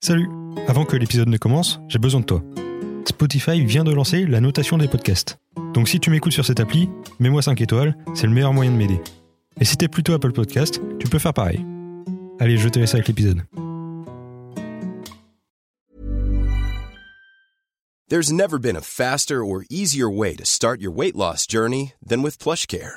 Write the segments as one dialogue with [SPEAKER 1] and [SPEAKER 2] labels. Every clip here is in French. [SPEAKER 1] Salut Avant que l'épisode ne commence, j'ai besoin de toi. Spotify vient de lancer la notation des podcasts. Donc si tu m'écoutes sur cette appli, mets-moi 5 étoiles, c'est le meilleur moyen de m'aider. Et si t'es plutôt Apple Podcast, tu peux faire pareil. Allez, je te laisse avec l'épisode.
[SPEAKER 2] There's never been a faster or easier way to start your weight loss journey than with PlushCare.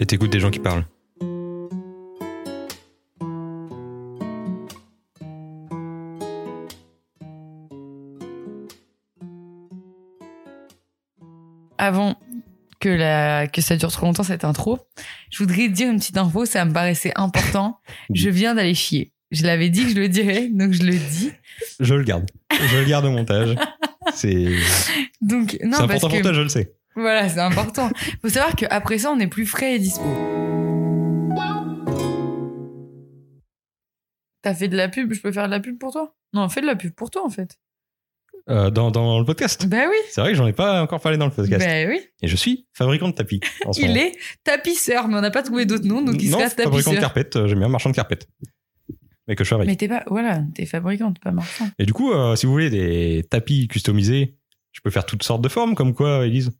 [SPEAKER 1] Et t'écoutes des gens qui parlent.
[SPEAKER 3] avant que, la, que ça dure trop longtemps, cette intro, je voudrais dire une petite info, ça me paraissait important. je viens d'aller chier. Je l'avais dit que je le dirais, donc je le dis.
[SPEAKER 1] Je le garde. Je le garde au montage. C'est
[SPEAKER 3] Donc, non,
[SPEAKER 1] c'est
[SPEAKER 3] parce
[SPEAKER 1] important
[SPEAKER 3] que,
[SPEAKER 1] pour toi, je le sais.
[SPEAKER 3] Voilà, c'est important. faut savoir qu'après ça, on est plus frais et dispo. T'as fait de la pub, je peux faire de la pub pour toi Non, fais de la pub pour toi en fait.
[SPEAKER 1] Euh, dans, dans le podcast.
[SPEAKER 3] Ben oui,
[SPEAKER 1] C'est vrai que j'en ai pas encore parlé dans le podcast.
[SPEAKER 3] ben oui.
[SPEAKER 1] Et je suis fabricant de tapis. En ce
[SPEAKER 3] Il
[SPEAKER 1] moment.
[SPEAKER 3] est tapisseur, mais on n'a pas trouvé d'autres noms, donc il
[SPEAKER 1] non,
[SPEAKER 3] sera
[SPEAKER 1] fabricant de
[SPEAKER 3] tapisseur.
[SPEAKER 1] carpette. euh, J'aime bien marchand de carpette. Mais que je fabrique.
[SPEAKER 3] Mais t'es pas, voilà, t'es fabricante, pas marchand.
[SPEAKER 1] Et du coup, euh, si vous voulez des tapis customisés, je peux faire toutes sortes de formes, comme quoi, Elise,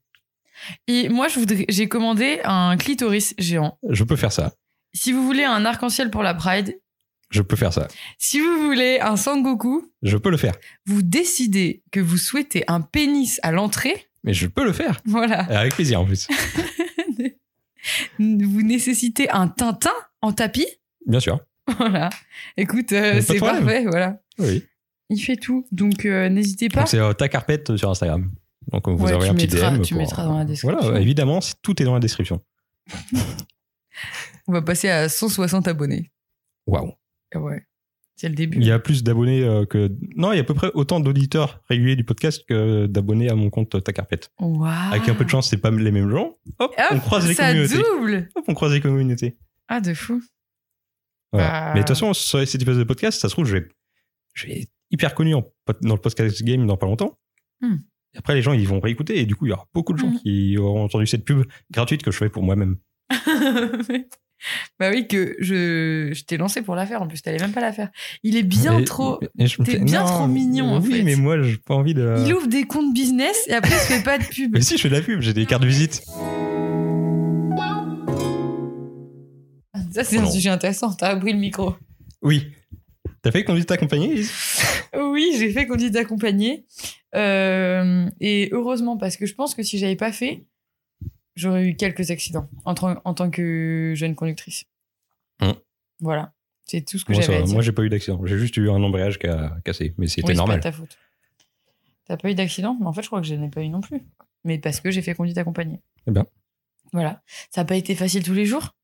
[SPEAKER 3] Et moi, je voudrais, j'ai commandé un clitoris géant.
[SPEAKER 1] je peux faire ça,
[SPEAKER 3] Si vous voulez un arc-en-ciel pour la Pride,
[SPEAKER 1] je peux faire ça,
[SPEAKER 3] si vous voulez un Sangoku,
[SPEAKER 1] je peux le faire,
[SPEAKER 3] vous décidez que vous souhaitez un pénis à l'entrée,
[SPEAKER 1] mais je peux le faire.
[SPEAKER 3] voilà.
[SPEAKER 1] Et Avec plaisir en plus,
[SPEAKER 3] vous nécessitez un Tintin en tapis,
[SPEAKER 1] bien sûr.
[SPEAKER 3] voilà. Écoute, euh,
[SPEAKER 1] Pas de
[SPEAKER 3] c'est
[SPEAKER 1] problème.
[SPEAKER 3] parfait, voilà.
[SPEAKER 1] Oui.
[SPEAKER 3] Il fait tout, donc euh, n'hésitez pas.
[SPEAKER 1] Donc c'est euh, ta carpette sur Instagram. Donc on vous
[SPEAKER 3] Ouais,
[SPEAKER 1] envoie
[SPEAKER 3] tu
[SPEAKER 1] un petit
[SPEAKER 3] mettras-
[SPEAKER 1] DM.
[SPEAKER 3] tu mettras dans la description.
[SPEAKER 1] Voilà, évidemment, c'est- tout est dans la description.
[SPEAKER 3] On va passer à 160 abonnés.
[SPEAKER 1] Waouh.
[SPEAKER 3] Ah Ouais, c'est le début.
[SPEAKER 1] Il y a plus d'abonnés euh, que. Non, il y a à peu près autant d'auditeurs réguliers du podcast que d'abonnés à mon compte euh, ta carpette.
[SPEAKER 3] Waouh.
[SPEAKER 1] Avec un peu de chance, c'est pas les mêmes gens. Hop,
[SPEAKER 3] Ah. Hop,
[SPEAKER 1] on croise les
[SPEAKER 3] ça
[SPEAKER 1] communautés.
[SPEAKER 3] double.
[SPEAKER 1] Hop, on croise les communautés.
[SPEAKER 3] Ah, de fou.
[SPEAKER 1] Voilà.
[SPEAKER 3] Bah.
[SPEAKER 1] Mais de toute façon, sur cet épisode de podcast, ça se trouve, je vais, je vais être hyper connu en pod- dans le podcast game dans pas longtemps.
[SPEAKER 3] Hmm.
[SPEAKER 1] Et Après, les gens, ils vont réécouter et du coup, il y aura beaucoup de gens
[SPEAKER 3] Hmm.
[SPEAKER 1] qui auront entendu cette pub gratuite que je fais pour moi-même.
[SPEAKER 3] bah oui, que je, je t'ai lancé pour la faire. En plus, t'allais même pas la faire. Il est bien
[SPEAKER 1] Et-
[SPEAKER 3] trop.
[SPEAKER 1] et je me
[SPEAKER 3] t'es
[SPEAKER 1] fais-
[SPEAKER 3] bien
[SPEAKER 1] non,
[SPEAKER 3] trop mignon, en
[SPEAKER 1] Oui,
[SPEAKER 3] fait.
[SPEAKER 1] mais moi, j'ai pas envie de.
[SPEAKER 3] Il ouvre des comptes business et après, il se fait pas de pub.
[SPEAKER 1] euh, Mais si, je fais de la pub, j'ai des cartes de visite.
[SPEAKER 3] Ça, c'est un
[SPEAKER 1] Oh Non.
[SPEAKER 3] sujet intéressant. T'as abri le micro.
[SPEAKER 1] Oui. T'as fait conduite accompagnée Elise
[SPEAKER 3] Oui, j'ai fait qu'on dit d'accompagner. Euh, et heureusement, parce que je pense que si j'avais pas fait, j'aurais eu quelques accidents en, tant- en tant que jeune conductrice.
[SPEAKER 1] Hum.
[SPEAKER 3] Voilà. C'est tout ce que
[SPEAKER 1] Moi,
[SPEAKER 3] j'avais
[SPEAKER 1] ça
[SPEAKER 3] à
[SPEAKER 1] va.
[SPEAKER 3] dire.
[SPEAKER 1] Moi, j'ai pas eu d'accident. J'ai juste eu un embrayage qui a cassé, mais c'était
[SPEAKER 3] Oui, c'est
[SPEAKER 1] normal.
[SPEAKER 3] pas de ta faute. T'as pas eu d'accident Mais en fait, je crois que je n'en ai pas eu non plus. Mais parce que j'ai fait conduite accompagnée.
[SPEAKER 1] Eh ben.
[SPEAKER 3] Voilà. Ça n'a pas été facile tous les jours.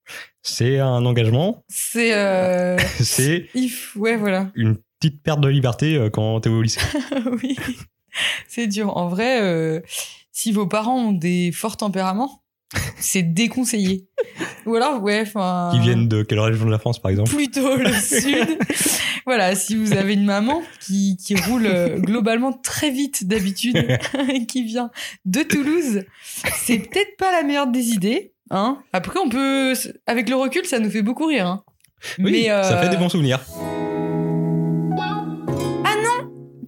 [SPEAKER 1] C'est un engagement,
[SPEAKER 3] C'est. euh,
[SPEAKER 1] c'est
[SPEAKER 3] if- Ouais, voilà.
[SPEAKER 1] une petite perte de liberté euh, quand t'es au lycée.
[SPEAKER 3] oui. C'est dur. En vrai, euh, si vos parents ont des forts tempéraments, c'est déconseillé. Ou alors, ouais, enfin.
[SPEAKER 1] Qui viennent de quelle région de la France, par exemple
[SPEAKER 3] plutôt le sud. voilà, si vous avez une maman qui, qui roule euh, globalement très vite d'habitude, et qui vient de Toulouse, c'est peut-être pas la meilleure des idées. Hein Après, on peut, avec le recul, ça nous fait beaucoup rire. hein.
[SPEAKER 1] Oui,
[SPEAKER 3] Mais, euh,
[SPEAKER 1] ça fait des bons souvenirs.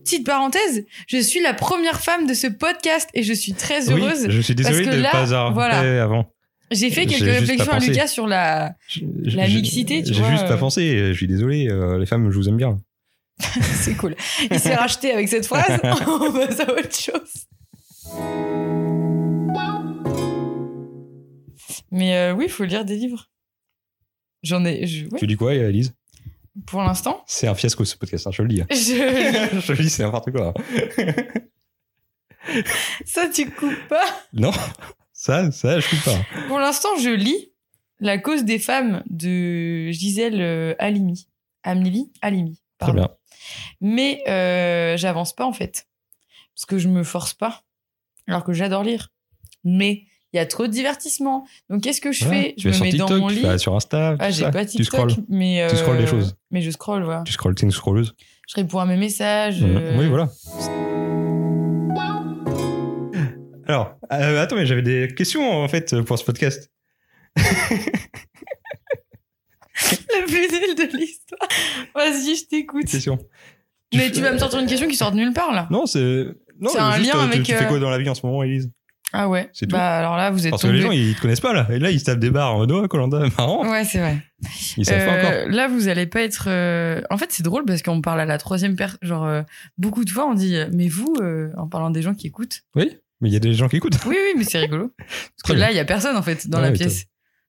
[SPEAKER 3] Petite parenthèse, je suis la première femme de ce podcast et je suis très
[SPEAKER 1] Oui,
[SPEAKER 3] heureuse.
[SPEAKER 1] je suis désolé
[SPEAKER 3] parce
[SPEAKER 1] de
[SPEAKER 3] que
[SPEAKER 1] ne
[SPEAKER 3] là,
[SPEAKER 1] pas avoir
[SPEAKER 3] voilà.
[SPEAKER 1] fait avant.
[SPEAKER 3] J'ai fait
[SPEAKER 1] j'ai
[SPEAKER 3] quelques
[SPEAKER 1] juste pas
[SPEAKER 3] réflexions à
[SPEAKER 1] pensé.
[SPEAKER 3] Lucas sur la.
[SPEAKER 1] Je- je-
[SPEAKER 3] La
[SPEAKER 1] je-
[SPEAKER 3] mixité, tu
[SPEAKER 1] J'ai
[SPEAKER 3] vois,
[SPEAKER 1] juste pas
[SPEAKER 3] euh.
[SPEAKER 1] pensé. euh, Je suis désolé. euh, les femmes, je vous aime bien.
[SPEAKER 3] C'est cool. Il s'est racheté avec cette phrase. on passe à autre chose. Mais euh, oui, il faut lire des livres. J'en ai. je- ouais,
[SPEAKER 1] Tu dis quoi, Elise
[SPEAKER 3] Pour l'instant,
[SPEAKER 1] C'est un fiasco ce podcast, hein, je le dis.
[SPEAKER 3] je...
[SPEAKER 1] je le dis, c'est n'importe quoi. hein.
[SPEAKER 3] ça tu coupes pas.
[SPEAKER 1] Non, ça, ça, je suis pas.
[SPEAKER 3] Pour l'instant, je lis La cause des femmes de Gisèle euh, Halimi. Amili Halimi.
[SPEAKER 1] Très
[SPEAKER 3] pardon.
[SPEAKER 1] bien.
[SPEAKER 3] Mais euh, j'avance pas en fait. Parce que je me force pas. Alors que j'adore lire. Mais il y a trop de divertissement. Donc qu'est-ce que je
[SPEAKER 1] Ouais, Ah,
[SPEAKER 3] fais
[SPEAKER 1] tu
[SPEAKER 3] Je
[SPEAKER 1] vas
[SPEAKER 3] me
[SPEAKER 1] sur
[SPEAKER 3] mets dans
[SPEAKER 1] TikTok,
[SPEAKER 3] mon
[SPEAKER 1] tu
[SPEAKER 3] lit.
[SPEAKER 1] vas sur Insta,
[SPEAKER 3] Ah,
[SPEAKER 1] tout
[SPEAKER 3] j'ai
[SPEAKER 1] ça.
[SPEAKER 3] pas
[SPEAKER 1] tu
[SPEAKER 3] TikTok,
[SPEAKER 1] scrolles,
[SPEAKER 3] mais
[SPEAKER 1] Tu scrolles des
[SPEAKER 3] euh,
[SPEAKER 1] choses.
[SPEAKER 3] Mais je scrolle, voilà.
[SPEAKER 1] tu scrolles, t'es une scrolleuse.
[SPEAKER 3] Je réponds à mes messages.
[SPEAKER 1] Mhm.
[SPEAKER 3] euh,
[SPEAKER 1] Oui, voilà. Alors, euh, attends, mais j'avais des questions en fait pour ce podcast.
[SPEAKER 3] La plus nulle de l'histoire. Vas-y, je
[SPEAKER 1] Des
[SPEAKER 3] t'écoute.
[SPEAKER 1] questions.
[SPEAKER 3] Mais tu vas me sortir une question qui sort de nulle part là.
[SPEAKER 1] Non, c'est. Non,
[SPEAKER 3] C'est un
[SPEAKER 1] juste,
[SPEAKER 3] lien
[SPEAKER 1] euh, tu-
[SPEAKER 3] avec,
[SPEAKER 1] Tu, fais
[SPEAKER 3] euh,
[SPEAKER 1] quoi dans la vie en ce moment, Elise
[SPEAKER 3] Ah ouais.
[SPEAKER 1] C'est tout.
[SPEAKER 3] Bah alors là, vous êtes
[SPEAKER 1] Parce que les gens,
[SPEAKER 3] tombés-
[SPEAKER 1] ils te connaissent pas là. Et là, ils se tapent des barres en mode oh, Colanda, marrant.
[SPEAKER 3] Ouais, c'est vrai.
[SPEAKER 1] Ils savent pas encore.
[SPEAKER 3] Euh, là, vous allez pas être. euh, En fait, c'est drôle parce qu'on parle à la troisième personne. Genre, euh, beaucoup de fois, on dit euh, Mais vous, euh, en parlant des gens qui écoutent.
[SPEAKER 1] Oui, mais il y a des gens qui écoutent.
[SPEAKER 3] Oui, oui, mais c'est rigolo. Parce que
[SPEAKER 1] Très bien. Ah
[SPEAKER 3] là, il y a personne, en fait, dans
[SPEAKER 1] Ouais,
[SPEAKER 3] la
[SPEAKER 1] mais
[SPEAKER 3] pièce.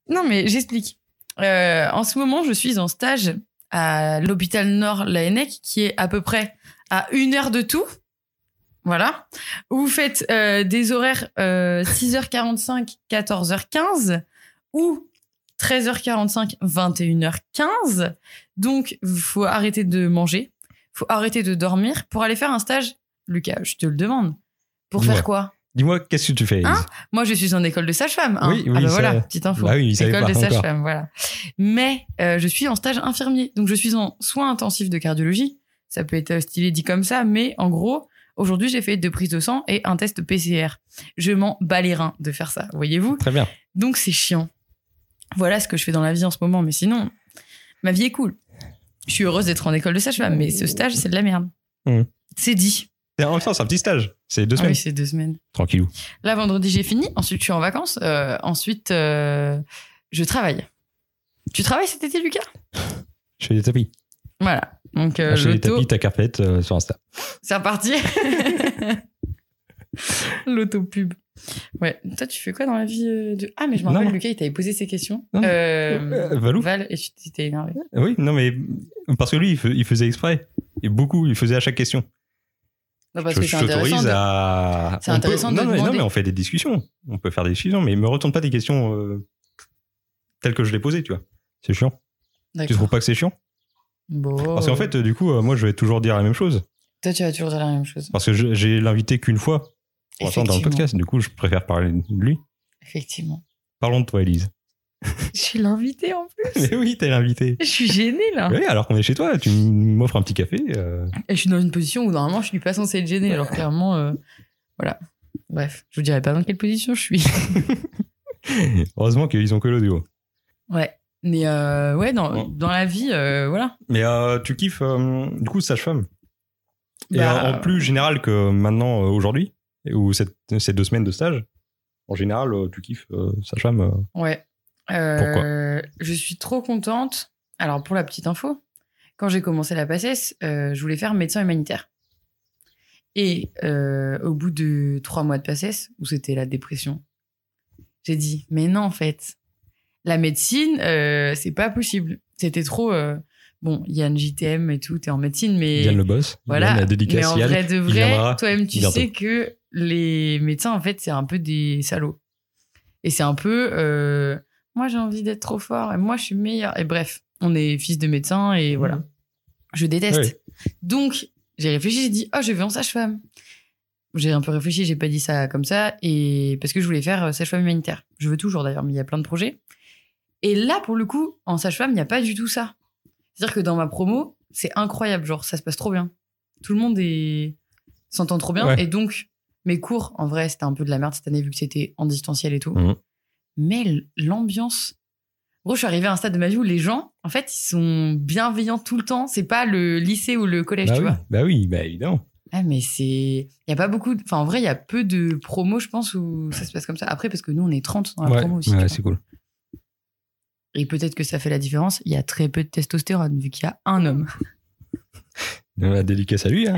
[SPEAKER 3] Non, mais j'explique. Euh, en ce moment, je suis en stage à l'hôpital Nord La Hennec, qui est à peu près à une heure de tout. Voilà. Vous faites euh, des horaires euh, 6h45, 14h15 ou 13h45, 21h15. Donc, il faut arrêter de manger, faut arrêter de dormir pour aller faire un stage. Lucas, je te le demande. Pour
[SPEAKER 1] Dis-moi.
[SPEAKER 3] faire quoi
[SPEAKER 1] Dis-moi, qu'est-ce que tu fais, Elise
[SPEAKER 3] Hein moi, je suis en école de sage-femme. hein.
[SPEAKER 1] Oui, oui,
[SPEAKER 3] ah
[SPEAKER 1] ça-
[SPEAKER 3] bah voilà, petite info.
[SPEAKER 1] Bah oui, il savait
[SPEAKER 3] école
[SPEAKER 1] pas
[SPEAKER 3] de
[SPEAKER 1] encore.
[SPEAKER 3] sage-femme, voilà. Mais euh, je suis en stage infirmier, donc je suis en soins intensifs de cardiologie. Ça peut être stylé dit comme ça, mais en gros, aujourd'hui, j'ai fait deux prises de sang et un test PCR. Je m'en bats les reins de faire ça, voyez-vous.
[SPEAKER 1] Très bien.
[SPEAKER 3] Donc c'est chiant. Voilà ce que je fais dans la vie en ce moment, mais sinon, ma vie est cool. Je suis heureuse d'être en école de sage-femme, mais ce stage, c'est de la merde.
[SPEAKER 1] Mhm.
[SPEAKER 3] C'est dit.
[SPEAKER 1] C'est- En même temps, c'est un petit stage. C'est deux
[SPEAKER 3] Ah
[SPEAKER 1] semaines.
[SPEAKER 3] oui, c'est deux semaines.
[SPEAKER 1] Tranquillou.
[SPEAKER 3] Là, vendredi, j'ai fini. Ensuite, je suis en vacances. Euh, ensuite, euh, je travaille. Tu travailles cet été, Lucas
[SPEAKER 1] Je fais des tapis.
[SPEAKER 3] Voilà. Donc, euh,
[SPEAKER 1] Ah, je fais des
[SPEAKER 3] l'auto,
[SPEAKER 1] tapis, ta carpette euh, sur Insta.
[SPEAKER 3] c'est reparti. L'auto-pub. Ouais. Toi, tu fais quoi dans la vie euh, de... Ah, mais je me
[SPEAKER 1] Non,
[SPEAKER 3] rappelle,
[SPEAKER 1] non.
[SPEAKER 3] Lucas, il t'avait posé ces questions.
[SPEAKER 1] Non, non.
[SPEAKER 3] Euh,
[SPEAKER 1] Euh, Valou
[SPEAKER 3] Val, et tu t'étais énervé.
[SPEAKER 1] Oui, non, mais parce que lui, il, fe- il faisait exprès. Et beaucoup, il faisait à chaque question.
[SPEAKER 3] Non, parce
[SPEAKER 1] je
[SPEAKER 3] que
[SPEAKER 1] je
[SPEAKER 3] c'est intéressant.
[SPEAKER 1] t'autorise
[SPEAKER 3] de-
[SPEAKER 1] à.
[SPEAKER 3] C'est
[SPEAKER 1] On peut-
[SPEAKER 3] intéressant de
[SPEAKER 1] non, mais, non,
[SPEAKER 3] demander.
[SPEAKER 1] mais on fait des discussions. On peut faire des discussions, mais me retourne pas des questions euh, telles que je l'ai posées, tu vois. C'est chiant. Tu
[SPEAKER 3] D'accord.
[SPEAKER 1] trouves pas que c'est chiant
[SPEAKER 3] Bon.
[SPEAKER 1] Parce qu'en fait, euh, du coup, euh, moi, je vais toujours dire la même chose.
[SPEAKER 3] Toi, tu vas toujours dire la même chose.
[SPEAKER 1] Parce que je- j'ai l'invité qu'une fois pour l'instant, dans le
[SPEAKER 3] Effectivement.
[SPEAKER 1] podcast. Du coup, je préfère parler de lui.
[SPEAKER 3] Effectivement.
[SPEAKER 1] Parlons de toi, Elise.
[SPEAKER 3] Je suis l'invitée en plus.
[SPEAKER 1] mais oui, t'es l'invité.
[SPEAKER 3] Je suis gênée, là.
[SPEAKER 1] Oui, alors qu'on est chez toi, tu m'offres un petit café. euh,
[SPEAKER 3] Et je suis dans une position où normalement je suis pas censée être gênée. Alors clairement, euh, voilà. Bref, je vous dirai pas dans quelle position je suis.
[SPEAKER 1] Heureusement qu'ils ont que l'audio.
[SPEAKER 3] Ouais. Mais euh, ouais, dans,
[SPEAKER 1] Bon.
[SPEAKER 3] dans la vie, euh, voilà.
[SPEAKER 1] Mais euh, tu kiffes, euh, du coup, sage-femme. Et euh,
[SPEAKER 3] Bah,
[SPEAKER 1] en plus général que maintenant, euh, aujourd'hui, ou cette- ces deux semaines de stage, en général, euh, tu kiffes euh, sage-femme. euh.
[SPEAKER 3] Ouais. Euh, Je suis trop contente. Alors pour la petite info, quand j'ai commencé la PACES, euh, je voulais faire médecin humanitaire. Et euh, au bout de trois mois de PACES, où c'était la dépression, j'ai dit mais non en fait, la médecine euh, c'est pas possible. C'était trop. euh, Bon, il y a une JTM et tout, t'es en médecine, mais
[SPEAKER 1] Yann Le Boss,
[SPEAKER 3] voilà.
[SPEAKER 1] Yann la
[SPEAKER 3] mais
[SPEAKER 1] dédicace,
[SPEAKER 3] en
[SPEAKER 1] Yann.
[SPEAKER 3] vrai de
[SPEAKER 1] viendra
[SPEAKER 3] vrai, toi-même, tu
[SPEAKER 1] bientôt.
[SPEAKER 3] sais que les médecins, en fait, c'est un peu des salauds. Et c'est un peu, euh, moi, j'ai envie d'être trop fort, et moi, je suis meilleur. Et bref, on est fils de médecin,
[SPEAKER 1] Mmh.
[SPEAKER 3] et voilà. Je déteste. Donc, j'ai réfléchi, j'ai dit, oh, je vais en sage-femme. J'ai un peu réfléchi, j'ai pas dit ça comme ça, et parce que je voulais faire euh, sage-femme humanitaire. Je veux toujours d'ailleurs, mais il y a plein de projets. Et là, pour le coup, en sage-femme, il n'y a pas du tout ça. C'est-à-dire que dans ma promo, c'est incroyable, genre, ça se passe trop bien. Tout le monde est... s'entend trop bien,
[SPEAKER 1] Ouais.
[SPEAKER 3] et donc, mes cours, en vrai, c'était un peu de la merde cette année, vu que c'était en distanciel et tout.
[SPEAKER 1] Mhm.
[SPEAKER 3] Mais l- l'ambiance. En gros, je suis arrivée à un stade de ma vie où les gens, en fait, ils sont bienveillants tout le temps. C'est pas le lycée ou le collège,
[SPEAKER 1] Bah
[SPEAKER 3] tu
[SPEAKER 1] oui,
[SPEAKER 3] vois.
[SPEAKER 1] bah oui, bah évidemment.
[SPEAKER 3] Ah, mais c'est. Il n'y a pas beaucoup. de- Enfin, en vrai, il y a peu de promos, je pense, où ça se passe comme ça. Après, parce que nous, on est 30 dans la promo aussi. tu vois.
[SPEAKER 1] c'est cool.
[SPEAKER 3] Et peut-être que ça fait la différence. Il y a très peu de testostérone, vu qu'il y a un homme.
[SPEAKER 1] La dédicace à lui. hein.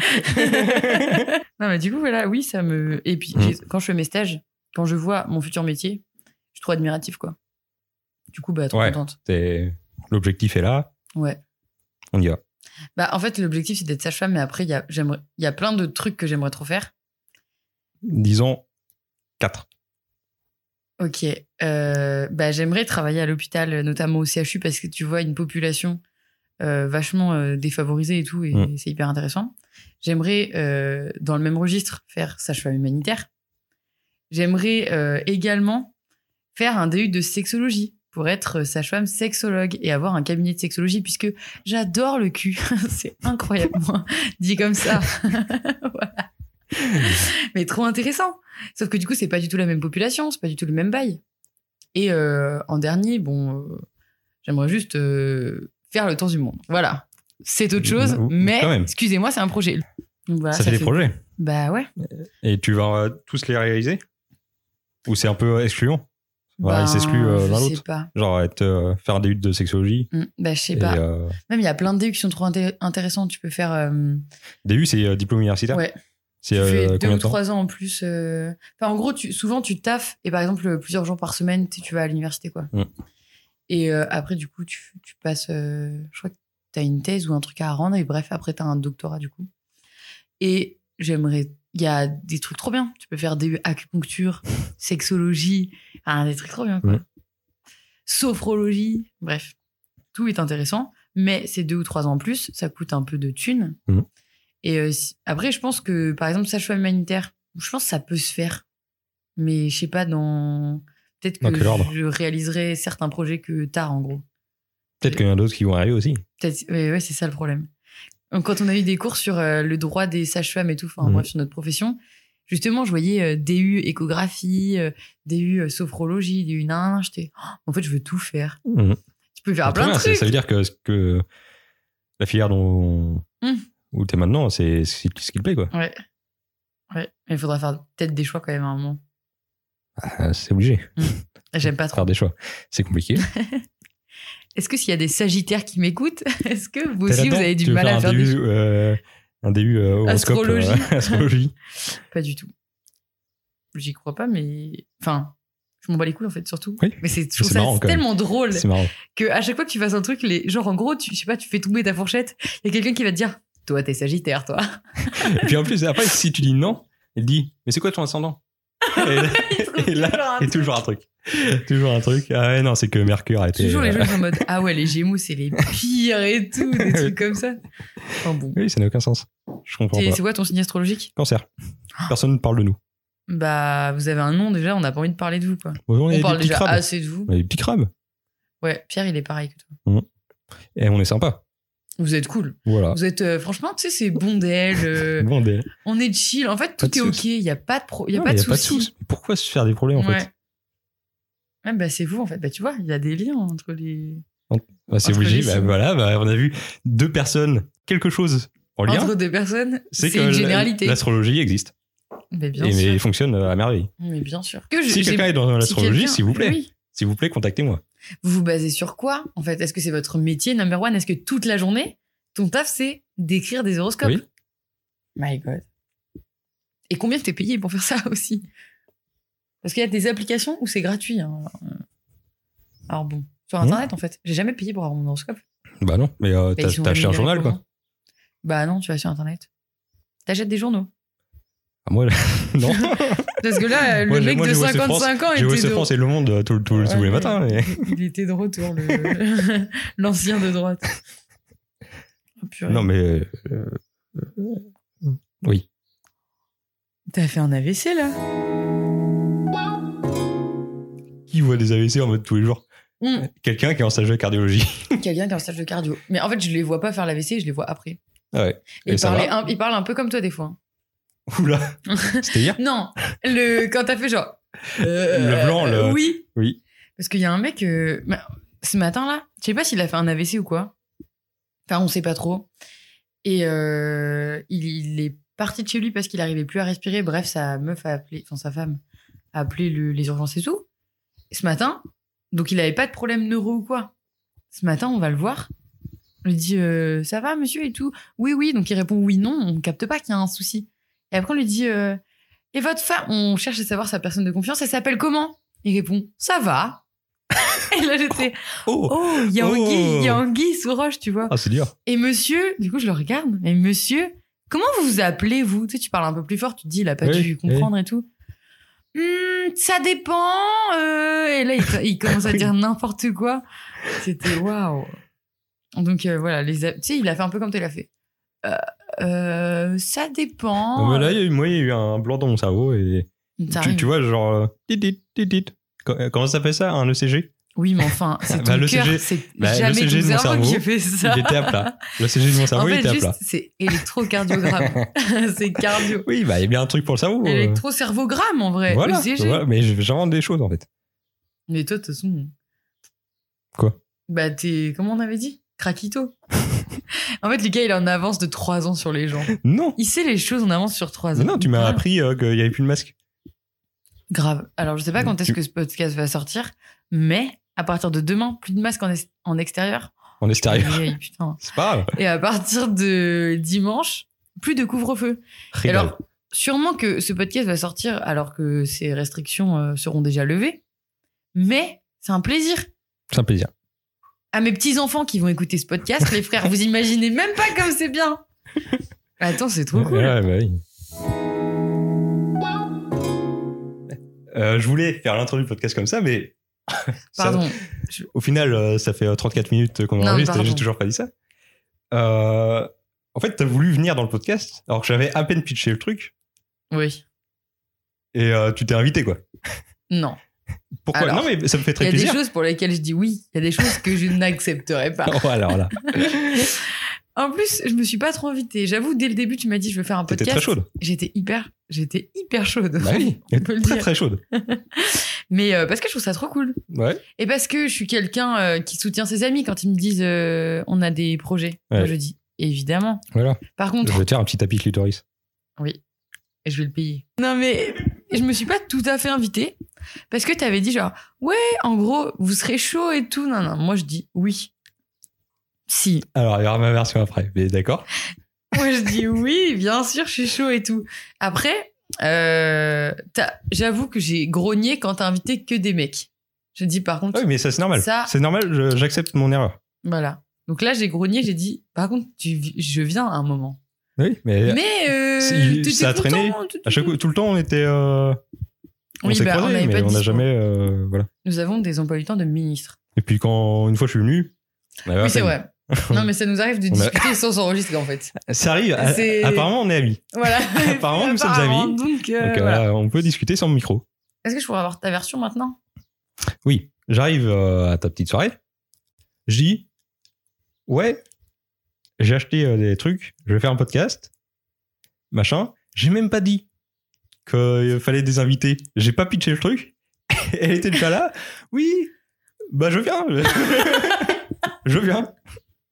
[SPEAKER 3] non, mais du coup, voilà, oui, ça me. Et puis,
[SPEAKER 1] Mm.
[SPEAKER 3] j'ai- quand je fais mes stages, quand je vois mon futur métier, je suis trop admiratif, quoi. Du coup, bah, trop
[SPEAKER 1] Ouais.
[SPEAKER 3] contente.
[SPEAKER 1] C'est- L'objectif est là,
[SPEAKER 3] Ouais.
[SPEAKER 1] on y va.
[SPEAKER 3] Bah, en fait, l'objectif, c'est d'être sage-femme, mais après, il y a, j'aimerais- il y a plein de trucs que j'aimerais trop faire.
[SPEAKER 1] Disons 4.
[SPEAKER 3] Ok. Euh, bah, j'aimerais travailler à l'hôpital, notamment au CHU, parce que tu vois une population euh, vachement euh, défavorisées et tout, et
[SPEAKER 4] Mm.
[SPEAKER 3] c'est hyper intéressant. J'aimerais, euh, dans le même registre, faire sage-femme humanitaire. J'aimerais euh, également faire un DU de sexologie pour être euh, sage-femme sexologue et avoir un cabinet de sexologie puisque j'adore le cul. c'est incroyable, moi, dit comme ça. voilà. Mais trop intéressant. Sauf que du coup, c'est pas du tout la même population, c'est pas du tout le même bail. Et euh, en dernier, bon, euh, j'aimerais juste euh, faire le tour du monde. Voilà. C'est autre chose,
[SPEAKER 4] Ou-
[SPEAKER 3] mais
[SPEAKER 4] quand même.
[SPEAKER 3] excusez-moi, c'est un projet. Donc voilà,
[SPEAKER 4] ça, fait des projets.
[SPEAKER 3] Bah ouais.
[SPEAKER 1] Et tu vas euh, tous les réaliser Ou c'est un peu excluant Voilà,
[SPEAKER 3] Ben,
[SPEAKER 1] ils s'excluent euh, l'un
[SPEAKER 3] Je sais
[SPEAKER 1] l'autre.
[SPEAKER 3] pas.
[SPEAKER 1] Genre être, euh, faire des luttes de sexologie.
[SPEAKER 3] Mm, Bah je sais
[SPEAKER 1] Et,
[SPEAKER 3] pas.
[SPEAKER 1] euh,
[SPEAKER 3] Même il y a plein de DU qui sont trop inté- intéressants. Tu peux faire. euh,
[SPEAKER 1] DU, c'est euh, diplôme universitaire
[SPEAKER 3] ouais.
[SPEAKER 1] C'est
[SPEAKER 3] Tu
[SPEAKER 1] euh,
[SPEAKER 3] fais deux
[SPEAKER 1] combien
[SPEAKER 3] ou
[SPEAKER 1] de temps
[SPEAKER 3] trois ans en plus. euh, Enfin, en gros, tu, souvent, tu taffes et par exemple, plusieurs jours par semaine, tu, tu vas à l'université, quoi.
[SPEAKER 1] Hum.
[SPEAKER 4] Mm.
[SPEAKER 3] Et euh, après, du coup, tu, tu passes. euh, je crois que tu as une thèse ou un truc à rendre et bref, après, tu as un doctorat, du coup. Et j'aimerais. Il y a des trucs trop bien. Tu peux faire des acupuncture, sexologie, enfin, des trucs trop bien, quoi.
[SPEAKER 4] Mm.
[SPEAKER 3] Sophrologie, bref. Tout est intéressant, mais c'est deux ou trois ans en plus, ça coûte un peu de thunes.
[SPEAKER 1] Mhm.
[SPEAKER 3] Et euh, si- après, je pense que, par exemple, sage-femme humanitaire, je pense que ça peut se faire. Mais je sais pas dans. Peut-être
[SPEAKER 1] Dans
[SPEAKER 3] que
[SPEAKER 1] quel ordre
[SPEAKER 3] je réaliserai certains projets que tard, en gros.
[SPEAKER 1] Peut-être qu'il y en a d'autres qui vont arriver aussi.
[SPEAKER 3] Peut-être. Ouais, ouais, c'est ça le problème. Donc, quand on a eu des cours sur euh, le droit des sages-femmes et tout, enfin,
[SPEAKER 4] Mhm.
[SPEAKER 3] bref, sur notre profession, justement, je voyais euh, DU échographie, euh, DU euh, sophrologie, DU nain. J'étais. oh, en fait, je veux tout faire.
[SPEAKER 4] Mhm.
[SPEAKER 3] Tu peux faire
[SPEAKER 1] Très
[SPEAKER 3] plein de
[SPEAKER 1] bien, Ah, c'est-
[SPEAKER 3] trucs.
[SPEAKER 1] Ça veut dire que, ce que la filière dont
[SPEAKER 3] Mm.
[SPEAKER 1] où t'es maintenant, c'est ce qui ce qui te plaît, quoi.
[SPEAKER 3] Ouais. Ouais. Mais il faudra faire peut-être des choix quand même à un moment. Ah,
[SPEAKER 1] Ah, C'est obligé
[SPEAKER 3] J'aime pas
[SPEAKER 1] de
[SPEAKER 3] trop.
[SPEAKER 1] faire des choix. C'est compliqué.
[SPEAKER 3] Est-ce que s'il y a des Sagittaires qui m'écoutent, est-ce que vous
[SPEAKER 1] T'es
[SPEAKER 3] aussi vous
[SPEAKER 1] là-dedans
[SPEAKER 3] avez du
[SPEAKER 1] Tu veux
[SPEAKER 3] mal à faire
[SPEAKER 1] un
[SPEAKER 3] des
[SPEAKER 1] DU, euh, un DU euh, horoscope, euh,
[SPEAKER 3] Astrologie.
[SPEAKER 1] astrologie.
[SPEAKER 3] Pas du tout. J'y crois pas, mais enfin, je m'en bats les couilles en fait surtout.
[SPEAKER 1] Oui.
[SPEAKER 3] Mais c'est je trouve
[SPEAKER 1] C'est
[SPEAKER 3] ça
[SPEAKER 1] marrant, quand même.
[SPEAKER 3] tellement drôle
[SPEAKER 1] C'est marrant.
[SPEAKER 3] que à chaque fois que tu fasses un truc, les genre en gros, tu je sais pas, tu fais tomber ta fourchette, il y a quelqu'un qui va te dire, toi t'es Sagittaire, toi.
[SPEAKER 1] Et puis en plus, après, si tu dis non, elle dit Mais c'est quoi ton ascendant Et là, et là, et toujours un truc. Toujours un truc. Ah ouais, non, c'est que Mercure a été.
[SPEAKER 3] Toujours les
[SPEAKER 1] euh,
[SPEAKER 3] gens ils sont en mode ah ouais les Gémeaux c'est les pires et tout des trucs comme ça. Enfin bon.
[SPEAKER 1] Oui, ça n'a aucun sens. Je comprends
[SPEAKER 3] T'es-
[SPEAKER 1] pas.
[SPEAKER 3] C'est Ah. quoi ton signe astrologique
[SPEAKER 1] Cancer. Personne ne parle de nous.
[SPEAKER 3] Bah vous avez un nom déjà, on n'a pas envie de parler de vous quoi.
[SPEAKER 1] On, est
[SPEAKER 3] On parle
[SPEAKER 1] des petits
[SPEAKER 3] déjà
[SPEAKER 1] crabes.
[SPEAKER 3] assez de vous.
[SPEAKER 1] On est des petits crabes.
[SPEAKER 3] Ouais, Pierre il est pareil que toi.
[SPEAKER 1] Et on est sympa.
[SPEAKER 3] Vous êtes cool.
[SPEAKER 1] Voilà.
[SPEAKER 3] Vous êtes, euh, franchement, tu sais, c'est bondel. euh,
[SPEAKER 1] Bon, des-
[SPEAKER 3] on est chill. En fait,
[SPEAKER 1] Pas
[SPEAKER 3] tout
[SPEAKER 1] de
[SPEAKER 3] est OK.
[SPEAKER 1] soucis.
[SPEAKER 3] Il n'y a pas de, pro- y a
[SPEAKER 1] Non,
[SPEAKER 3] pas
[SPEAKER 1] mais
[SPEAKER 3] de
[SPEAKER 1] y
[SPEAKER 3] soucis.
[SPEAKER 1] soucis. Mais pourquoi se faire des problèmes, en
[SPEAKER 3] Ouais.
[SPEAKER 1] fait
[SPEAKER 3] Ouais, bah, c'est vous, en fait. Bah, tu vois, il y a des liens entre les.
[SPEAKER 1] Bah, C'est
[SPEAKER 3] Entre
[SPEAKER 1] obligé.
[SPEAKER 3] les
[SPEAKER 1] Bah,
[SPEAKER 3] sous.
[SPEAKER 1] voilà, bah, on a vu deux personnes, quelque chose en lien.
[SPEAKER 3] Entre deux personnes,
[SPEAKER 1] C'est
[SPEAKER 3] c'est
[SPEAKER 1] que
[SPEAKER 3] une
[SPEAKER 1] la-
[SPEAKER 3] généralité.
[SPEAKER 1] l'astrologie existe.
[SPEAKER 3] Mais bien
[SPEAKER 1] et
[SPEAKER 3] sûr.
[SPEAKER 1] mais fonctionne à merveille.
[SPEAKER 3] Mais bien sûr. Que je-
[SPEAKER 1] Si
[SPEAKER 3] j'ai-
[SPEAKER 1] quelqu'un est dans
[SPEAKER 3] si
[SPEAKER 1] l'astrologie,
[SPEAKER 3] quelqu'un-
[SPEAKER 1] s'il vous plaît,
[SPEAKER 3] Oui.
[SPEAKER 1] s'il vous plaît, contactez-moi.
[SPEAKER 3] Vous vous basez sur quoi, en fait Est-ce que c'est votre métier, number one Est-ce que toute la journée, ton taf, c'est d'écrire des horoscopes
[SPEAKER 1] Oui.
[SPEAKER 3] My God. Et combien t'es payé pour faire ça aussi Parce qu'il y a des applications où c'est gratuit. hein. Alors bon, sur
[SPEAKER 1] Hmm.
[SPEAKER 3] Internet, en fait. J'ai jamais payé pour avoir mon horoscope.
[SPEAKER 1] Bah non, mais euh,
[SPEAKER 3] Bah,
[SPEAKER 1] t'as
[SPEAKER 3] ils sont
[SPEAKER 1] t'as acheté un
[SPEAKER 3] rémunérés
[SPEAKER 1] journal, quoi.
[SPEAKER 3] comment Bah non, tu vas sur Internet. T'achètes des journaux.
[SPEAKER 1] Ah, moi, là, non.
[SPEAKER 3] Parce que là, le
[SPEAKER 1] Moi, j'ai-
[SPEAKER 3] mec
[SPEAKER 1] moi,
[SPEAKER 3] de
[SPEAKER 1] j'ai OSS France,
[SPEAKER 3] 55 ans,
[SPEAKER 1] J'ai
[SPEAKER 3] était
[SPEAKER 1] OSS
[SPEAKER 3] de...
[SPEAKER 1] France et Le Monde euh, tout- tout- tous
[SPEAKER 3] Ouais,
[SPEAKER 1] les matins.
[SPEAKER 3] ouais.
[SPEAKER 1] mais-
[SPEAKER 3] Il était de retour, le- l'ancien de droite. Oh, purée.
[SPEAKER 1] Non, mais. euh, euh, Oui.
[SPEAKER 3] T'as fait un AVC là
[SPEAKER 1] Qui voit des AVC en mode tous les jours
[SPEAKER 3] Hum,
[SPEAKER 1] Quelqu'un qui est en stage de cardiologie.
[SPEAKER 3] Quelqu'un qui est en stage de cardio. Mais en fait, je les vois pas faire l'AVC, je les vois après.
[SPEAKER 1] Ah ouais. Et
[SPEAKER 3] Ils
[SPEAKER 1] ça
[SPEAKER 3] parlent
[SPEAKER 1] va
[SPEAKER 3] un, ils parlent un peu comme toi des fois. hein.
[SPEAKER 1] Oula. C'était hier
[SPEAKER 3] Non, le, quand t'as fait genre. euh,
[SPEAKER 1] Le blanc, le-
[SPEAKER 3] Oui,
[SPEAKER 1] Oui.
[SPEAKER 3] Parce qu'il y a un mec, euh, bah, ce matin-là, je sais pas s'il a fait un AVC ou quoi. Enfin, on sait pas trop. Et euh, il, il est parti de chez lui parce qu'il arrivait plus à respirer. Bref, sa meuf a appelé, enfin sa femme a appelé le- les urgences et tout. Et ce matin, donc il avait pas de problème neuro ou quoi. Ce matin, on va le voir. On lui dit euh, ça va monsieur et tout. Oui oui, donc il répond oui non, on capte pas qu'il y a un souci. Et après on lui dit euh, et votre femme, on cherche à savoir sa personne de confiance, elle s'appelle comment Il répond ça va. et là j'étais
[SPEAKER 1] Oh
[SPEAKER 3] oh, il y a anguille,
[SPEAKER 1] Oh.
[SPEAKER 3] il y a anguille sous roche, tu vois.
[SPEAKER 1] Ah, c'est dur.
[SPEAKER 3] Et monsieur, du coup je le regarde, mais monsieur, comment vous vous appelez vous Tu sais, tu parles un peu plus fort, tu te dis il a pas
[SPEAKER 1] Oui,
[SPEAKER 3] dû comprendre et tout. Hmm, ça dépend. euh, Et là il, il commence à dire n'importe quoi. C'était waouh. Donc euh, voilà, les a- tu sais, il a fait un peu comme tu l'as fait. Euh, euh, ça dépend.
[SPEAKER 1] Mais là, il y a eu- moi, il y a eu un blanc dans mon cerveau et tu,
[SPEAKER 3] Ça arrive.
[SPEAKER 1] tu vois, genre. euh, tit, tit, tit, tit. Co- euh, Comment ça s'appelle ça Un ECG
[SPEAKER 3] Oui, mais enfin, c'est
[SPEAKER 1] Bah,
[SPEAKER 3] ton
[SPEAKER 1] le
[SPEAKER 3] cœur,
[SPEAKER 1] CG
[SPEAKER 3] c'est
[SPEAKER 1] bah, le
[SPEAKER 3] jamais
[SPEAKER 1] CG
[SPEAKER 3] ton
[SPEAKER 1] de mon
[SPEAKER 3] cerveau qui
[SPEAKER 1] cerveau,
[SPEAKER 3] fait ça.
[SPEAKER 1] Il était à plat. L'ECG de mon cerveau,
[SPEAKER 3] en
[SPEAKER 1] il
[SPEAKER 3] fait,
[SPEAKER 1] était à
[SPEAKER 3] juste,
[SPEAKER 1] plat.
[SPEAKER 3] c'est électrocardiogramme. c'est cardio.
[SPEAKER 1] Oui, bah, il y a bien un truc pour le cerveau. euh.
[SPEAKER 3] Électrocervogramme, en vrai.
[SPEAKER 1] Voilà,
[SPEAKER 3] ECG.
[SPEAKER 1] voilà, mais je- j'invente des choses en fait.
[SPEAKER 3] Mais toi, de toute façon.
[SPEAKER 1] Quoi
[SPEAKER 3] Bah, t'es. Comment on avait dit Craquito. en fait, le gars, il est en avance de 3 ans sur les gens.
[SPEAKER 1] Non
[SPEAKER 3] Il sait les choses en avance sur 3
[SPEAKER 1] Mais
[SPEAKER 3] ans.
[SPEAKER 1] non, tu m'as
[SPEAKER 3] Grave.
[SPEAKER 1] appris euh, qu'il n'y avait plus de masque.
[SPEAKER 3] Grave. Alors, je sais pas quand est-ce
[SPEAKER 1] Tu-
[SPEAKER 3] que ce podcast va sortir, mais à partir de demain, plus de masque en, est- en extérieur.
[SPEAKER 1] En extérieur.
[SPEAKER 3] Aïe, putain.
[SPEAKER 1] C'est pas grave.
[SPEAKER 3] Et à partir de dimanche, plus de couvre-feu. Et
[SPEAKER 1] Régale.
[SPEAKER 3] Alors, sûrement que ce podcast va sortir alors que ces restrictions euh, seront déjà levées, mais c'est un plaisir.
[SPEAKER 1] C'est un plaisir.
[SPEAKER 3] À mes petits-enfants qui vont écouter ce podcast, les frères, vous imaginez même pas comme c'est bien. Attends, c'est trop cool.
[SPEAKER 1] Ouais, bah oui. Euh, je voulais faire l'intro du podcast comme ça, mais. ça-
[SPEAKER 3] Pardon.
[SPEAKER 1] au final, euh, ça fait euh, 34 minutes qu'on
[SPEAKER 3] Non,
[SPEAKER 1] enregistre et
[SPEAKER 3] pardon.
[SPEAKER 1] j'ai toujours pas dit ça. Euh, en fait, t'as voulu venir dans le podcast alors que j'avais à peine pitché le truc
[SPEAKER 3] Oui.
[SPEAKER 1] et euh, tu t'es invité quoi.
[SPEAKER 3] Non.
[SPEAKER 1] Pourquoi
[SPEAKER 3] Alors,
[SPEAKER 1] Non, mais ça me fait
[SPEAKER 3] Il y
[SPEAKER 1] très
[SPEAKER 3] a des
[SPEAKER 1] plaisir.
[SPEAKER 3] choses pour lesquelles je dis oui. Il y a des choses que je n'accepterai pas.
[SPEAKER 1] Oh, alors là,
[SPEAKER 3] En plus, je me suis pas trop invitée. J'avoue, dès le début, tu m'as dit je veux faire un
[SPEAKER 1] t'étais
[SPEAKER 3] podcast.
[SPEAKER 1] très chaude.
[SPEAKER 3] J'étais hyper, j'étais hyper chaude.
[SPEAKER 1] Bah oui,
[SPEAKER 3] on peut le
[SPEAKER 1] très
[SPEAKER 3] dire.
[SPEAKER 1] très chaude.
[SPEAKER 3] Mais euh, parce que je trouve ça trop cool.
[SPEAKER 1] Ouais.
[SPEAKER 3] Et parce que je suis quelqu'un euh, qui soutient ses amis quand ils me disent euh, on a des projets.
[SPEAKER 1] Ouais.
[SPEAKER 3] Moi, je dis évidemment.
[SPEAKER 1] Voilà.
[SPEAKER 3] Par
[SPEAKER 1] Je
[SPEAKER 3] contre,
[SPEAKER 1] vais te faire un petit tapis clitoris.
[SPEAKER 3] et je vais le payer. Non, mais je me suis pas tout à fait invitée parce que tu avais dit genre ouais, en gros, vous serez chaud et tout. Non, non, moi je dis oui. Si.
[SPEAKER 1] Alors, il y aura ma version après. Mais d'accord.
[SPEAKER 3] Moi, je dis oui, bien sûr, je suis chaud et tout. Après, euh, t'as- j'avoue que j'ai grogné quand t'as invité que des mecs. Je dis par contre,
[SPEAKER 1] Ah Oui, mais ça c'est normal.
[SPEAKER 3] Ça-
[SPEAKER 1] C'est normal. je- J'accepte mon erreur.
[SPEAKER 3] voilà. Donc là, j'ai grogné, j'ai dit, par contre, tu, vi- je viens à un moment.
[SPEAKER 1] Oui, mais,
[SPEAKER 3] mais euh,
[SPEAKER 1] c'est-
[SPEAKER 3] t'étais
[SPEAKER 1] ça a
[SPEAKER 3] content,
[SPEAKER 1] traîné.
[SPEAKER 3] tout-
[SPEAKER 1] à chaque
[SPEAKER 3] tout-
[SPEAKER 1] tout le temps on était. euh, on
[SPEAKER 3] Oui,
[SPEAKER 1] s'est
[SPEAKER 3] bah, on
[SPEAKER 1] croisés,
[SPEAKER 3] avait pas
[SPEAKER 1] mais
[SPEAKER 3] de
[SPEAKER 1] on n'a
[SPEAKER 3] dispo.
[SPEAKER 1] jamais euh, voilà.
[SPEAKER 3] Nous avons des emplois du temps de ministre.
[SPEAKER 1] Et puis quand une fois je suis venu. on avait à
[SPEAKER 3] oui, c'est
[SPEAKER 1] peine-
[SPEAKER 3] vrai. non, mais ça nous arrive de
[SPEAKER 1] Ah, On a-
[SPEAKER 3] discuter sans s'enregistrer, en fait.
[SPEAKER 1] Ça arrive. a-
[SPEAKER 3] C'est-
[SPEAKER 1] Apparemment, on est amis.
[SPEAKER 3] Voilà.
[SPEAKER 1] Apparemment, nous sommes
[SPEAKER 3] Apparemment,
[SPEAKER 1] amis.
[SPEAKER 3] Donc, euh,
[SPEAKER 1] Donc euh,
[SPEAKER 3] voilà.
[SPEAKER 1] on peut discuter sans micro.
[SPEAKER 3] Est-ce que je pourrais avoir ta version maintenant
[SPEAKER 1] Oui, j'arrive euh, à ta petite soirée. Je dis Ouais, j'ai acheté euh, des trucs, je vais faire un podcast. Machin. J'ai même pas dit qu'il fallait des invités. J'ai pas pitché le truc. Elle était déjà là. Oui, bah je viens. je viens.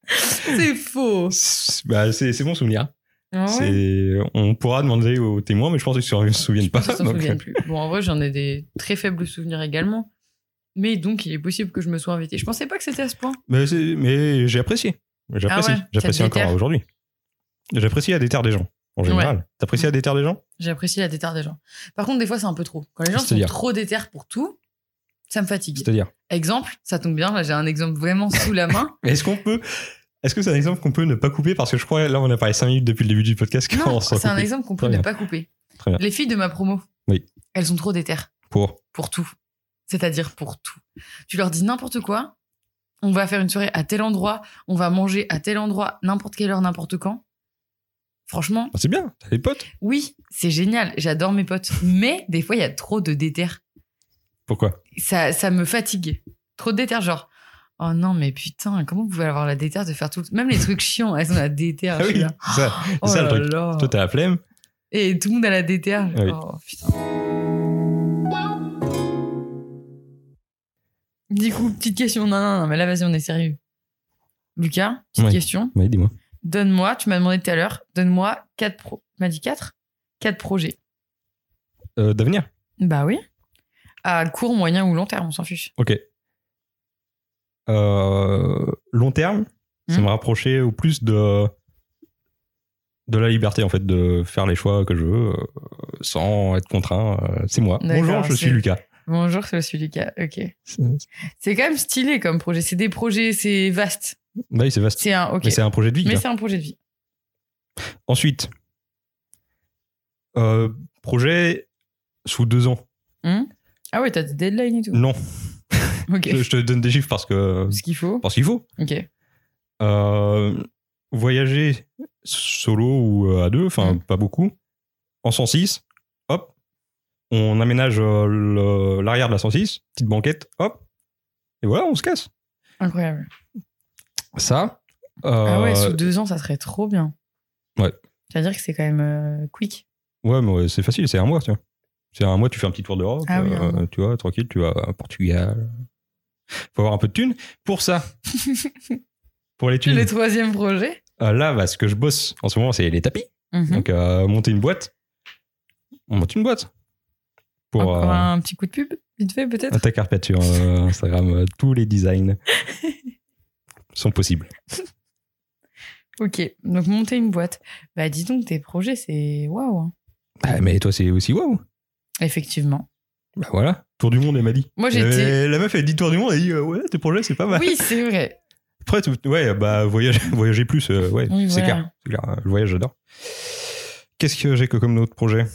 [SPEAKER 3] C'est faux.
[SPEAKER 1] C'est- Bah, c'est c'est mon souvenir.
[SPEAKER 3] Ah ouais
[SPEAKER 1] C'est- On pourra demander aux témoins, mais je pense qu'ils ne se souviennent pas.
[SPEAKER 3] Je ne
[SPEAKER 1] donc,
[SPEAKER 3] souviens plus. Bon, en vrai, j'en ai des très faibles souvenirs également. Mais donc, il est possible que je me sois invitée. Je pensais pas que c'était à ce point.
[SPEAKER 1] Mais, c'est- mais j'ai apprécié. J'apprécie.
[SPEAKER 3] Ah ouais, ça te
[SPEAKER 1] J'apprécie encore
[SPEAKER 3] déterre.
[SPEAKER 1] aujourd'hui. J'apprécie à déterre des gens, en général. T'apprécies à déterre des gens
[SPEAKER 3] J'apprécie la déterre des gens. Par contre, des fois, c'est un peu trop. Quand les gens sont
[SPEAKER 1] C'est-à-dire
[SPEAKER 3] trop déterres pour tout, ça me fatigue.
[SPEAKER 1] C'est-à-dire,
[SPEAKER 3] Exemple, ça tombe bien. Là, j'ai un exemple vraiment sous la main.
[SPEAKER 1] est-ce qu'on peut. Est-ce que c'est un exemple qu'on peut ne pas couper Parce que je crois, là, on a parlé 5 minutes depuis le début du podcast. qu'on
[SPEAKER 3] Non,
[SPEAKER 1] s'en
[SPEAKER 3] c'est un
[SPEAKER 1] coupe.
[SPEAKER 3] exemple qu'on peut
[SPEAKER 1] Très
[SPEAKER 3] ne
[SPEAKER 1] bien.
[SPEAKER 3] pas couper.
[SPEAKER 1] Très bien.
[SPEAKER 3] Les filles de ma promo,
[SPEAKER 1] Oui.
[SPEAKER 3] elles sont trop déterres
[SPEAKER 1] Pour.
[SPEAKER 3] pour tout. C'est-à-dire pour tout. Tu leur dis n'importe quoi. On va faire une soirée à tel endroit. On va manger à tel endroit, n'importe quelle heure, n'importe quand. Franchement,
[SPEAKER 1] Bah, c'est bien, t'as des potes.
[SPEAKER 3] Oui, c'est génial, j'adore mes potes. Mais des fois, il y a trop de déter.
[SPEAKER 1] Pourquoi
[SPEAKER 3] Ça, ça me fatigue. Trop de déter, genre. Oh non, mais putain, comment vous pouvez avoir la déter de faire tout. Même les trucs chiants, elles ont la déter.
[SPEAKER 1] Ah
[SPEAKER 3] je suis
[SPEAKER 1] oui,
[SPEAKER 3] là.
[SPEAKER 1] c'est ça.
[SPEAKER 3] Oh
[SPEAKER 1] ça, le
[SPEAKER 3] là
[SPEAKER 1] truc.
[SPEAKER 3] là.
[SPEAKER 1] Toi, t'as la flemme.
[SPEAKER 3] Et tout le monde a la déter.
[SPEAKER 1] oui.
[SPEAKER 3] Oh putain. Du coup, petite question. Non, non, non, mais là, vas-y, on est sérieux. Lucas, petite
[SPEAKER 1] Oui.
[SPEAKER 3] question.
[SPEAKER 1] Oui, dis-moi.
[SPEAKER 3] Donne-moi, tu m'as demandé tout à l'heure, donne-moi 4 pro. Tu m'as dit 4 4 projets.
[SPEAKER 1] Euh, D'avenir
[SPEAKER 3] Bah oui. À court, moyen ou long terme, on s'en fiche.
[SPEAKER 1] Ok. Euh, long terme, c'est
[SPEAKER 3] Hmm.
[SPEAKER 1] me rapprocher au plus de de la liberté en fait de faire les choix que je veux euh, sans être contraint. euh, c'est moi.
[SPEAKER 3] D'accord,
[SPEAKER 1] Bonjour, je
[SPEAKER 3] c'est-
[SPEAKER 1] suis Lucas.
[SPEAKER 3] Bonjour, c'est celui Lucas. Ok.
[SPEAKER 1] C'est-
[SPEAKER 3] C'est quand même stylé comme projet. C'est des projets, c'est vaste.
[SPEAKER 1] Bah oui, c'est vaste.
[SPEAKER 3] C'est un. Ok.
[SPEAKER 1] Mais c'est un hein. projet de vie.
[SPEAKER 3] Mais
[SPEAKER 1] quoi.
[SPEAKER 3] c'est un projet de vie.
[SPEAKER 1] Ensuite, euh, projet sous deux ans.
[SPEAKER 3] Ah ouais, t'as des deadlines et tout.
[SPEAKER 1] Non,
[SPEAKER 3] Ok.
[SPEAKER 1] je, je te donne des chiffres parce que
[SPEAKER 3] Ce qu'il faut.
[SPEAKER 1] parce qu'il faut.
[SPEAKER 3] Ok.
[SPEAKER 1] euh, voyager solo ou euh, à deux, enfin
[SPEAKER 3] Mm.
[SPEAKER 1] pas beaucoup, en 106, hop, on aménage euh, le- l'arrière de la 106, petite banquette, hop, et voilà, on se casse.
[SPEAKER 3] Incroyable.
[SPEAKER 1] Ça.
[SPEAKER 3] Ah ouais,
[SPEAKER 1] euh,
[SPEAKER 3] sous deux ans, ça serait trop bien.
[SPEAKER 1] Ouais.
[SPEAKER 3] C'est-à-dire que c'est quand même euh, quick.
[SPEAKER 1] Ouais, mais ouais, c'est facile, c'est un mois, tu vois. C'est un mois, tu fais un petit tour d'Europe,
[SPEAKER 3] Ah oui,
[SPEAKER 1] euh,
[SPEAKER 3] un mois.
[SPEAKER 1] tu vois, tranquille, tu vas à Portugal. Faut avoir un peu de thunes. Pour ça, pour les thunes,
[SPEAKER 3] Le troisième projet.
[SPEAKER 1] euh, là, bah, ce que je bosse en ce moment, c'est les tapis.
[SPEAKER 3] Mhm.
[SPEAKER 1] Donc, euh, monter une boîte. On monte une boîte. Pour
[SPEAKER 3] Encore
[SPEAKER 1] euh,
[SPEAKER 3] un petit coup de pub, vite fait peut-être.
[SPEAKER 1] ta carpette sur euh, Instagram, euh, tous les designs sont possibles.
[SPEAKER 3] Ok, donc monter une boîte. Bah dis donc, tes projets, c'est waouh. hein.
[SPEAKER 1] Bah, mais toi, c'est aussi waouh.
[SPEAKER 3] Effectivement.
[SPEAKER 1] Bah voilà. Tour du monde, elle m'a dit.
[SPEAKER 3] Moi, j'ai
[SPEAKER 1] Euh,
[SPEAKER 3] été-
[SPEAKER 1] La meuf, elle dit tour du monde, elle dit euh, ouais, tes projets, c'est pas mal.
[SPEAKER 3] Oui, c'est vrai.
[SPEAKER 1] Après, tout- ouais, bah, voyager, voyager plus, euh, ouais,
[SPEAKER 3] Oui,
[SPEAKER 1] c'est
[SPEAKER 3] voilà.
[SPEAKER 1] clair, c'est clair. euh, Le voyage, j'adore. Qu'est-ce que j'ai que comme autre projet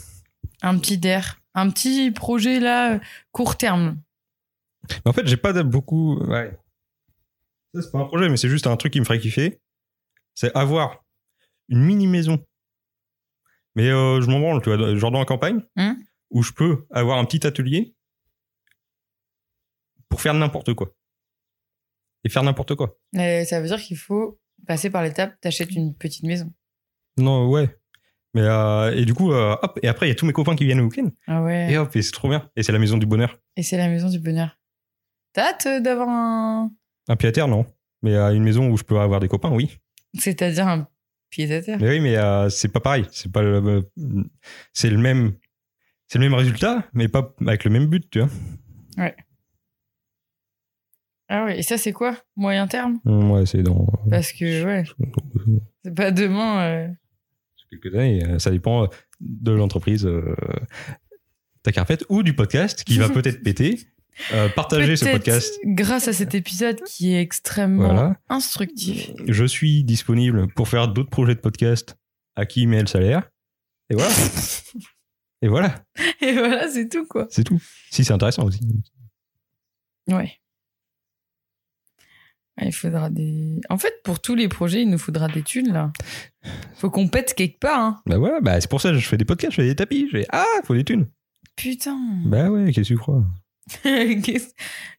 [SPEAKER 3] Un petit DER. Un petit projet là, euh, court terme.
[SPEAKER 1] Mais En fait, j'ai pas de- beaucoup. Ouais. Ça, c'est pas un projet, mais c'est juste un truc qui me ferait kiffer. C'est avoir une mini maison. Mais euh, je m'en branle, tu vois, genre dans la campagne,
[SPEAKER 3] Hein
[SPEAKER 1] où je peux avoir un petit atelier pour faire n'importe quoi. Et faire n'importe quoi.
[SPEAKER 3] Euh, ça veut dire qu'il faut passer par l'étape, t'achètes une petite maison.
[SPEAKER 1] Non, ouais. Mais, euh, et du coup, euh, hop, et après, il y a tous mes copains qui viennent au week-end.
[SPEAKER 3] Ah ouais.
[SPEAKER 1] Et hop, et c'est trop bien. Et c'est la maison du bonheur.
[SPEAKER 3] Et c'est la maison du bonheur. T'as hâte euh, d'avoir un.
[SPEAKER 1] Un pied à terre, non. Mais euh, une maison où je peux avoir des copains, oui.
[SPEAKER 3] C'est-à-dire un pied à terre.
[SPEAKER 1] Mais oui, mais euh, c'est pas pareil. C'est pas le, euh, c'est le même, c'est le même résultat, mais pas avec le même but, tu vois.
[SPEAKER 3] Ah ouais, et ça, c'est quoi Moyen terme
[SPEAKER 1] Hum, Ouais, c'est dans,
[SPEAKER 3] Parce que, ouais,
[SPEAKER 1] dans
[SPEAKER 3] c'est pas demain. euh,
[SPEAKER 1] quelques années. euh, Ça dépend de l'entreprise, euh, ta carpette ou du podcast qui va peut-être péter. Euh, partagez ce
[SPEAKER 3] peut-être
[SPEAKER 1] podcast.
[SPEAKER 3] Grâce à cet épisode qui est extrêmement
[SPEAKER 1] Voilà.
[SPEAKER 3] instructif.
[SPEAKER 1] Je suis disponible pour faire d'autres projets de podcast à qui met le salaire. Et voilà. Et voilà,
[SPEAKER 3] Et voilà, c'est tout, quoi.
[SPEAKER 1] c'est tout. Si c'est intéressant aussi.
[SPEAKER 3] Ouais. Ah, Il faudra des. En fait, pour tous les projets, il nous faudra des thunes, là. Faut qu'on pète quelque part, hein.
[SPEAKER 1] Bah voilà, bah c'est pour ça que je fais des podcasts, je fais des tapis, j'ai ah, faut des thunes.
[SPEAKER 3] Putain.
[SPEAKER 1] Bah ouais, qu'est-ce que tu crois
[SPEAKER 3] Qu'est-ce-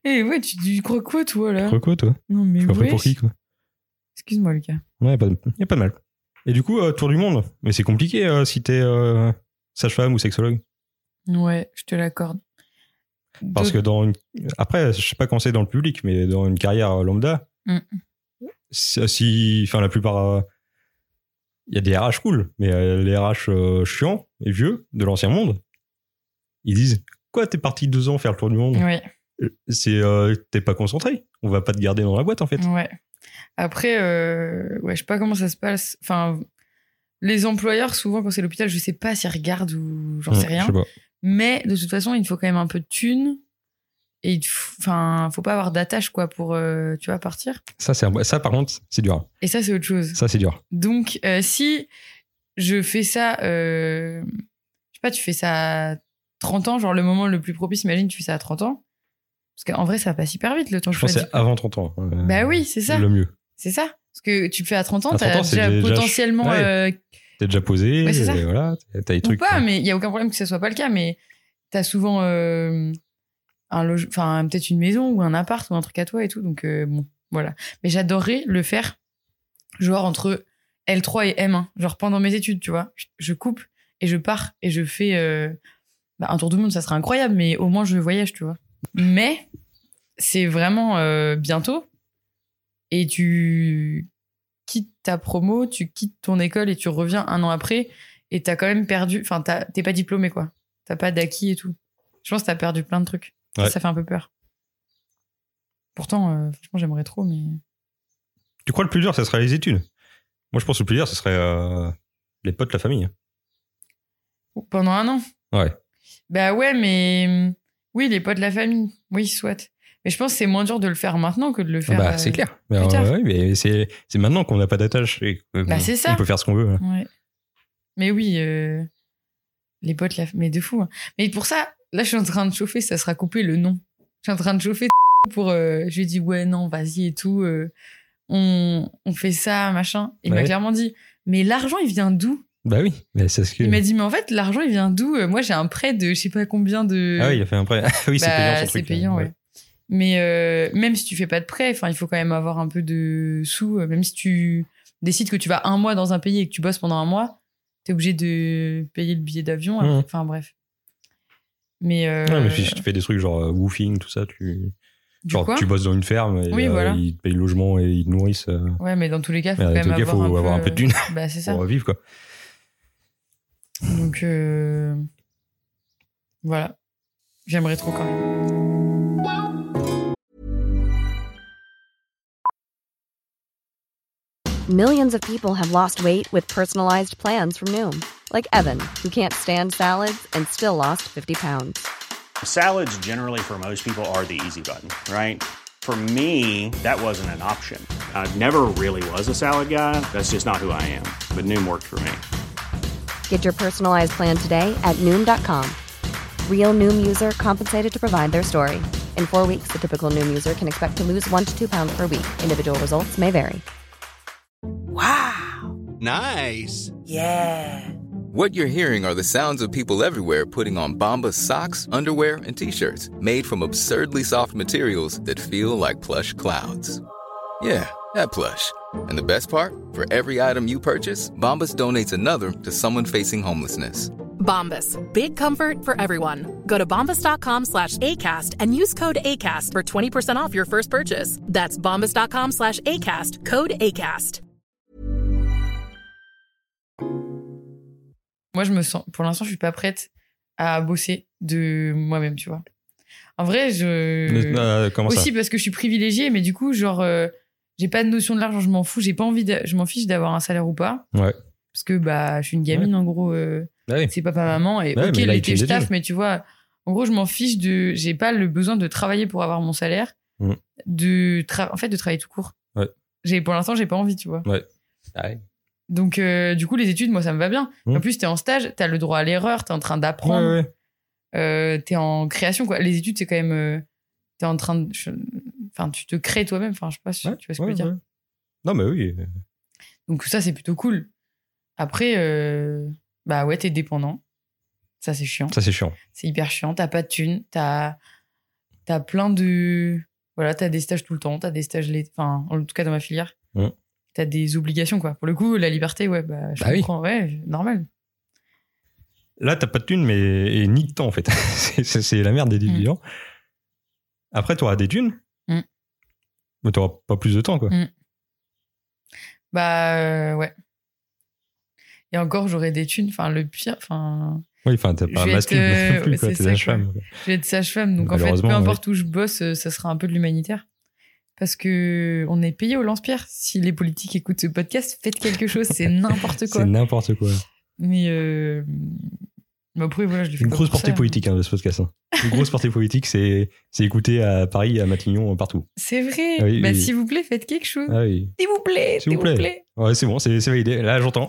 [SPEAKER 3] Eh ouais, tu, tu crois quoi, toi,
[SPEAKER 1] Tu
[SPEAKER 3] là
[SPEAKER 1] crois quoi toi
[SPEAKER 3] Non, mais
[SPEAKER 1] Tu crois
[SPEAKER 3] ouais.
[SPEAKER 1] pour qui quoi
[SPEAKER 3] Excuse-moi, Lucas.
[SPEAKER 1] Ouais, y a pas, de- y a pas de mal. Et du coup, euh, tour du monde, mais c'est compliqué euh, si t'es euh, sage-femme ou sexologue
[SPEAKER 3] Ouais, je te l'accorde.
[SPEAKER 1] parce
[SPEAKER 3] D'autres-
[SPEAKER 1] que dans une... après je sais pas quand c'est dans le public mais dans une carrière euh, lambda
[SPEAKER 3] Mm.
[SPEAKER 1] si si- enfin la plupart il y a des RH cool mais euh, les RH euh, chiants et vieux de l'ancien monde ils disent quoi t'es parti deux ans faire le tour du monde
[SPEAKER 3] Ouais,
[SPEAKER 1] c'est euh, t'es pas concentré on va pas te garder dans la boîte en fait
[SPEAKER 3] ouais. Après, euh, ouais, je sais pas comment ça se passe. Enfin, les employeurs, souvent, quand c'est l'hôpital, je sais pas s'ils regardent ou j'en sais
[SPEAKER 1] Mm,
[SPEAKER 3] rien.
[SPEAKER 1] je sais pas.
[SPEAKER 3] Mais de toute façon, il te faut quand même un peu de thunes. Et il te f- enfin, faut pas avoir d'attache quoi pour euh, tu vois partir.
[SPEAKER 1] ça c'est un- ça par contre c'est dur
[SPEAKER 3] Et ça, c'est autre chose.
[SPEAKER 1] ça c'est dur
[SPEAKER 3] Donc, euh, si je fais ça, euh, je sais pas, tu fais ça à 30 ans, genre le moment le plus propice, imagine, tu fais ça à 30 ans. Parce qu'en vrai, ça passe hyper vite le temps.
[SPEAKER 1] je pense que
[SPEAKER 3] choisi.
[SPEAKER 1] c'est avant 30 ans euh,
[SPEAKER 3] Bah oui, c'est ça.
[SPEAKER 1] le mieux
[SPEAKER 3] C'est ça. Parce que tu le fais à 30
[SPEAKER 1] À
[SPEAKER 3] ans,
[SPEAKER 1] 30
[SPEAKER 3] t'as
[SPEAKER 1] ans, c'est
[SPEAKER 3] déjà
[SPEAKER 1] déjà-
[SPEAKER 3] potentiellement.
[SPEAKER 1] ouais.
[SPEAKER 3] euh,
[SPEAKER 1] t'es déjà posé
[SPEAKER 3] Ouais, c'est ça.
[SPEAKER 1] et voilà t'as- t'as des
[SPEAKER 3] ou
[SPEAKER 1] trucs
[SPEAKER 3] pas, mais il y a aucun problème que ce soit pas le cas. Mais t'as souvent euh, un loge- enfin peut-être une maison ou un appart ou un truc à toi et tout. Donc euh, bon, voilà. Mais j'adorerais le faire, genre entre L3 et M1, genre pendant mes études, tu vois. Je- Je coupe et je pars et je fais euh, bah, un tour du monde, ça serait incroyable, mais au moins je voyage, tu vois. Mais c'est vraiment euh, bientôt et tu quittes ta promo, tu quittes ton école et tu reviens un an après et t'as quand même perdu, enfin t'as- t'es pas diplômé quoi, t'as pas d'acquis et tout. Je pense que t'as perdu plein de trucs. Ça,
[SPEAKER 1] Ouais.
[SPEAKER 3] Ça, fait un peu peur. Pourtant, euh, franchement, j'aimerais trop, mais
[SPEAKER 1] Tu crois le plus dur, ça serait les études Moi, je pense que le plus dur, ce serait euh, les potes, la famille.
[SPEAKER 3] oh, pendant un an.
[SPEAKER 1] Ouais.
[SPEAKER 3] Bah ouais, mais hum, oui, les potes, la famille, oui, soit. Mais je pense que c'est moins dur de le faire maintenant que de le faire.
[SPEAKER 1] bah,
[SPEAKER 3] euh,
[SPEAKER 1] c'est clair. Mais,
[SPEAKER 3] plus
[SPEAKER 1] euh,
[SPEAKER 3] tard.
[SPEAKER 1] ouais, mais c'est c'est maintenant qu'on n'a pas d'attache. et que,
[SPEAKER 3] Bah,
[SPEAKER 1] bon,
[SPEAKER 3] c'est ça.
[SPEAKER 1] On peut faire ce qu'on veut. hein.
[SPEAKER 3] Ouais. Mais oui, euh, les potes, la... mais de fou. hein. Mais pour ça, là, je suis en train de chauffer, ça sera coupé le nom. Je suis en train de chauffer pour. euh, je lui ai dit, ouais, non, vas-y et tout. euh, on, on fait ça, machin. Il
[SPEAKER 1] Ouais.
[SPEAKER 3] m'a clairement dit, mais l'argent, il vient d'où
[SPEAKER 1] Bah oui, mais c'est ce que.
[SPEAKER 3] Il m'a dit, mais en fait, l'argent, il vient d'où Euh, Moi, j'ai un prêt de je sais pas combien de.
[SPEAKER 1] Ah oui, il a fait un prêt. Ah oui, c'est
[SPEAKER 3] Bah,
[SPEAKER 1] payant son
[SPEAKER 3] c'est
[SPEAKER 1] truc.
[SPEAKER 3] payant, ouais. Mais euh, même si tu fais pas de prêt, enfin, il faut quand même avoir un peu de sous. euh, Même si tu décides que tu vas un mois dans un pays et que tu bosses pendant un mois, t'es obligé de payer le billet d'avion.
[SPEAKER 1] Mhm.
[SPEAKER 3] Enfin, bref. Mais, euh,
[SPEAKER 1] Ouais, mais si tu fais des trucs genre euh, woofing, tout ça, tu.
[SPEAKER 3] du
[SPEAKER 1] Genre,
[SPEAKER 3] quoi
[SPEAKER 1] tu bosses dans une ferme, et,
[SPEAKER 3] Oui,
[SPEAKER 1] euh,
[SPEAKER 3] voilà.
[SPEAKER 1] ils te payent le logement et ils te nourrissent. euh,
[SPEAKER 3] Ouais, mais dans tous les cas, faut
[SPEAKER 1] Ouais,
[SPEAKER 3] quand
[SPEAKER 1] dans
[SPEAKER 3] même
[SPEAKER 1] tous les cas,
[SPEAKER 3] avoir,
[SPEAKER 1] faut
[SPEAKER 3] un, peu...
[SPEAKER 1] avoir un peu de thunes.
[SPEAKER 3] Bah, c'est ça.
[SPEAKER 1] pour vivre, quoi.
[SPEAKER 3] Donc, euh, voilà. J'aimerais trop quand même.
[SPEAKER 4] Millions of people have lost weight with personalized plans from Noom, like Evan, who can't stand salads and still lost 50 pounds.
[SPEAKER 5] Salads, generally, for most people, are the easy button, right? For me, that wasn't an option. I never really was a salad guy. That's just not who I am. But Noom worked for me.
[SPEAKER 4] Get your personalized plan today at Noom.com. Real Noom user compensated to provide their story. In four weeks, the typical Noom user can expect to lose one to two pounds per week. Individual results may vary.
[SPEAKER 6] Wow.
[SPEAKER 7] Nice.
[SPEAKER 6] Yeah.
[SPEAKER 7] What you're hearing are the sounds of people everywhere putting on Bombas socks, underwear, and t-shirts made from absurdly soft materials that feel like plush clouds. Yeah, that plush. And the best part? For every item you purchase, Bombas donates another to someone facing homelessness.
[SPEAKER 8] Bombas. Big comfort for everyone. Go to bombas.com slash ACAST and use code ACAST for 20% off your first purchase. That's bombas.com slash ACAST. Code ACAST.
[SPEAKER 3] Moi, je me sens, pour l'instant, je suis pas prête à bosser de moi-même, tu vois. En vrai, je.
[SPEAKER 1] Euh, comment
[SPEAKER 3] aussi parce que je suis privilégiée, mais du coup, genre, euh, j'ai pas de notion de l'argent, je m'en fous, j'ai pas envie, de- je m'en fiche d'avoir un salaire ou pas.
[SPEAKER 1] Ouais.
[SPEAKER 3] Parce que bah, je suis une gamine en gros, euh,
[SPEAKER 1] ça Ouais.
[SPEAKER 3] c'est papa maman et
[SPEAKER 1] Ouais,
[SPEAKER 3] ok
[SPEAKER 1] mais là, il
[SPEAKER 3] l'été
[SPEAKER 1] te
[SPEAKER 3] je
[SPEAKER 1] le dit.
[SPEAKER 3] taffe, mais tu vois, en gros, je m'en fiche de, j'ai pas le besoin de travailler pour avoir mon salaire,
[SPEAKER 1] Mm.
[SPEAKER 3] de tra- en fait de travailler tout court.
[SPEAKER 1] Ouais.
[SPEAKER 3] J'ai pour l'instant j'ai pas envie, tu vois.
[SPEAKER 1] Ouais.
[SPEAKER 3] Donc euh, du coup les études, moi ça me va bien.
[SPEAKER 1] Mm.
[SPEAKER 3] En plus t'es en stage, t'as le droit à l'erreur, t'es en train d'apprendre
[SPEAKER 1] Ouais, ouais.
[SPEAKER 3] euh, t'es en création quoi les études c'est quand même euh, t'es en train de je- enfin tu te crées toi-même enfin je sais pas si
[SPEAKER 1] Ouais,
[SPEAKER 3] tu vois ce que
[SPEAKER 1] ouais,
[SPEAKER 3] je veux dire
[SPEAKER 1] ouais. Non, mais oui. euh,
[SPEAKER 3] donc ça c'est plutôt cool après euh, bah ouais t'es dépendant ça c'est chiant
[SPEAKER 1] Ça, c'est chiant.
[SPEAKER 3] c'est hyper chiant t'as pas de thunes t'as t'as plein de voilà t'as des stages tout le temps t'as des stages l'été enfin en tout cas dans ma filière
[SPEAKER 1] Ouais.
[SPEAKER 3] t'as des obligations quoi pour le coup la liberté ouais bah je
[SPEAKER 1] Bah oui.
[SPEAKER 3] comprends ouais normal
[SPEAKER 1] Là, t'as pas de thunes, mais et ni de temps, en fait. c'est c'est- c'est la merde des étudiants. Après, t'auras des thunes,
[SPEAKER 3] Mm.
[SPEAKER 1] mais t'auras pas plus de temps, quoi.
[SPEAKER 3] Mm. bah euh, ouais et encore j'aurais des thunes enfin le pire enfin
[SPEAKER 1] Oui, enfin, t'as
[SPEAKER 3] Je
[SPEAKER 1] pas un
[SPEAKER 3] vais
[SPEAKER 1] masque
[SPEAKER 3] être,
[SPEAKER 1] non plus,
[SPEAKER 3] euh,
[SPEAKER 1] quoi.
[SPEAKER 3] c'est
[SPEAKER 1] T'es
[SPEAKER 3] ça,
[SPEAKER 1] sage-femme. quoi.
[SPEAKER 3] Je vais être sage-femme, donc en fait, peu
[SPEAKER 1] Malheureusement,
[SPEAKER 3] importe où je bosse, euh, ça sera un peu de l'humanitaire. Parce que on est payé au lance-pierre. Si les politiques écoutent ce podcast, faites quelque chose, c'est n'importe quoi.
[SPEAKER 1] C'est n'importe quoi.
[SPEAKER 3] Mais euh... bah, après, voilà, je l'ai fait
[SPEAKER 1] Une
[SPEAKER 3] pas
[SPEAKER 1] grosse
[SPEAKER 3] pour
[SPEAKER 1] portée
[SPEAKER 3] ça.
[SPEAKER 1] politique hein, de ce podcast. hein. Une grosse portée politique, c'est c'est écouté à Paris, à Matignon, partout.
[SPEAKER 3] C'est vrai.
[SPEAKER 1] Ah oui,
[SPEAKER 3] bah,
[SPEAKER 1] oui, oui.
[SPEAKER 3] s'il vous plaît, faites quelque chose.
[SPEAKER 1] Ah oui.
[SPEAKER 3] S'il vous plaît,
[SPEAKER 1] S'il vous plaît. Ouais, c'est bon, c'est c'est validé. Là, j'entends.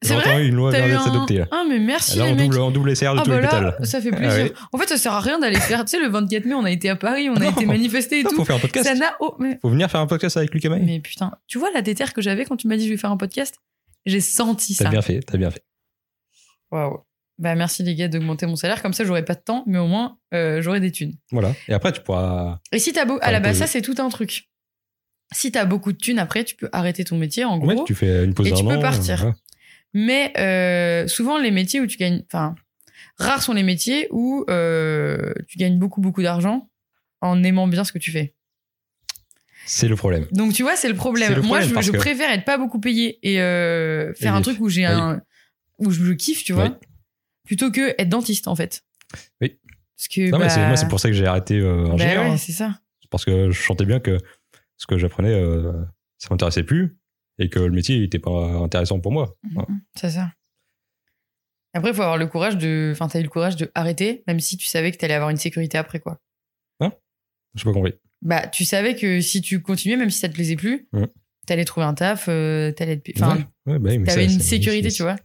[SPEAKER 3] C'est
[SPEAKER 1] J'entends une loi
[SPEAKER 3] T'as
[SPEAKER 1] vient
[SPEAKER 3] eu
[SPEAKER 1] d'être
[SPEAKER 3] un-
[SPEAKER 1] adoptée. Là,
[SPEAKER 3] Ah, mais merci
[SPEAKER 1] Là,
[SPEAKER 3] les
[SPEAKER 1] on
[SPEAKER 3] mecs.
[SPEAKER 1] double, on double SR de
[SPEAKER 3] Ah
[SPEAKER 1] tous
[SPEAKER 3] bah
[SPEAKER 1] les pétales.
[SPEAKER 3] là, ça fait plaisir.
[SPEAKER 1] ouais.
[SPEAKER 3] En fait, ça sert à rien d'aller faire, tu sais, le 24 mai, on a été à Paris, on a
[SPEAKER 1] Non.
[SPEAKER 3] été manifester et
[SPEAKER 1] Non,
[SPEAKER 3] tout.
[SPEAKER 1] Faut faire un podcast.
[SPEAKER 3] Ça n'a oh, mais-
[SPEAKER 1] Faut venir faire un podcast avec Lucas May.
[SPEAKER 3] Mais putain, tu vois la déterre que j'avais quand tu m'as dit je vais faire un podcast J'ai senti
[SPEAKER 1] T'as
[SPEAKER 3] ça.
[SPEAKER 1] bien fait, t'as bien fait.
[SPEAKER 3] Waouh. Bah merci les gars d'augmenter mon salaire, comme ça j'aurai pas de temps, mais au moins euh, j'aurai des thunes.
[SPEAKER 1] Voilà. Et après, tu pourras.
[SPEAKER 3] Et si t'as beau,
[SPEAKER 1] Faire
[SPEAKER 3] à la
[SPEAKER 1] une
[SPEAKER 3] base
[SPEAKER 1] pause.
[SPEAKER 3] ça c'est tout un truc. Si t'as beaucoup de thunes après, tu peux arrêter ton métier en gros.
[SPEAKER 1] Ouais, tu fais une pause
[SPEAKER 3] Et
[SPEAKER 1] d'un
[SPEAKER 3] tu peux
[SPEAKER 1] an,
[SPEAKER 3] partir.
[SPEAKER 1] ouais.
[SPEAKER 3] Mais euh, souvent les métiers où tu gagnes, enfin rares sont les métiers où euh, tu gagnes beaucoup beaucoup d'argent en aimant bien ce que tu fais.
[SPEAKER 1] C'est le problème.
[SPEAKER 3] Donc tu vois, c'est le problème.
[SPEAKER 1] C'est le
[SPEAKER 3] Moi,
[SPEAKER 1] problème,
[SPEAKER 3] je,
[SPEAKER 1] parce
[SPEAKER 3] je
[SPEAKER 1] que-
[SPEAKER 3] préfère être pas beaucoup payé et euh, faire
[SPEAKER 1] Et- ah
[SPEAKER 3] un truc où j'ai
[SPEAKER 1] oui.
[SPEAKER 3] un où je le kiffe, tu vois,
[SPEAKER 1] Oui.
[SPEAKER 3] plutôt que être dentiste en fait.
[SPEAKER 1] Oui.
[SPEAKER 3] Parce que
[SPEAKER 1] Non, mais
[SPEAKER 3] bah,
[SPEAKER 1] c'est- moi, c'est pour ça que j'ai arrêté euh,
[SPEAKER 3] bah
[SPEAKER 1] ingénieur.
[SPEAKER 3] ouais,
[SPEAKER 1] hein.
[SPEAKER 3] c'est ça.
[SPEAKER 1] C'est parce que je sentais bien que ce que j'apprenais, euh, ça m'intéressait plus et que le métier il était pas intéressant pour moi.
[SPEAKER 3] Mhm. C'est ça. Après, il faut avoir le courage de. Enfin, t'as eu le courage de arrêter, même si tu savais que t'allais avoir une sécurité après, quoi.
[SPEAKER 1] Je sais pas compris.
[SPEAKER 3] Bah, tu savais que si tu continuais, même si ça te plaisait plus,
[SPEAKER 1] Mhm.
[SPEAKER 3] t'allais trouver un taf, euh, t'allais être. Enfin,
[SPEAKER 1] Ouais, ouais, bah oui, mais
[SPEAKER 3] t'avais
[SPEAKER 1] ça,
[SPEAKER 3] une
[SPEAKER 1] c'est-
[SPEAKER 3] sécurité,
[SPEAKER 1] c'est-
[SPEAKER 3] tu vois.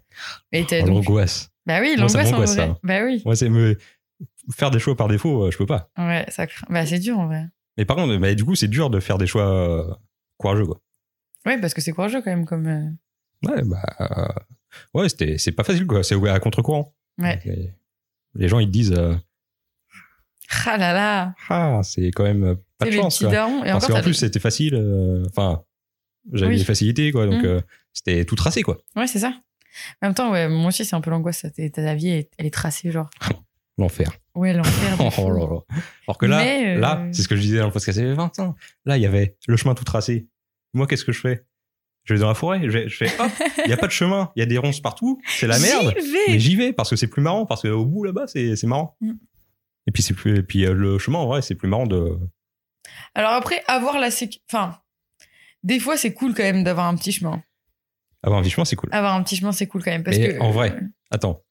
[SPEAKER 3] Et t'as
[SPEAKER 1] Oh,
[SPEAKER 3] donc.
[SPEAKER 1] L'angoisse.
[SPEAKER 3] Bah oui,
[SPEAKER 1] Moi, ça
[SPEAKER 3] l'angoisse en
[SPEAKER 1] m'angoisse,
[SPEAKER 3] vrai.
[SPEAKER 1] ça.
[SPEAKER 3] Bah oui.
[SPEAKER 1] Moi, c'est me faire des choix par défaut, euh, je peux pas.
[SPEAKER 3] Ouais, ça craint. Bah, c'est dur en vrai.
[SPEAKER 1] Mais par contre, bah, du coup, c'est dur de faire des choix euh, courageux. Quoi.
[SPEAKER 3] Ouais, parce que c'est courageux quand même comme. euh,
[SPEAKER 1] Ouais, bah. euh, ouais, c'était, c'est pas facile, quoi. C'est à contre-courant.
[SPEAKER 3] Ouais.
[SPEAKER 1] Les- euh, Les gens, ils te disent, euh,
[SPEAKER 3] Ah là là,
[SPEAKER 1] ah, c'est quand même euh, pas
[SPEAKER 3] c'est
[SPEAKER 1] de
[SPEAKER 3] les
[SPEAKER 1] chance.
[SPEAKER 3] petits
[SPEAKER 1] quoi.
[SPEAKER 3] darons. Et
[SPEAKER 1] Parce
[SPEAKER 3] encore,
[SPEAKER 1] qu'en
[SPEAKER 3] t'as-
[SPEAKER 1] plus, c'était facile. euh, Enfin, j'avais
[SPEAKER 3] Oui.
[SPEAKER 1] des facilités, quoi. Donc,
[SPEAKER 3] Mm.
[SPEAKER 1] euh, c'était tout tracé, quoi.
[SPEAKER 3] Ouais, c'est ça. En même temps, ouais, moi aussi, c'est un peu l'angoisse. ça. T'es- T'as ta vie, elle est- elle est tracée, genre.
[SPEAKER 1] L'enfer.
[SPEAKER 3] Ouais, l'enfer. de
[SPEAKER 1] Oh,
[SPEAKER 3] fou.
[SPEAKER 1] là là. Alors que là,
[SPEAKER 3] Ah Mais, euh,
[SPEAKER 1] là, c'est ce que je disais dans le podcast, il y avait 20 ans. Là, il y avait le chemin tout tracé. Moi, qu'est-ce que je fais Je vais dans la forêt, je, vais- je fais hop, il n'y a pas de chemin, il y a des ronces partout, c'est la merde.
[SPEAKER 3] J'y
[SPEAKER 1] Mais
[SPEAKER 3] vais.
[SPEAKER 1] j'y vais parce que c'est plus marrant, parce qu'au bout là-bas, c'est c'est marrant.
[SPEAKER 3] Mm.
[SPEAKER 1] Et puis, c'est plus, et puis euh, le chemin, en vrai, c'est plus marrant de.
[SPEAKER 3] Alors après, avoir la sécu. Enfin, des fois, c'est cool quand même d'avoir un petit chemin.
[SPEAKER 1] Avoir un petit chemin, c'est cool.
[SPEAKER 3] Avoir un petit chemin, c'est cool quand même. Parce
[SPEAKER 1] Et
[SPEAKER 3] que,
[SPEAKER 1] en vrai, Attends.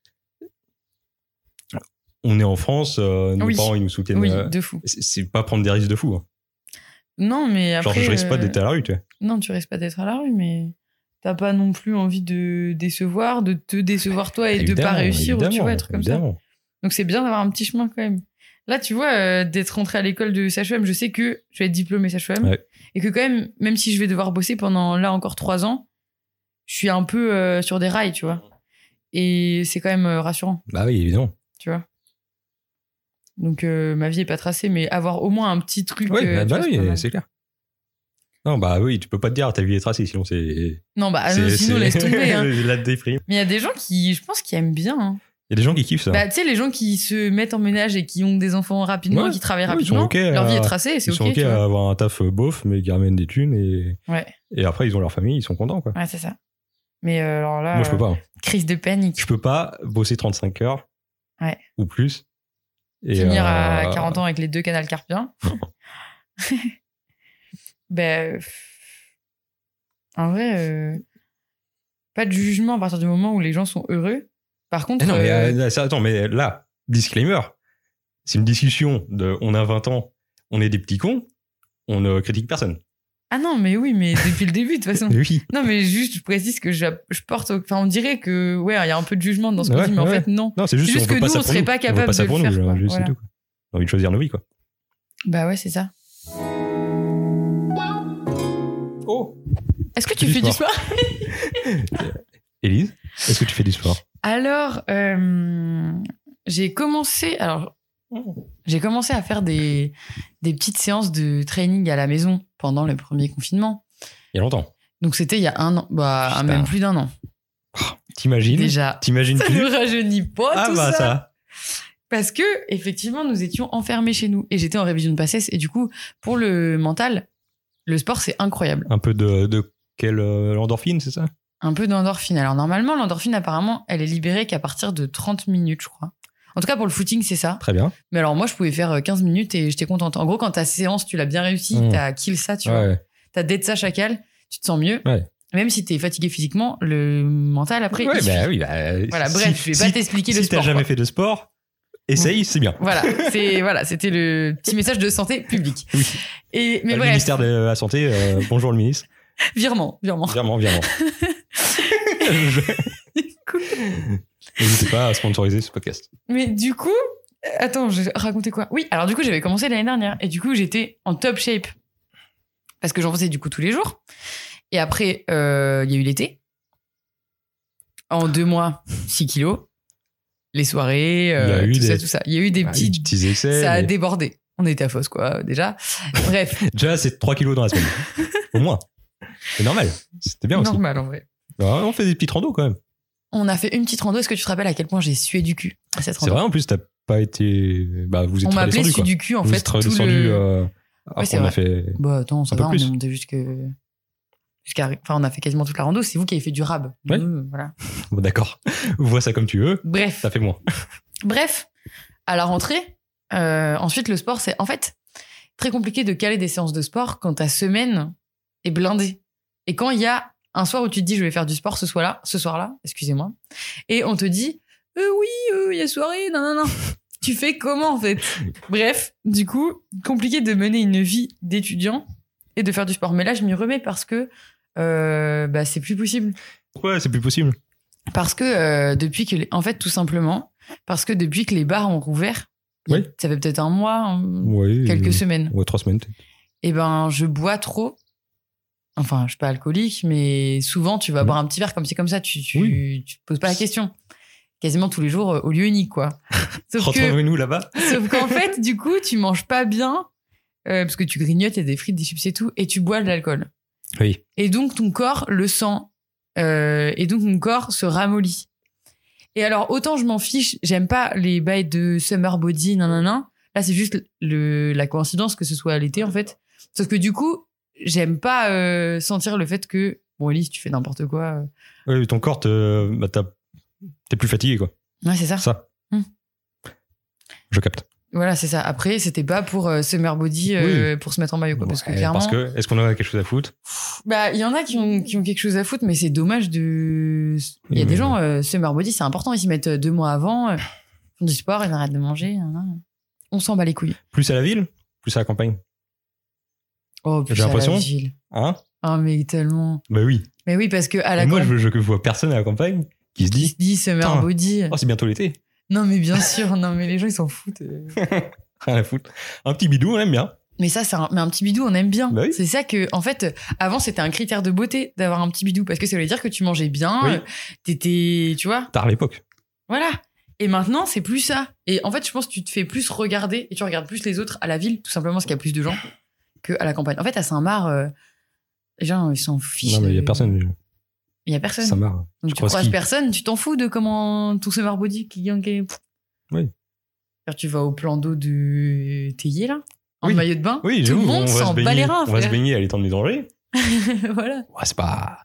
[SPEAKER 1] On est en France, euh, nos
[SPEAKER 3] Oui.
[SPEAKER 1] parents, ils nous soutiennent.
[SPEAKER 3] Oui,
[SPEAKER 1] euh,
[SPEAKER 3] de fou.
[SPEAKER 1] c'est- c'est pas prendre des risques de fou. hein.
[SPEAKER 3] Non, mais
[SPEAKER 1] Genre,
[SPEAKER 3] après.
[SPEAKER 1] je risque pas
[SPEAKER 3] euh,
[SPEAKER 1] d'être à la rue, tu vois.
[SPEAKER 3] Non, tu risques pas d'être à la rue, mais t'as pas non plus envie de décevoir, de te décevoir toi et de pas
[SPEAKER 1] Évidemment,
[SPEAKER 3] réussir, ou tu
[SPEAKER 1] évidemment,
[SPEAKER 3] vois, être comme ça.
[SPEAKER 1] évidemment.
[SPEAKER 3] Donc c'est bien d'avoir un petit chemin quand même. Là, tu vois, euh, d'être rentré à l'école de SHM, je sais que je vais être diplômé SHM
[SPEAKER 1] Ouais.
[SPEAKER 3] et que quand même, même si je vais devoir bosser pendant là encore trois ans, je suis un peu euh, sur des rails, tu vois. Et c'est quand même euh, rassurant,
[SPEAKER 1] Bah oui, évidemment.
[SPEAKER 3] tu vois. Donc euh, ma vie est pas tracée, mais avoir au moins un petit truc.
[SPEAKER 1] Oui,
[SPEAKER 3] euh,
[SPEAKER 1] bah,
[SPEAKER 3] tu
[SPEAKER 1] bah
[SPEAKER 3] vois,
[SPEAKER 1] oui,
[SPEAKER 3] c'est pas mal.
[SPEAKER 1] c'est clair. Non, bah oui, tu peux pas te dire, ta vie est tracée, sinon c'est.
[SPEAKER 3] non, bah ah non,
[SPEAKER 1] c'est-
[SPEAKER 3] sinon
[SPEAKER 1] c'est-
[SPEAKER 3] laisse tomber. hein.
[SPEAKER 1] la déprime.
[SPEAKER 3] Mais il y a des gens qui, je pense, qui aiment bien. hein.
[SPEAKER 1] Il y a des gens qui kiffent ça.
[SPEAKER 3] Bah, tu sais, les gens qui se mettent en ménage et qui ont des enfants rapidement,
[SPEAKER 1] Ouais.
[SPEAKER 3] qui travaillent
[SPEAKER 1] Ouais, ils sont
[SPEAKER 3] rapidement,
[SPEAKER 1] ok
[SPEAKER 3] leur vie
[SPEAKER 1] à-
[SPEAKER 3] est tracée et c'est
[SPEAKER 1] ils
[SPEAKER 3] ok.
[SPEAKER 1] sont ok,
[SPEAKER 3] tu vois.
[SPEAKER 1] à avoir un taf euh, beauf, mais qui ramènent des thunes et.
[SPEAKER 3] Ouais.
[SPEAKER 1] Et après, ils ont leur famille, ils sont contents, quoi.
[SPEAKER 3] Ouais, c'est ça. Mais euh, alors là,
[SPEAKER 1] Moi, je peux
[SPEAKER 3] euh,
[SPEAKER 1] pas. hein.
[SPEAKER 3] crise de panique.
[SPEAKER 1] Je peux pas bosser 35 heures.
[SPEAKER 3] Ouais.
[SPEAKER 1] Ou plus. Et
[SPEAKER 3] Finir à
[SPEAKER 1] euh,
[SPEAKER 3] 40 ans avec les deux canals carpiens. ben, euh, en vrai, euh, pas de jugement à partir du moment où les gens sont heureux. Par contre,
[SPEAKER 1] Eh non, mais
[SPEAKER 3] euh,
[SPEAKER 1] euh, ça, attends, mais là, disclaimer, c'est une discussion de on a 20 ans, on est des petits cons, on ne critique personne.
[SPEAKER 3] ah non, mais oui, mais depuis le début de toute façon.
[SPEAKER 1] Oui.
[SPEAKER 3] Non, mais juste, je précise que je, je porte. au- Enfin, on dirait que ouais, il y a un peu de jugement dans ce qu'on
[SPEAKER 1] Ouais,
[SPEAKER 3] dit, mais en
[SPEAKER 1] ouais.
[SPEAKER 3] fait, non.
[SPEAKER 1] Non, c'est juste,
[SPEAKER 3] C'est juste
[SPEAKER 1] on veut
[SPEAKER 3] que
[SPEAKER 1] pas
[SPEAKER 3] nous,
[SPEAKER 1] ça
[SPEAKER 3] on
[SPEAKER 1] pour
[SPEAKER 3] serait
[SPEAKER 1] nous.
[SPEAKER 3] pas
[SPEAKER 1] On veut
[SPEAKER 3] capable
[SPEAKER 1] ça
[SPEAKER 3] de
[SPEAKER 1] pour
[SPEAKER 3] le
[SPEAKER 1] nous,
[SPEAKER 3] faire,
[SPEAKER 1] genre,
[SPEAKER 3] quoi.
[SPEAKER 1] juste, c'est
[SPEAKER 3] Voilà.
[SPEAKER 1] tout, quoi. On a envie de choisir nos vies, quoi.
[SPEAKER 3] Bah ouais, c'est ça.
[SPEAKER 1] Oh
[SPEAKER 3] Est-ce que tu
[SPEAKER 1] Du
[SPEAKER 3] fais du
[SPEAKER 1] sport.
[SPEAKER 3] sport
[SPEAKER 1] Élise, est-ce que tu fais du sport
[SPEAKER 3] Alors, euh, j'ai commencé. Alors, j'ai commencé à faire des, des petites séances de training à la maison pendant le premier confinement.
[SPEAKER 1] Il y a longtemps.
[SPEAKER 3] Donc, c'était il y a un an, bah,
[SPEAKER 1] Putain.
[SPEAKER 3] même plus d'un an.
[SPEAKER 1] Oh, T'imagines
[SPEAKER 3] Déjà,
[SPEAKER 1] T'imagines
[SPEAKER 3] ça ne
[SPEAKER 1] plus
[SPEAKER 3] rajeunit pas
[SPEAKER 1] Ah
[SPEAKER 3] tout
[SPEAKER 1] bah
[SPEAKER 3] ça.
[SPEAKER 1] ça,
[SPEAKER 3] Parce que, effectivement, nous étions enfermés chez nous. Et j'étais en révision de passesse. Et du coup, pour le mental, le sport, c'est incroyable.
[SPEAKER 1] Un peu de, de quelle euh, l'endorphine, c'est ça
[SPEAKER 3] Un peu d'endorphine. Alors, normalement, l'endorphine, apparemment, elle est libérée qu'à partir de 30 minutes, je crois. En tout cas, pour le footing, c'est ça.
[SPEAKER 1] Très bien.
[SPEAKER 3] Mais alors moi, je pouvais faire euh, 15 minutes et j'étais contente. En gros, quand ta séance, tu l'as bien réussi,
[SPEAKER 1] Mmh.
[SPEAKER 3] t'as kill ça, tu vois.
[SPEAKER 1] Ouais.
[SPEAKER 3] T'as dead ça chacal, tu te sens mieux.
[SPEAKER 1] Ouais.
[SPEAKER 3] Même si t'es fatigué physiquement, le mental après.
[SPEAKER 1] Ouais,
[SPEAKER 3] il
[SPEAKER 1] bah
[SPEAKER 3] suit.
[SPEAKER 1] oui, bah,
[SPEAKER 3] Voilà,
[SPEAKER 1] si-
[SPEAKER 3] bref, je vais
[SPEAKER 1] si-
[SPEAKER 3] pas t'expliquer le
[SPEAKER 1] Si t'as
[SPEAKER 3] sport.
[SPEAKER 1] jamais
[SPEAKER 3] quoi. Mm.
[SPEAKER 1] fait de sport, essaye, c'est bien.
[SPEAKER 3] Voilà, c'est voilà, c'était le petit message de santé publique.
[SPEAKER 1] Oui. Ah,
[SPEAKER 3] Et mais
[SPEAKER 1] le
[SPEAKER 3] bref,
[SPEAKER 1] ministère de la Santé, euh, bonjour le ministre.
[SPEAKER 3] virement, virement.
[SPEAKER 1] Virement, virement. Je-
[SPEAKER 3] Cool.
[SPEAKER 1] N'hésitez pas à sponsoriser ce podcast.
[SPEAKER 3] Mais du coup, euh, attends, je racontais quoi Oui, alors du coup, j'avais commencé l'année dernière et du coup, j'étais en top shape parce que j'en faisais du coup tous les jours. Et après, euh, il y a eu l'été. En deux mois, 6 kilos. Les soirées, euh,
[SPEAKER 1] Il y a eu
[SPEAKER 3] tout ça,
[SPEAKER 1] des-
[SPEAKER 3] tout ça. Bah, Il y a eu des
[SPEAKER 1] Ah,
[SPEAKER 3] petits.
[SPEAKER 1] petits essais.
[SPEAKER 3] Ça a
[SPEAKER 1] mais-
[SPEAKER 3] débordé. On était à fausse, quoi, déjà. Bref,
[SPEAKER 1] Déjà, c'est 3 kilos dans la semaine. Au moins. C'est normal. C'était bien aussi.
[SPEAKER 3] normal en vrai.
[SPEAKER 1] Bah, on fait des petits randos quand même.
[SPEAKER 3] On a fait une petite rando. Est-ce que tu te rappelles à quel point j'ai sué du cul à cette
[SPEAKER 1] C'est
[SPEAKER 3] rando
[SPEAKER 1] vrai, en plus, t'as pas été. Bah, vous êtes
[SPEAKER 3] On m'a appelé
[SPEAKER 1] redescendu,
[SPEAKER 3] sué
[SPEAKER 1] quoi.
[SPEAKER 3] du cul, en
[SPEAKER 1] vous
[SPEAKER 3] fait.
[SPEAKER 1] êtes
[SPEAKER 3] tout le-
[SPEAKER 1] redescendu. euh, après,
[SPEAKER 3] c'est
[SPEAKER 1] on a
[SPEAKER 3] vrai.
[SPEAKER 1] fait.
[SPEAKER 3] Bah attends, ça
[SPEAKER 1] Un peu
[SPEAKER 3] va, on
[SPEAKER 1] plus.
[SPEAKER 3] est monté jusque. jusqu'à- Enfin, on a fait quasiment toute la rando. C'est vous qui avez fait du rab.
[SPEAKER 1] Ouais.
[SPEAKER 3] Nous, voilà.
[SPEAKER 1] Bon, d'accord. Vois ça comme tu veux.
[SPEAKER 3] Bref.
[SPEAKER 1] Ça fait moins.
[SPEAKER 3] Bref, à la rentrée, euh, ensuite, le sport, c'est en fait très compliqué de caler des séances de sport quand ta semaine est blindée. Et quand il y a un soir où tu te dis, je vais faire du sport ce soir-là, ce soir-là, excusez-moi, et on te dit, euh, oui, euh, il y a soirée, non, non, non. Tu fais comment en fait Bref, du coup, compliqué de mener une vie d'étudiant et de faire du sport. Mais là, je m'y remets parce que euh, bah, c'est plus possible.
[SPEAKER 1] Pourquoi c'est plus possible
[SPEAKER 3] Parce que euh, depuis que, les- en fait, tout simplement, parce que depuis que les bars ont rouvert,
[SPEAKER 1] Oui.
[SPEAKER 3] il y a- ça fait peut-être un mois, hein,
[SPEAKER 1] Ouais.
[SPEAKER 3] quelques semaines. eh
[SPEAKER 1] Ou trois semaines.
[SPEAKER 3] Et ben, je bois trop Enfin, je suis pas alcoolique, mais souvent, tu vas
[SPEAKER 1] Oui.
[SPEAKER 3] boire un petit verre comme c'est comme ça, tu, tu,
[SPEAKER 1] Oui.
[SPEAKER 3] tu te poses pas la question. Quasiment tous les jours euh, au lieu unique, quoi. Sauf que,
[SPEAKER 1] Retrouvez-nous là-bas.
[SPEAKER 3] sauf qu'en fait, du coup, tu manges pas bien, euh, parce que tu grignotes, et des frites, des chips et tout, et tu bois de l'alcool.
[SPEAKER 1] Oui.
[SPEAKER 3] Et donc, ton corps le sent. Euh, et donc, mon corps se ramollit. Et alors, autant je m'en fiche, j'aime pas les bails de summer body, nanana. Là, c'est juste le, la coïncidence que ce soit à l'été, en fait. Sauf que du coup, j'aime pas euh, sentir le fait que, bon, Elise, tu fais n'importe quoi. euh.
[SPEAKER 1] Oui, mais ton corps, te- bah, t'as- t'es plus fatigué, quoi.
[SPEAKER 3] Ouais, c'est ça.
[SPEAKER 1] Ça.
[SPEAKER 3] Hmm.
[SPEAKER 1] Je capte.
[SPEAKER 3] Voilà, c'est ça. Après, c'était pas pour euh, summer body, euh, pour se mettre en maillot, quoi. parce que
[SPEAKER 1] Ouais,
[SPEAKER 3] clairement.
[SPEAKER 1] Bah, eh, parce que, est-ce qu'on a quelque chose à foutre
[SPEAKER 3] Bah, il y en a qui ont, qui ont quelque chose à foutre, mais c'est dommage de. Il y a
[SPEAKER 1] Oui,
[SPEAKER 3] des
[SPEAKER 1] mais-
[SPEAKER 3] gens, euh, summer body, c'est important, ils s'y mettent euh, deux mois avant, euh, ils font du sport, ils arrêtent de manger. hein, hein. On s'en bat les couilles.
[SPEAKER 1] Plus à la ville Plus à la campagne
[SPEAKER 3] Oh,
[SPEAKER 1] J'ai
[SPEAKER 3] putain,
[SPEAKER 1] l'impression.
[SPEAKER 3] la vigile.
[SPEAKER 1] Hein
[SPEAKER 3] Oh, mais tellement.
[SPEAKER 1] Bah oui.
[SPEAKER 3] Mais oui, parce que à la
[SPEAKER 1] Et moi,
[SPEAKER 3] con-
[SPEAKER 1] je, je vois personne à la campagne qui se
[SPEAKER 3] ils
[SPEAKER 1] dit
[SPEAKER 3] se disent summer
[SPEAKER 1] Putain.
[SPEAKER 3] body.
[SPEAKER 1] Oh, c'est bientôt l'été.
[SPEAKER 3] Non, mais bien sûr, non, mais les gens, ils s'en foutent. euh.
[SPEAKER 1] Rien à foutre. Un petit bidou, on aime bien.
[SPEAKER 3] Mais ça, c'est un, mais un petit bidou, on aime bien.
[SPEAKER 1] Bah oui.
[SPEAKER 3] C'est ça que, en fait, euh, avant, c'était un critère de beauté d'avoir un petit bidou, parce que ça voulait dire que tu mangeais bien,
[SPEAKER 1] Oui.
[SPEAKER 3] euh, t'étais, tu vois,
[SPEAKER 1] Tard à l'époque.
[SPEAKER 3] Voilà. Et maintenant, c'est plus ça. Et en fait, je pense que tu te fais plus regarder et tu regardes plus les autres à la ville, tout simplement parce qu'il y a plus de gens que à la campagne. En fait, à Saint-Marc, euh, les gens ils s'en fichent.
[SPEAKER 1] Non, mais il y a
[SPEAKER 3] de-
[SPEAKER 1] personne. euh,
[SPEAKER 3] Il y a euh, personne.
[SPEAKER 1] Ça marre.
[SPEAKER 3] Donc,
[SPEAKER 1] tu
[SPEAKER 3] tu
[SPEAKER 1] croises
[SPEAKER 3] croises
[SPEAKER 1] qui
[SPEAKER 3] personne, tu t'en fous de comment tout ce marbody qui gagne. qui-
[SPEAKER 1] Oui.
[SPEAKER 3] Quand tu vas au plan d'eau de Théier, là, en
[SPEAKER 1] Oui.
[SPEAKER 3] maillot de bain,
[SPEAKER 1] Oui,
[SPEAKER 3] tout
[SPEAKER 1] j'avoue,
[SPEAKER 3] le monde
[SPEAKER 1] on va
[SPEAKER 3] s'en
[SPEAKER 1] se
[SPEAKER 3] bat
[SPEAKER 1] baigner.
[SPEAKER 3] les reins.
[SPEAKER 1] On va se
[SPEAKER 3] frère.
[SPEAKER 1] baigner à l'étang des dangers.
[SPEAKER 3] voilà.
[SPEAKER 1] Ouais, c'est pas.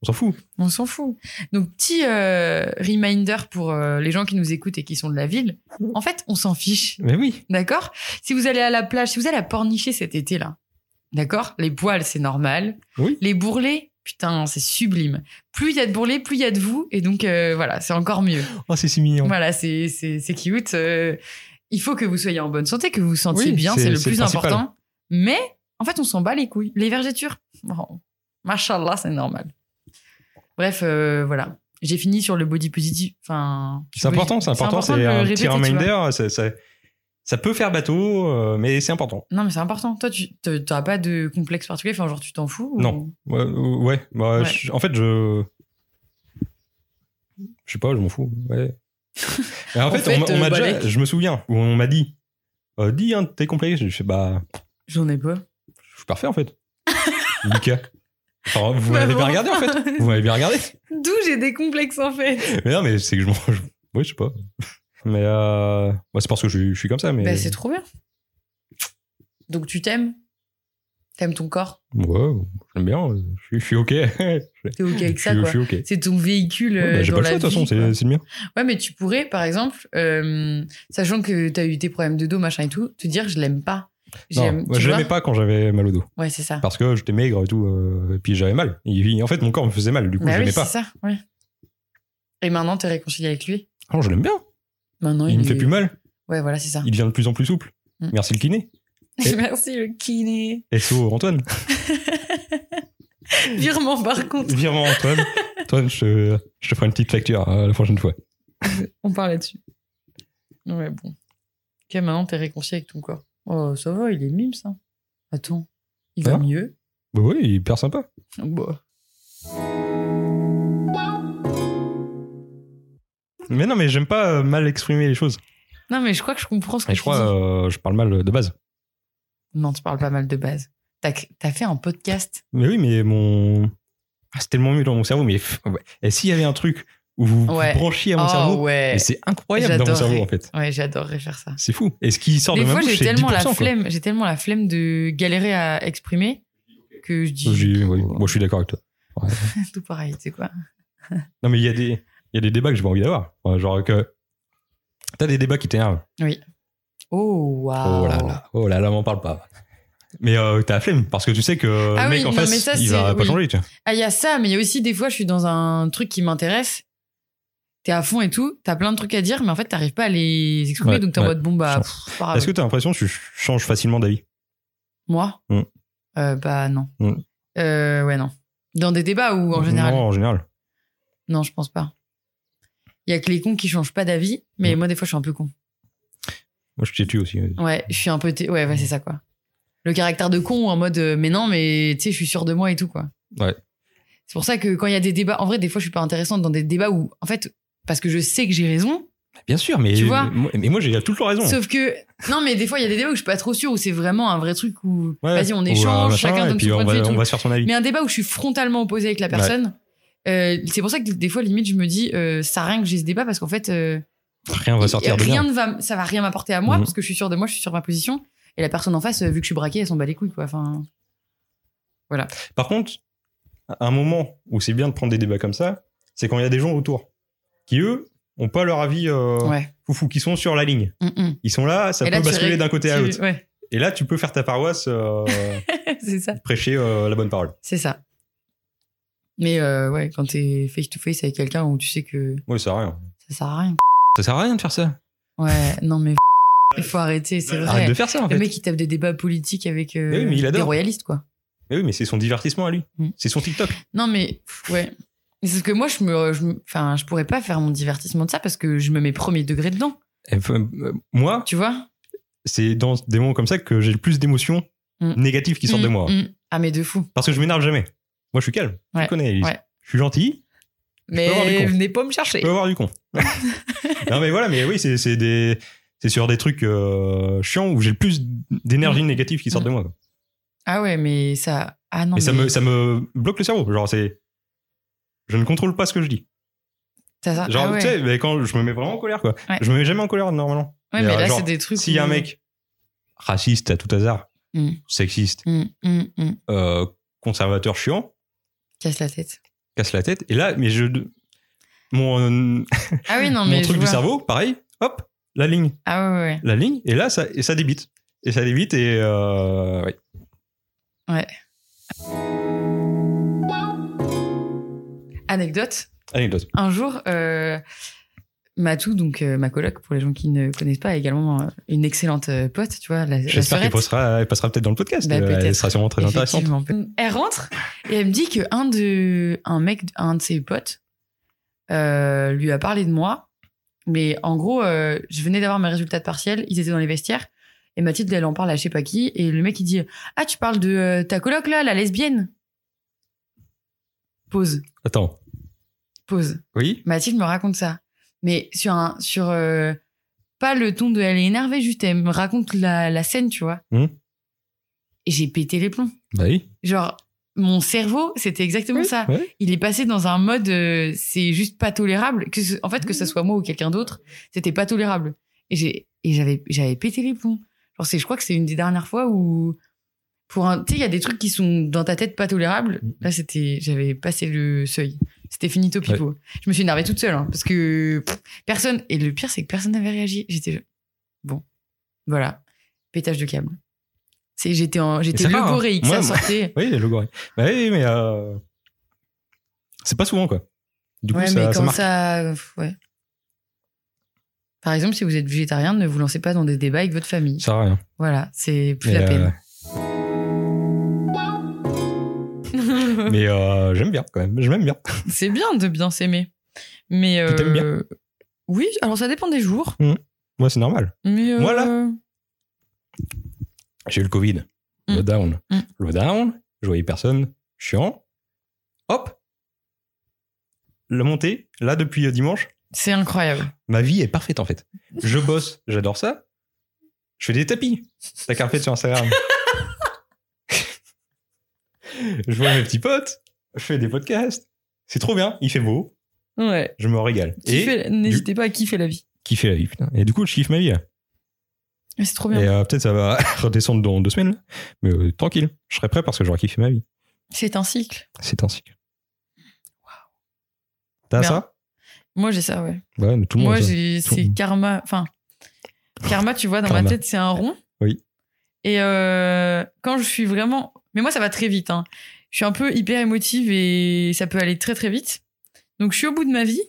[SPEAKER 1] On s'en fout.
[SPEAKER 3] On s'en fout. Donc, petit euh, reminder pour euh, les gens qui nous écoutent et qui sont de la ville. En fait, on s'en fiche.
[SPEAKER 1] Mais oui.
[SPEAKER 3] D'accord Si vous allez à la plage, si vous allez à Pornichet cet été-là, d'accord Les poils, c'est normal.
[SPEAKER 1] Oui.
[SPEAKER 3] Les bourrelets, putain, c'est sublime. Plus il y a de bourrelets, plus il y a de vous. Et donc, euh, voilà, c'est encore mieux.
[SPEAKER 1] Oh, c'est si mignon.
[SPEAKER 3] Voilà, c'est c'est- c'est cute. euh, il faut que vous soyez en bonne santé, que vous vous sentiez
[SPEAKER 1] Oui,
[SPEAKER 3] bien,
[SPEAKER 1] c'est-
[SPEAKER 3] c'est le
[SPEAKER 1] c'est
[SPEAKER 3] plus
[SPEAKER 1] le principal.
[SPEAKER 3] important. Mais, en fait, on s'en bat les couilles. Les vergetures, bon, machallah, c'est normal. Bref, euh, voilà. J'ai fini sur le body positif. Enfin,
[SPEAKER 1] C'est important, c'est important.
[SPEAKER 3] de
[SPEAKER 1] C'est
[SPEAKER 3] le
[SPEAKER 1] un
[SPEAKER 3] répéter,
[SPEAKER 1] petit
[SPEAKER 3] tu vois.
[SPEAKER 1] reminder. Ça, ça, ça peut faire bateau, euh, mais c'est important.
[SPEAKER 3] Non, mais c'est important. Toi, tu te- t'as pas de complexe particulier. Enfin, genre, tu t'en fous ou-
[SPEAKER 1] Non. Ouais. euh, ouais. Bah,
[SPEAKER 3] Ouais.
[SPEAKER 1] je- en fait, je. Je sais pas, je m'en fous. Ouais. Mais en,
[SPEAKER 3] En
[SPEAKER 1] fait,
[SPEAKER 3] fait,
[SPEAKER 1] on m'a- on m'a
[SPEAKER 3] euh, bah,
[SPEAKER 1] déjà.
[SPEAKER 3] les-
[SPEAKER 1] Je me souviens où on m'a dit euh, Dis un de tes complexes. Je fais Bah,
[SPEAKER 3] J'en ai pas.
[SPEAKER 1] je suis parfait en fait. Lucas. Enfin, vous
[SPEAKER 3] Bah,
[SPEAKER 1] m'avez
[SPEAKER 3] bon.
[SPEAKER 1] bien regardé en fait. Vous m'avez bien regardé.
[SPEAKER 3] D'où j'ai des complexes, en fait.
[SPEAKER 1] Mais non, mais c'est que je mange. Oui, je sais pas. Mais euh... bah, c'est parce que je, je suis comme ça. Mais
[SPEAKER 3] Bah, c'est trop bien. Donc, tu t'aimes T'aimes ton corps
[SPEAKER 1] ouais, j'aime bien. Je, suis- je suis ok.
[SPEAKER 3] T'es OK avec
[SPEAKER 1] je,
[SPEAKER 3] ça,
[SPEAKER 1] suis-
[SPEAKER 3] quoi
[SPEAKER 1] je suis ok.
[SPEAKER 3] C'est ton véhicule.
[SPEAKER 1] Ouais,
[SPEAKER 3] euh,
[SPEAKER 1] bah, j'ai
[SPEAKER 3] dans
[SPEAKER 1] pas le
[SPEAKER 3] la
[SPEAKER 1] choix de toute
[SPEAKER 3] vie,
[SPEAKER 1] façon. C'est
[SPEAKER 3] quoi.
[SPEAKER 1] c'est le mien.
[SPEAKER 3] Ouais, mais tu pourrais, par exemple, euh, sachant que t'as eu tes problèmes de dos, machin et tout, te dire je l'aime pas.
[SPEAKER 1] Non,
[SPEAKER 3] J'aime-
[SPEAKER 1] moi,
[SPEAKER 3] tu
[SPEAKER 1] je
[SPEAKER 3] vois
[SPEAKER 1] l'aimais pas quand j'avais mal au dos
[SPEAKER 3] Ouais, c'est ça.
[SPEAKER 1] parce que j'étais maigre et tout. euh, et puis j'avais mal. Et- et en fait, mon corps me faisait mal. Du coup,
[SPEAKER 3] Bah
[SPEAKER 1] je
[SPEAKER 3] oui,
[SPEAKER 1] l'aimais
[SPEAKER 3] c'est
[SPEAKER 1] pas.
[SPEAKER 3] ça. Ouais. Et maintenant, t'es réconcilié avec lui.
[SPEAKER 1] Alors, je l'aime bien.
[SPEAKER 3] Maintenant,
[SPEAKER 1] Il,
[SPEAKER 3] il
[SPEAKER 1] me fait
[SPEAKER 3] est-
[SPEAKER 1] plus mal.
[SPEAKER 3] Ouais, voilà, c'est ça.
[SPEAKER 1] Il devient de plus en plus souple.
[SPEAKER 3] Mm.
[SPEAKER 1] Merci le kiné. Et-
[SPEAKER 3] Merci le kiné.
[SPEAKER 1] SO Antoine.
[SPEAKER 3] Virement par contre,
[SPEAKER 1] Virement Antoine. Antoine, je, te- je te ferai une petite facture euh, la prochaine fois.
[SPEAKER 3] on parle là-dessus. Ouais, bon. Ok, maintenant t'es réconcilié avec ton corps. Oh, ça va, il est mime ça. Attends, il va
[SPEAKER 1] Hein
[SPEAKER 3] mieux.
[SPEAKER 1] Bah ouais, il est hyper sympa.
[SPEAKER 3] Bon.
[SPEAKER 1] Mais non, mais j'aime pas euh, mal exprimer les choses.
[SPEAKER 3] Non, mais je crois que je comprends ce que
[SPEAKER 1] Et
[SPEAKER 3] tu
[SPEAKER 1] je crois,
[SPEAKER 3] dis.
[SPEAKER 1] euh, je parle mal de base.
[SPEAKER 3] Non, tu parles pas mal de base. T'as t'as fait un podcast.
[SPEAKER 1] Mais oui, mais mon. Ah, c'est tellement mieux dans mon cerveau. Mais pff, ouais. et s'il y avait un truc où vous, vous
[SPEAKER 3] Ouais.
[SPEAKER 1] branchiez à mon
[SPEAKER 3] oh
[SPEAKER 1] cerveau,
[SPEAKER 3] ouais.
[SPEAKER 1] mais c'est incroyable dans mon
[SPEAKER 3] J'adorerais.
[SPEAKER 1] cerveau en fait.
[SPEAKER 3] Ouais, j'adorerais faire ça.
[SPEAKER 1] C'est fou. Et ce qui sort
[SPEAKER 3] Des
[SPEAKER 1] de ma
[SPEAKER 3] fois,
[SPEAKER 1] bouche,
[SPEAKER 3] j'ai
[SPEAKER 1] c'est
[SPEAKER 3] tellement la
[SPEAKER 1] 10%, quoi.
[SPEAKER 3] flemme, j'ai tellement la flemme de galérer à exprimer que je dis oh.
[SPEAKER 1] J'ai- oui, moi, je suis d'accord avec toi. Ouais.
[SPEAKER 3] tout pareil, tu sais quoi.
[SPEAKER 1] non, mais il y a des, il y a des débats que j'ai pas envie d'avoir. Enfin, genre que t'as des débats qui t'énervent.
[SPEAKER 3] Oh waouh.
[SPEAKER 1] Oh là là, oh là là, m'en parle pas. Mais euh, t'as la flemme parce que tu sais que le
[SPEAKER 3] Ah
[SPEAKER 1] mec
[SPEAKER 3] oui,
[SPEAKER 1] en
[SPEAKER 3] non,
[SPEAKER 1] face,
[SPEAKER 3] mais ça,
[SPEAKER 1] il
[SPEAKER 3] c'est-
[SPEAKER 1] va pas
[SPEAKER 3] oui.
[SPEAKER 1] changer. Tu vois.
[SPEAKER 3] Ah, il y a ça, mais il y a aussi des fois, je suis dans un truc qui m'intéresse. T'es à fond et tout, t'as plein de trucs à dire, mais en fait, t'arrives pas à les exprimer,
[SPEAKER 1] Ouais,
[SPEAKER 3] donc t'es en
[SPEAKER 1] ouais.
[SPEAKER 3] mode bon,
[SPEAKER 1] Je
[SPEAKER 3] bah, pff, pas grave.
[SPEAKER 1] Est-ce que t'as l'impression que tu changes facilement d'avis
[SPEAKER 3] Moi
[SPEAKER 1] Mm.
[SPEAKER 3] Euh, Bah, non.
[SPEAKER 1] Mm.
[SPEAKER 3] Euh, ouais, non. Dans des débats ou en général
[SPEAKER 1] Non, en général.
[SPEAKER 3] Non, je pense pas. Il y a que les cons qui changent pas d'avis, mais
[SPEAKER 1] Mm.
[SPEAKER 3] moi, des fois, je suis un peu con.
[SPEAKER 1] Moi, je t'ai tué aussi.
[SPEAKER 3] Ouais, je suis un peu. té- Ouais, ouais, c'est ça, quoi. le caractère de con en mode euh, mais non mais tu sais je suis sûr de moi et tout quoi.
[SPEAKER 1] Ouais.
[SPEAKER 3] C'est pour ça que quand il y a des débats en vrai des fois je suis pas intéressante dans des débats où en fait parce que je sais que j'ai raison
[SPEAKER 1] Bien sûr, mais,
[SPEAKER 3] Tu vois
[SPEAKER 1] mais, mais moi j'ai tout le temps raison.
[SPEAKER 3] sauf que non mais des fois il y a des débats où je suis pas trop sûre où c'est vraiment un vrai truc où
[SPEAKER 1] Ouais.
[SPEAKER 3] vas-y on
[SPEAKER 1] Ou, euh,
[SPEAKER 3] échange
[SPEAKER 1] machin,
[SPEAKER 3] chacun
[SPEAKER 1] et
[SPEAKER 3] donne
[SPEAKER 1] puis
[SPEAKER 3] son
[SPEAKER 1] on
[SPEAKER 3] point de
[SPEAKER 1] va,
[SPEAKER 3] vue et tout.
[SPEAKER 1] on va se faire son avis.
[SPEAKER 3] Mais un débat où je suis frontalement opposée avec la personne euh, c'est pour ça que des fois limite je me dis euh, ça sert à rien que j'ai ce débat parce qu'en fait euh,
[SPEAKER 1] Rien va sortir de
[SPEAKER 3] rien
[SPEAKER 1] rien.
[SPEAKER 3] ne va ça va rien m'apporter à moi
[SPEAKER 1] Mhm.
[SPEAKER 3] parce que je suis sûre de moi je suis sûre de ma position et la personne en face euh, vu que je suis braquée elle s'en bat les couilles quoi enfin
[SPEAKER 1] Par contre, à un moment où c'est bien de prendre des débats comme ça, c'est quand il y a des gens autour qui, eux, ont pas leur avis euh,
[SPEAKER 3] ouais
[SPEAKER 1] foufou, qui sont sur la ligne.
[SPEAKER 3] Mm, mm.
[SPEAKER 1] Ils sont là, ça
[SPEAKER 3] Et
[SPEAKER 1] peut
[SPEAKER 3] là, tu
[SPEAKER 1] basculer
[SPEAKER 3] ré-
[SPEAKER 1] d'un côté à
[SPEAKER 3] tu-
[SPEAKER 1] l'autre.
[SPEAKER 3] ouais
[SPEAKER 1] Et là, tu peux faire ta paroisse euh,
[SPEAKER 3] c'est ça
[SPEAKER 1] prêcher euh, la bonne parole.
[SPEAKER 3] C'est ça. Mais euh, ouais, quand t'es face to face avec quelqu'un où tu sais que
[SPEAKER 1] Moi, ça sert à rien.
[SPEAKER 3] ça sert à rien.
[SPEAKER 1] Ça sert à rien de faire ça.
[SPEAKER 3] Ouais, non mais il faut arrêter, c'est vrai.
[SPEAKER 1] Arrête de faire ça, en fait.
[SPEAKER 3] Le mec il tape des débats politiques avec euh,
[SPEAKER 1] Mais oui, mais il
[SPEAKER 3] des
[SPEAKER 1] adore.
[SPEAKER 3] royalistes quoi.
[SPEAKER 1] Mais oui, mais c'est son divertissement à lui.
[SPEAKER 3] Mm.
[SPEAKER 1] C'est son TikTok.
[SPEAKER 3] Non mais pff, ouais. Mais C'est ce que moi je me, je me- enfin je pourrais pas faire mon divertissement de ça parce que je me mets premier degré dedans,
[SPEAKER 1] Et, euh, moi,
[SPEAKER 3] tu vois.
[SPEAKER 1] c'est dans des moments comme ça que j'ai le plus d'émotions
[SPEAKER 3] Mm.
[SPEAKER 1] négatives qui sortent de
[SPEAKER 3] Mm,
[SPEAKER 1] moi.
[SPEAKER 3] mm. Ah mais de fou.
[SPEAKER 1] Parce que je m'énerve jamais. Moi, je suis calme. Tu
[SPEAKER 3] Ouais,
[SPEAKER 1] me connais, Elise.
[SPEAKER 3] ouais.
[SPEAKER 1] Je suis gentil. avoir des
[SPEAKER 3] Mais
[SPEAKER 1] cons.
[SPEAKER 3] venez pas me chercher.
[SPEAKER 1] Je peux avoir du con. non, mais voilà, mais oui, c'est c'est des. C'est sur des trucs euh, chiants où j'ai le plus d'énergie négative qui sortent de moi. quoi.
[SPEAKER 3] Ah ouais, mais ça ah non
[SPEAKER 1] mais,
[SPEAKER 3] mais,
[SPEAKER 1] Ça, me, ça me bloque le cerveau. Genre, c'est. Je ne contrôle pas ce que je dis.
[SPEAKER 3] ça- ça-
[SPEAKER 1] Genre,
[SPEAKER 3] ah ouais.
[SPEAKER 1] tu sais, mais quand je me mets vraiment en colère, quoi.
[SPEAKER 3] Ouais.
[SPEAKER 1] Je me mets jamais en colère, normalement.
[SPEAKER 3] Ouais, mais
[SPEAKER 1] euh,
[SPEAKER 3] là
[SPEAKER 1] genre,
[SPEAKER 3] c'est des trucs
[SPEAKER 1] S'il y a un
[SPEAKER 3] où-
[SPEAKER 1] mec raciste à tout hasard,
[SPEAKER 3] Mm.
[SPEAKER 1] sexiste,
[SPEAKER 3] Mm, mm, mm.
[SPEAKER 1] euh, conservateur chiant,
[SPEAKER 3] casse la tête.
[SPEAKER 1] casse la tête. Et là, mais je. Mon,
[SPEAKER 3] Ah oui, non mais
[SPEAKER 1] mon
[SPEAKER 3] je
[SPEAKER 1] truc du
[SPEAKER 3] vois.
[SPEAKER 1] cerveau, pareil, hop, la ligne,
[SPEAKER 3] Ah ouais, ouais, ouais.
[SPEAKER 1] la ligne, et là, ça, et ça débite. Et ça débite, et. euh, ouais.
[SPEAKER 3] Anecdote,
[SPEAKER 1] Anecdote.
[SPEAKER 3] un jour, euh, Matou, donc euh, ma coloc, pour les gens qui ne connaissent pas, est également euh, une excellente euh, pote, tu vois, la, la
[SPEAKER 1] J'espère qu'elle
[SPEAKER 3] sœurette.
[SPEAKER 1] passera, elle passera peut-être dans le podcast.
[SPEAKER 3] Bah,
[SPEAKER 1] Euh, elle
[SPEAKER 3] peut-être.
[SPEAKER 1] sera sûrement très intéressante.
[SPEAKER 3] Effectivement. Elle rentre et elle me dit que un de, un mec, un de ses potes, euh, lui a parlé de moi. Mais en gros, euh, je venais d'avoir mes résultats de partiel, ils étaient dans les vestiaires. Et Mathilde, elle en parle à je sais pas qui. Et le mec, il dit Ah, tu parles de euh, ta coloc là, la lesbienne Pause,
[SPEAKER 1] Attends.
[SPEAKER 3] pause.
[SPEAKER 1] Oui
[SPEAKER 3] Mathilde me raconte ça. Mais sur un. Sur, euh, pas le ton de elle est énervée, juste elle me raconte la, la scène, tu vois.
[SPEAKER 1] Mhm.
[SPEAKER 3] Et j'ai pété les plombs.
[SPEAKER 1] Bah oui.
[SPEAKER 3] Genre, mon cerveau, c'était exactement ça.
[SPEAKER 1] ouais.
[SPEAKER 3] Il est passé dans un mode, euh, c'est juste pas tolérable. Que ce- en fait, que
[SPEAKER 1] Mmh.
[SPEAKER 3] ce soit moi ou quelqu'un d'autre, c'était pas tolérable. Et j'ai- et j'avais j'avais pété les plombs. Genre, c'est- je crois que c'est une des dernières fois où. Pour un, tu sais, il y a des trucs qui sont dans ta tête pas tolérables.
[SPEAKER 1] Mmh.
[SPEAKER 3] Là, c'était, j'avais passé le seuil. C'était finito pipo. Je me suis énervée toute seule, hein, parce que pff, personne. Et le pire, c'est que personne n'avait réagi. J'étais bon, voilà, pétage de câble. C'est, j'étais, en, j'étais
[SPEAKER 1] ça va, hein.
[SPEAKER 3] logorréique,
[SPEAKER 1] Moi,
[SPEAKER 3] ça
[SPEAKER 1] moi-
[SPEAKER 3] sortait.
[SPEAKER 1] Oui, le gorille. Bah oui, mais. euh, C'est pas souvent, quoi. Du coup,
[SPEAKER 3] ouais, mais
[SPEAKER 1] ça, ça
[SPEAKER 3] quand
[SPEAKER 1] marque.
[SPEAKER 3] ça. pff, ouais. Par exemple, si vous êtes végétarien, ne vous lancez pas dans des débats avec votre famille.
[SPEAKER 1] Ça sert à rien.
[SPEAKER 3] Voilà, c'est plus
[SPEAKER 1] Mais,
[SPEAKER 3] la
[SPEAKER 1] euh,
[SPEAKER 3] peine.
[SPEAKER 1] mais euh, j'aime bien, quand même. Je m'aime bien.
[SPEAKER 3] c'est bien de bien s'aimer. Mais.
[SPEAKER 1] Tu t'aimes bien
[SPEAKER 3] euh, Oui, alors ça dépend des jours.
[SPEAKER 1] Moi, c'est normal.
[SPEAKER 3] Mais. euh,
[SPEAKER 1] Voilà. J'ai eu le Covid.
[SPEAKER 3] Mm.
[SPEAKER 1] Lockdown.
[SPEAKER 3] Mm.
[SPEAKER 1] Lockdown. Je voyais personne. Chiant. Hop. La montée. Là, depuis euh, dimanche,
[SPEAKER 3] C'est incroyable.
[SPEAKER 1] ma vie est parfaite en fait. Je bosse. J'adore ça. Je fais des tapis. La carpette sur Instagram. je vois mes petits potes. Je fais des podcasts. C'est trop bien. Il fait beau.
[SPEAKER 3] Ouais.
[SPEAKER 1] Je me régale. Et
[SPEAKER 3] Kiffez- N'hésitez pas à kiffer la vie.
[SPEAKER 1] kiffer la vie. putain. Et du coup, je kiffe ma vie. là.
[SPEAKER 3] Mais C'est trop
[SPEAKER 1] Et
[SPEAKER 3] bien.
[SPEAKER 1] euh, peut-être ça va redescendre dans deux semaines. là. Mais euh, tranquille. Je serai prêt parce que j'aurai kiffé ma vie.
[SPEAKER 3] C'est un cycle.
[SPEAKER 1] C'est ainsi. T'as
[SPEAKER 3] Merde.
[SPEAKER 1] ça
[SPEAKER 3] Moi, j'ai ça, ouais.
[SPEAKER 1] Ouais, mais tout le monde.
[SPEAKER 3] Moi,
[SPEAKER 1] a ça.
[SPEAKER 3] j'ai-
[SPEAKER 1] Tout-
[SPEAKER 3] c'est karma. Enfin, karma, tu vois, dans
[SPEAKER 1] Karma.
[SPEAKER 3] ma tête, c'est un rond.
[SPEAKER 1] Oui.
[SPEAKER 3] Et euh, quand je suis vraiment. Mais moi, ça va très vite. hein. Je suis un peu hyper émotive et ça peut aller très, très vite. Donc, je suis au bout de ma vie.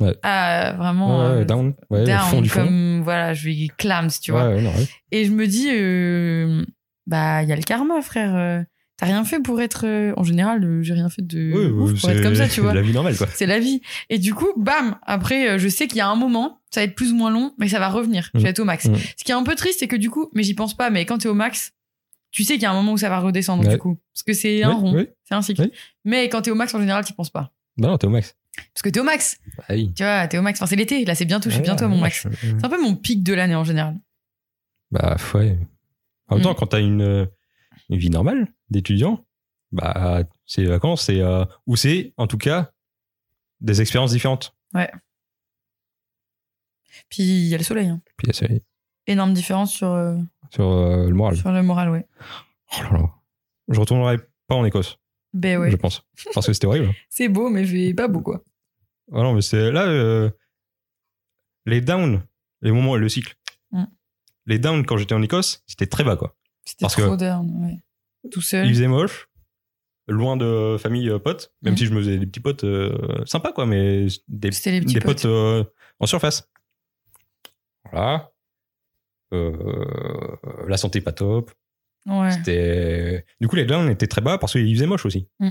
[SPEAKER 1] Ouais.
[SPEAKER 3] Ah,
[SPEAKER 1] Ouais,
[SPEAKER 3] vraiment.
[SPEAKER 1] ouais,
[SPEAKER 3] euh,
[SPEAKER 1] down. Ouais,
[SPEAKER 3] down,
[SPEAKER 1] au fond du fond.
[SPEAKER 3] comme voilà, je vais clams, tu
[SPEAKER 1] ouais,
[SPEAKER 3] vois.
[SPEAKER 1] ouais, non, ouais.
[SPEAKER 3] Et je me dis, euh, bah, il y a le karma, frère. euh, T'as rien fait pour être. euh, En général, euh, j'ai rien fait de.
[SPEAKER 1] Ouais,
[SPEAKER 3] ouf
[SPEAKER 1] ouais,
[SPEAKER 3] pour être comme ça, tu vois.
[SPEAKER 1] La vie normale, quoi.
[SPEAKER 3] C'est la vie. Et du coup, bam, après, euh, je sais qu'il y a un moment, ça va être plus ou moins long, mais ça va revenir. Je
[SPEAKER 1] Mhm.
[SPEAKER 3] vais être au max.
[SPEAKER 1] Mhm.
[SPEAKER 3] Ce qui est un peu triste, c'est que du coup, mais j'y pense pas, mais quand t'es au max, tu sais qu'il y a un moment où ça va redescendre
[SPEAKER 1] Ouais.
[SPEAKER 3] du coup. Parce que c'est un
[SPEAKER 1] Oui,
[SPEAKER 3] rond,
[SPEAKER 1] oui.
[SPEAKER 3] c'est un cycle.
[SPEAKER 1] Oui.
[SPEAKER 3] Mais quand t'es au max, en général, t'y penses pas.
[SPEAKER 1] Bah non, t'es au max.
[SPEAKER 3] Parce que t'es au max,
[SPEAKER 1] Ah oui.
[SPEAKER 3] tu vois, t'es au max. Enfin, c'est l'été, là c'est bientôt, je suis bientôt à mon max. C'est un peu mon pic de l'année en général.
[SPEAKER 1] Bah ouais. En même temps,
[SPEAKER 3] Mm.
[SPEAKER 1] quand t'as une, euh, une vie normale d'étudiant, bah c'est les vacances, c'est euh, ou c'est en tout cas des expériences différentes.
[SPEAKER 3] Puis il y a le soleil. hein.
[SPEAKER 1] Puis il y a ça,
[SPEAKER 3] Énorme différence sur, euh,
[SPEAKER 1] sur euh, le moral.
[SPEAKER 3] sur le moral, ouais.
[SPEAKER 1] Oh là là. Je retournerai pas en Écosse,
[SPEAKER 3] Ben ouais.
[SPEAKER 1] je pense, parce que c'était horrible.
[SPEAKER 3] C'est beau, mais c'est pas beau quoi.
[SPEAKER 1] Ah non, mais c'est là euh, les downs, les moments, le cycle.
[SPEAKER 3] Mm.
[SPEAKER 1] Les downs quand j'étais en Écosse, c'était très bas quoi.
[SPEAKER 3] C'était
[SPEAKER 1] Parce que-
[SPEAKER 3] trop down, ouais. Tout seul.
[SPEAKER 1] Il faisait moche, loin de famille euh, potes, même
[SPEAKER 3] Mm.
[SPEAKER 1] si je me faisais des petits potes euh, sympas quoi, mais des,
[SPEAKER 3] C'était les petits
[SPEAKER 1] des
[SPEAKER 3] potes.
[SPEAKER 1] potes, euh, en surface. Voilà. Euh, la santé pas top.
[SPEAKER 3] Ouais.
[SPEAKER 1] C'était- Du coup, les downs étaient très bas parce qu'ils faisaient moche aussi.
[SPEAKER 3] Mm.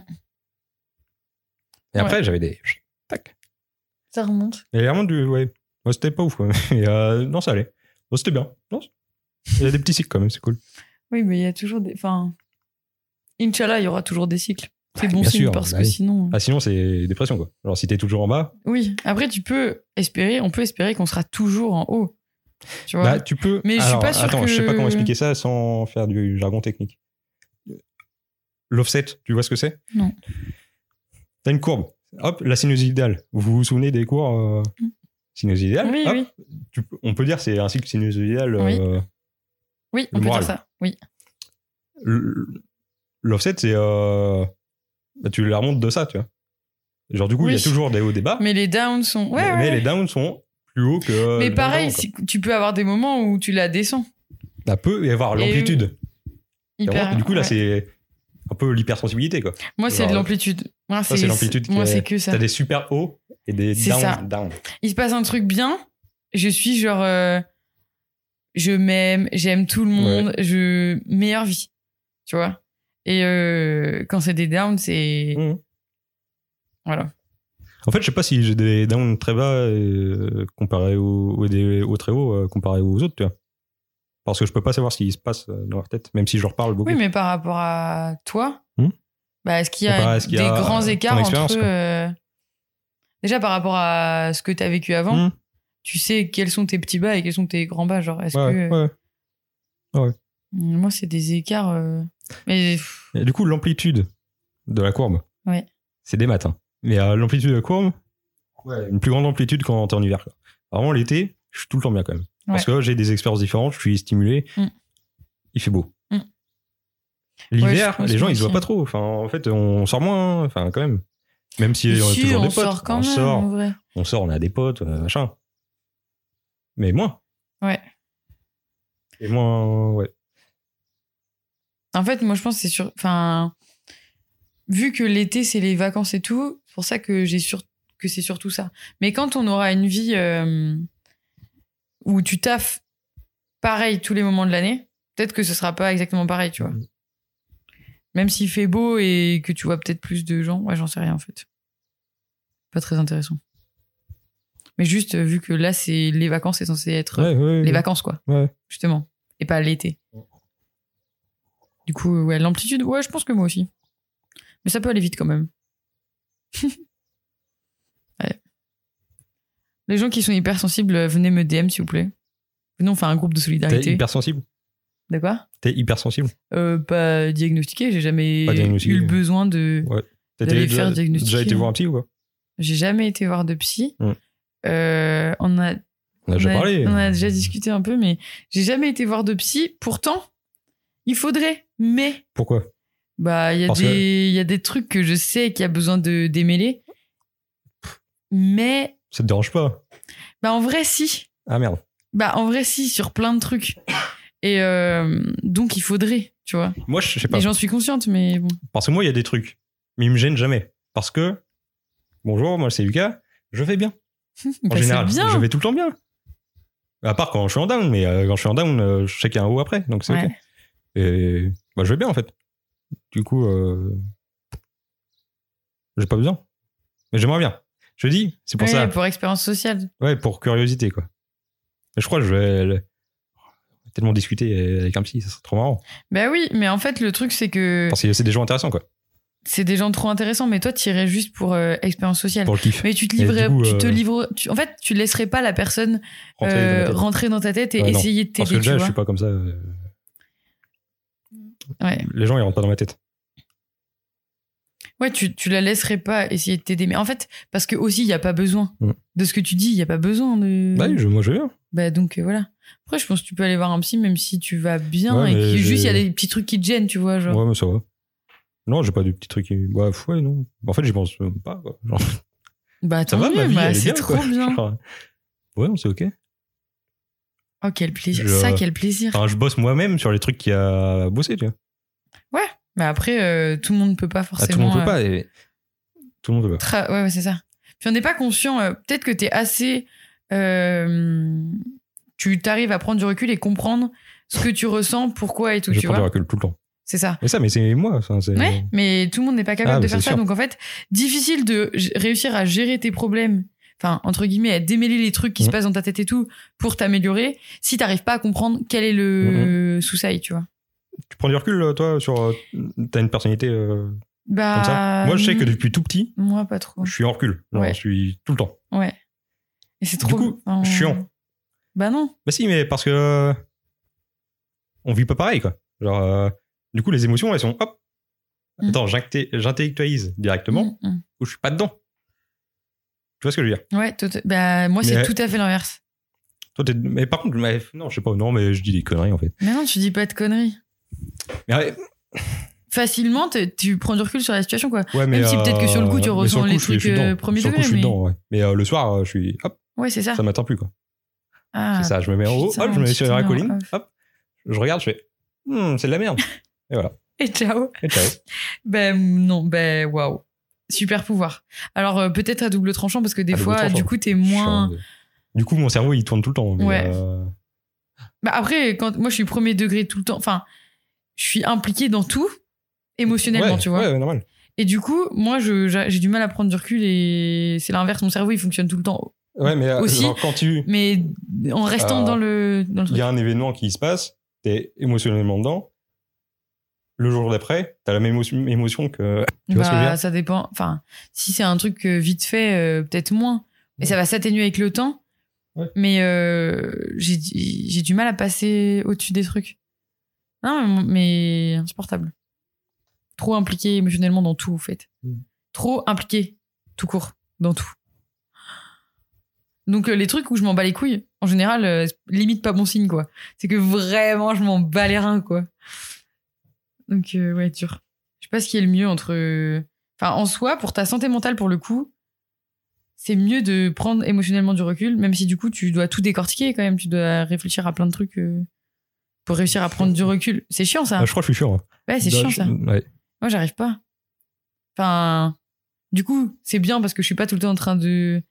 [SPEAKER 1] Et après, j'avais des. Tac.
[SPEAKER 3] Ça remonte.
[SPEAKER 1] Et vraiment, du, ouais. Ouais, c'était pas ouf, quoi. Mais, euh, non, ça allait. Bon, c'était bien. Non, c'est- il y a des petits cycles, quand même, c'est cool.
[SPEAKER 3] Oui, mais il y a toujours des. Enfin. Inch'Allah, il y aura toujours des cycles. C'est
[SPEAKER 1] Ouais,
[SPEAKER 3] bon
[SPEAKER 1] bien
[SPEAKER 3] signe
[SPEAKER 1] sûr,
[SPEAKER 3] parce
[SPEAKER 1] bah
[SPEAKER 3] que
[SPEAKER 1] oui.
[SPEAKER 3] sinon. euh,
[SPEAKER 1] Ah, sinon, c'est dépression, quoi. Genre, si t'es toujours en bas,
[SPEAKER 3] Oui, après, tu peux espérer, on peut espérer qu'on sera toujours en haut. Tu vois
[SPEAKER 1] bah, tu peux.
[SPEAKER 3] Mais je suis
[SPEAKER 1] Alors,
[SPEAKER 3] pas sûre
[SPEAKER 1] Attends, je sais pas
[SPEAKER 3] que-
[SPEAKER 1] comment expliquer ça sans faire du jargon technique. L'offset, tu vois ce que c'est
[SPEAKER 3] Non.
[SPEAKER 1] T'as une courbe. Hop, la sinusoïdale. Vous vous souvenez des cours euh,
[SPEAKER 3] Mm.
[SPEAKER 1] sinusoïdale
[SPEAKER 3] Oui,
[SPEAKER 1] Hop,
[SPEAKER 3] oui.
[SPEAKER 1] tu peux- On peut dire c'est un cycle sinusoïdal.
[SPEAKER 3] Oui.
[SPEAKER 1] euh,
[SPEAKER 3] Oui,
[SPEAKER 1] Le
[SPEAKER 3] on peut
[SPEAKER 1] moral.
[SPEAKER 3] dire ça. Oui.
[SPEAKER 1] l- L'offset, c'est. euh, bah, tu la remontes de ça, tu vois. Genre, du coup, il y
[SPEAKER 3] Oui.
[SPEAKER 1] a toujours des hauts, des bas.
[SPEAKER 3] Mais les downs sont. Ouais,
[SPEAKER 1] mais,
[SPEAKER 3] ouais,
[SPEAKER 1] mais
[SPEAKER 3] ouais.
[SPEAKER 1] les downs sont plus hauts que. euh,
[SPEAKER 3] Mais
[SPEAKER 1] les
[SPEAKER 3] pareil,
[SPEAKER 1] downs, quoi.
[SPEAKER 3] si- tu peux avoir des moments où tu la descends.
[SPEAKER 1] Ça peut y avoir
[SPEAKER 3] Et-
[SPEAKER 1] l'amplitude.
[SPEAKER 3] Hyper.
[SPEAKER 1] Du coup, là,
[SPEAKER 3] ouais.
[SPEAKER 1] c'est un peu l'hypersensibilité, quoi.
[SPEAKER 3] Moi, c'est de
[SPEAKER 1] genre,
[SPEAKER 3] l'amplitude. Moi,
[SPEAKER 1] Ça, c'est l'amplitude.
[SPEAKER 3] Moi,
[SPEAKER 1] qui est-
[SPEAKER 3] c'est que ça.
[SPEAKER 1] T'as des super hauts et des
[SPEAKER 3] C'est ça.
[SPEAKER 1] downs. downs.
[SPEAKER 3] il se passe un truc bien, je suis genre euh, je m'aime, j'aime tout le monde, je meilleure vie, tu vois. Et euh, quand c'est des downs, c'est
[SPEAKER 1] Mhm.
[SPEAKER 3] voilà.
[SPEAKER 1] En fait, je sais pas si j'ai des downs très bas euh, comparé aux, ou des hauts très hauts euh, comparé aux autres, tu vois. Parce que je peux pas savoir ce qui se passe euh, dans leur tête, même si je leur parle beaucoup.
[SPEAKER 3] Oui, mais par rapport à toi,
[SPEAKER 1] Mhm.
[SPEAKER 3] bah, est-ce qu'il y
[SPEAKER 1] Comparé
[SPEAKER 3] a
[SPEAKER 1] à ce qu'il y
[SPEAKER 3] des
[SPEAKER 1] a,
[SPEAKER 3] grands
[SPEAKER 1] euh,
[SPEAKER 3] écarts
[SPEAKER 1] ton expérience,
[SPEAKER 3] entre
[SPEAKER 1] quoi.
[SPEAKER 3] euh, déjà par rapport à ce que tu as vécu avant,
[SPEAKER 1] Mhm.
[SPEAKER 3] tu sais quels sont tes petits bas et quels sont tes grands bas, genre est-ce
[SPEAKER 1] Ouais,
[SPEAKER 3] que
[SPEAKER 1] ouais.
[SPEAKER 3] moi c'est des écarts euh, mais pff,
[SPEAKER 1] Et du coup, l'amplitude de la courbe,
[SPEAKER 3] Ouais.
[SPEAKER 1] c'est des matins. Mais euh, l'amplitude de la courbe, une plus grande amplitude quand t'es en hiver. quoi. Vraiment, l'été, je suis tout le temps bien quand même. Parce que j'ai des expériences différentes, je suis stimulé,
[SPEAKER 3] Mm.
[SPEAKER 1] il fait beau.
[SPEAKER 3] Mm. Ouais, je
[SPEAKER 1] L'hiver,
[SPEAKER 3] pense
[SPEAKER 1] les gens,
[SPEAKER 3] moi
[SPEAKER 1] ils se voient
[SPEAKER 3] aussi.
[SPEAKER 1] pas trop. Enfin, en fait, on sort moins, hein. enfin, quand même. Même si on a
[SPEAKER 3] si,
[SPEAKER 1] toujours
[SPEAKER 3] on
[SPEAKER 1] des potes,
[SPEAKER 3] sort quand
[SPEAKER 1] on,
[SPEAKER 3] même en
[SPEAKER 1] sort,
[SPEAKER 3] vrai.
[SPEAKER 1] on sort, on a des potes, euh, machin. Mais moins.
[SPEAKER 3] Ouais.
[SPEAKER 1] Et moins, ouais.
[SPEAKER 3] En fait, moi, je pense que c'est sur. Enfin, vu que l'été, c'est les vacances et tout, c'est pour ça que j'ai sur... que c'est surtout ça. Mais quand on aura une vie euh, où tu taffes pareil tous les moments de l'année, peut-être que ce sera pas exactement pareil, tu vois. Même s'il fait beau et que tu vois peut-être plus de gens, ouais, j'en sais rien en fait. Pas très intéressant. Mais juste euh, vu que là, c'est les vacances, c'est censé être euh,
[SPEAKER 1] Ouais, ouais, ouais.
[SPEAKER 3] les vacances, quoi.
[SPEAKER 1] Ouais.
[SPEAKER 3] Justement. Et pas l'été. Du coup, euh, ouais, l'amplitude, ouais, je pense que moi aussi. Mais ça peut aller vite quand même. Ouais. Les gens qui sont hypersensibles, euh, venez me DM, s'il vous plaît. Venez, on fait un groupe de
[SPEAKER 1] T'es
[SPEAKER 3] solidarité.
[SPEAKER 1] hypersensible.
[SPEAKER 3] De quoi
[SPEAKER 1] T'es hypersensible.
[SPEAKER 3] euh, Pas diagnostiqué, j'ai jamais
[SPEAKER 1] Pas diagnostiqué.
[SPEAKER 3] eu le besoin de.
[SPEAKER 1] Ouais. T'as
[SPEAKER 3] D'aller
[SPEAKER 1] été-
[SPEAKER 3] faire
[SPEAKER 1] déjà-
[SPEAKER 3] diagnostiquer.
[SPEAKER 1] déjà été voir un psy ou quoi
[SPEAKER 3] J'ai jamais été voir de psy.
[SPEAKER 1] Mm.
[SPEAKER 3] Euh, on a
[SPEAKER 1] On a déjà
[SPEAKER 3] on a-
[SPEAKER 1] parlé.
[SPEAKER 3] On a déjà discuté un peu, mais j'ai jamais été voir de psy. Pourtant, il faudrait. Mais
[SPEAKER 1] Pourquoi
[SPEAKER 3] bah, il y a
[SPEAKER 1] Parce
[SPEAKER 3] des, il y a des trucs que je sais qu'il y a besoin de démêler. Mais
[SPEAKER 1] Ça te dérange pas
[SPEAKER 3] bah, en vrai, si.
[SPEAKER 1] Ah merde.
[SPEAKER 3] Bah, en vrai, si sur plein de trucs. Et euh, donc, il faudrait, tu vois.
[SPEAKER 1] Moi, je sais pas.
[SPEAKER 3] Et j'en suis consciente, mais bon.
[SPEAKER 1] Parce que moi, il y a des trucs. Mais ils me gênent jamais. Parce que, bonjour, moi, c'est Lucas. Je vais bien. En
[SPEAKER 3] Bah, c'est
[SPEAKER 1] général,
[SPEAKER 3] bien.
[SPEAKER 1] je vais tout le temps bien. À part quand je suis en down. Mais euh, quand je suis en down, euh, je sais qu'il y a un haut après. Donc c'est
[SPEAKER 3] Ouais.
[SPEAKER 1] ok. Et bah, je vais bien, en fait. Du coup, euh, j'ai pas besoin. Mais j'aimerais bien. Je dis, c'est pour
[SPEAKER 3] Ouais, bah,
[SPEAKER 1] ça.
[SPEAKER 3] pour expérience sociale.
[SPEAKER 1] Ouais, pour curiosité, quoi. Mais Je crois que je vais. tellement discuter avec un psy, ça serait trop marrant.
[SPEAKER 3] Bah oui, mais en fait, le truc, c'est que
[SPEAKER 1] Parce que c'est des gens intéressants, quoi,
[SPEAKER 3] c'est des gens trop intéressants, mais toi, tu irais juste pour euh, expérience sociale.
[SPEAKER 1] pour le kiff.
[SPEAKER 3] Mais tu te
[SPEAKER 1] Et du
[SPEAKER 3] livrerais,
[SPEAKER 1] coup,
[SPEAKER 3] tu te
[SPEAKER 1] euh,
[SPEAKER 3] livrerais, tu- en fait, tu laisserais pas la personne
[SPEAKER 1] Rentrer dans la
[SPEAKER 3] euh,
[SPEAKER 1] tête.
[SPEAKER 3] rentrer dans ta tête et
[SPEAKER 1] Ouais, non.
[SPEAKER 3] essayer de
[SPEAKER 1] Parce que
[SPEAKER 3] t'aider, tu
[SPEAKER 1] déjà, je
[SPEAKER 3] vois.
[SPEAKER 1] suis pas comme ça. euh,
[SPEAKER 3] Ouais.
[SPEAKER 1] Les gens, ils rentrent pas dans ma tête.
[SPEAKER 3] Ouais, tu, tu la laisserais pas essayer de t'aider. Mais en fait, parce que aussi, il n'y a pas besoin
[SPEAKER 1] Mm.
[SPEAKER 3] de ce que tu dis, il n'y a pas besoin de.
[SPEAKER 1] Bah oui, je- moi, je veux bien.
[SPEAKER 3] Bah donc euh, voilà. Après, je pense que tu peux aller voir un psy, même si tu vas bien
[SPEAKER 1] Ouais,
[SPEAKER 3] et
[SPEAKER 1] mais
[SPEAKER 3] que
[SPEAKER 1] j'ai-
[SPEAKER 3] juste il y a des petits trucs qui te gênent, tu vois. Genre.
[SPEAKER 1] Ouais, mais ça va. Non, j'ai pas de petits trucs. qui- Bah, ouais, non. En fait, j'y pense même pas. Quoi. Genre,
[SPEAKER 3] Bah
[SPEAKER 1] ça
[SPEAKER 3] tant
[SPEAKER 1] va, ma
[SPEAKER 3] mieux,
[SPEAKER 1] vie,
[SPEAKER 3] bah,
[SPEAKER 1] elle est bien,
[SPEAKER 3] c'est trop
[SPEAKER 1] quoi.
[SPEAKER 3] bien.
[SPEAKER 1] Genre, ouais, non, c'est ok.
[SPEAKER 3] Oh, quel plaisir.
[SPEAKER 1] Je- Ah.
[SPEAKER 3] Ça, quel plaisir.
[SPEAKER 1] Enfin, je bosse moi-même sur les trucs qu'il y a à bosser, tu vois.
[SPEAKER 3] Mais après, euh, tout le monde ne peut pas
[SPEAKER 1] Ah,
[SPEAKER 3] forcément.
[SPEAKER 1] tout le monde peut
[SPEAKER 3] euh,
[SPEAKER 1] pas. et- Tout le monde peut pas.
[SPEAKER 3] tra- Ouais, ouais, c'est ça. Puis on n'est pas conscient. euh, Peut-être que tu es assez. euh, Tu t'arrives à prendre du recul et comprendre ce que tu ressens, pourquoi et tout,
[SPEAKER 1] Je
[SPEAKER 3] tu
[SPEAKER 1] prends du
[SPEAKER 3] vois.
[SPEAKER 1] recul tout le temps.
[SPEAKER 3] C'est ça.
[SPEAKER 1] Mais ça, mais c'est moi. enfin, c'est-
[SPEAKER 3] Ouais, mais tout le monde n'est pas capable
[SPEAKER 1] Ah,
[SPEAKER 3] de
[SPEAKER 1] mais
[SPEAKER 3] faire
[SPEAKER 1] c'est
[SPEAKER 3] ça.
[SPEAKER 1] sûr.
[SPEAKER 3] Donc en fait, difficile de g- réussir à gérer tes problèmes, enfin entre guillemets, à démêler les trucs qui se
[SPEAKER 1] Mhm.
[SPEAKER 3] passent dans ta tête et tout pour t'améliorer, si t'arrives pas à comprendre quel est le
[SPEAKER 1] Mmh.
[SPEAKER 3] sous-sail, tu vois.
[SPEAKER 1] Tu prends du recul, toi, sur. euh, T'as une personnalité euh, comme
[SPEAKER 3] Bah,
[SPEAKER 1] ça. Moi, je sais que
[SPEAKER 3] hmm,
[SPEAKER 1] depuis tout petit,
[SPEAKER 3] moi pas trop.
[SPEAKER 1] je suis en recul. Genre,
[SPEAKER 3] Ouais.
[SPEAKER 1] Je suis tout le temps.
[SPEAKER 3] Ouais. Et c'est
[SPEAKER 1] Du
[SPEAKER 3] trop
[SPEAKER 1] coup,
[SPEAKER 3] enfin,
[SPEAKER 1] chiant.
[SPEAKER 3] Bah non.
[SPEAKER 1] Bah si, mais parce que euh, on vit pas pareil, quoi. Genre, euh, du coup, les émotions, elles sont hop.
[SPEAKER 3] Mm.
[SPEAKER 1] Attends, j'inté- j'intellectualise directement
[SPEAKER 3] Mhm,
[SPEAKER 1] ou je suis pas dedans. Tu vois ce que je veux dire
[SPEAKER 3] mhm. Ouais, tot- bah moi c'est
[SPEAKER 1] Mais-
[SPEAKER 3] tout à fait l'inverse.
[SPEAKER 1] Toi, t'es- mais par contre, mais- non, je sais pas, non, mais je dis des conneries en fait.
[SPEAKER 3] Mais non, tu dis pas de conneries.
[SPEAKER 1] Mais, ouais,
[SPEAKER 3] Facilement, t'es- tu prends du recul sur la situation, quoi.
[SPEAKER 1] ouais, mais,
[SPEAKER 3] Même si peut-être que sur le coup, tu
[SPEAKER 1] mais sur
[SPEAKER 3] ressens les
[SPEAKER 1] je suis- je suis
[SPEAKER 3] trucs, euh,
[SPEAKER 1] dedans.
[SPEAKER 3] premier
[SPEAKER 1] Sur le coup,
[SPEAKER 3] degré,
[SPEAKER 1] je suis
[SPEAKER 3] mais-
[SPEAKER 1] dedans, ouais. Mais euh, le soir, euh, je suis hop,
[SPEAKER 3] Ouais, c'est ça.
[SPEAKER 1] ça m'atteint plus, quoi.
[SPEAKER 3] Ah,
[SPEAKER 1] c'est ça, je me mets en haut,
[SPEAKER 3] putain,
[SPEAKER 1] hop, je me mets sur
[SPEAKER 3] putain,
[SPEAKER 1] la colline,
[SPEAKER 3] off.
[SPEAKER 1] hop, je regarde, je fais, Hmm, c'est de la merde. Et voilà.
[SPEAKER 3] Et ciao.
[SPEAKER 1] Et ciao.
[SPEAKER 3] Ben non, ben waouh. Super pouvoir. Alors euh, peut-être à double tranchant parce que des
[SPEAKER 1] À double
[SPEAKER 3] fois,
[SPEAKER 1] tranchant.
[SPEAKER 3] du coup, t'es moins.
[SPEAKER 1] Je suis un- Du coup, mon cerveau, il tourne tout le temps. mais,
[SPEAKER 3] Ouais.
[SPEAKER 1] euh,
[SPEAKER 3] Bah après, quand moi je suis premier degré tout le temps, enfin, je suis impliquée dans tout émotionnellement,
[SPEAKER 1] ouais,
[SPEAKER 3] tu vois.
[SPEAKER 1] Ouais, normal.
[SPEAKER 3] Et du coup, moi, je- j'a- j'ai du mal à prendre du recul et c'est l'inverse. Mon cerveau, il fonctionne tout le temps,
[SPEAKER 1] Ouais, mais euh,
[SPEAKER 3] Aussi,
[SPEAKER 1] genre, quand tu.
[SPEAKER 3] mais en restant
[SPEAKER 1] Euh,
[SPEAKER 3] dans le dans le
[SPEAKER 1] Il
[SPEAKER 3] truc.
[SPEAKER 1] y a un événement qui se passe, t'es émotionnellement dedans. Le jour d'après, t'as la même émo- émotion que. tu vois ce que je veux
[SPEAKER 3] Bah,
[SPEAKER 1] dire
[SPEAKER 3] ça dépend. Enfin, si c'est un truc euh, vite fait, euh, peut-être moins. Mais ça va s'atténuer avec le temps.
[SPEAKER 1] Ouais.
[SPEAKER 3] Mais euh, j'ai j'ai du mal à passer au-dessus des trucs. Non, mais insupportable. Trop impliqué émotionnellement dans tout, en fait.
[SPEAKER 1] Mm.
[SPEAKER 3] Trop impliqué, tout court, dans tout. Donc, euh, les trucs où je m'en bats les couilles, en général, euh, c'est limite pas bon signe, quoi. C'est que vraiment, je m'en bats les reins, quoi. Donc, euh, ouais, dur. Je sais pas ce qui est le mieux entre. Enfin, en soi, pour ta santé mentale, pour le coup, c'est mieux de prendre émotionnellement du recul, même si du coup, tu dois tout décortiquer quand même. Tu dois réfléchir à plein de trucs euh, pour réussir à prendre du recul. C'est chiant, ça.
[SPEAKER 1] Ah, je crois que je suis chiant. hein.
[SPEAKER 3] Ouais, c'est
[SPEAKER 1] Bah,
[SPEAKER 3] chiant,
[SPEAKER 1] je-
[SPEAKER 3] ça.
[SPEAKER 1] ouais.
[SPEAKER 3] Moi, j'arrive pas. Enfin, du coup, c'est bien parce que je suis pas tout le temps en train de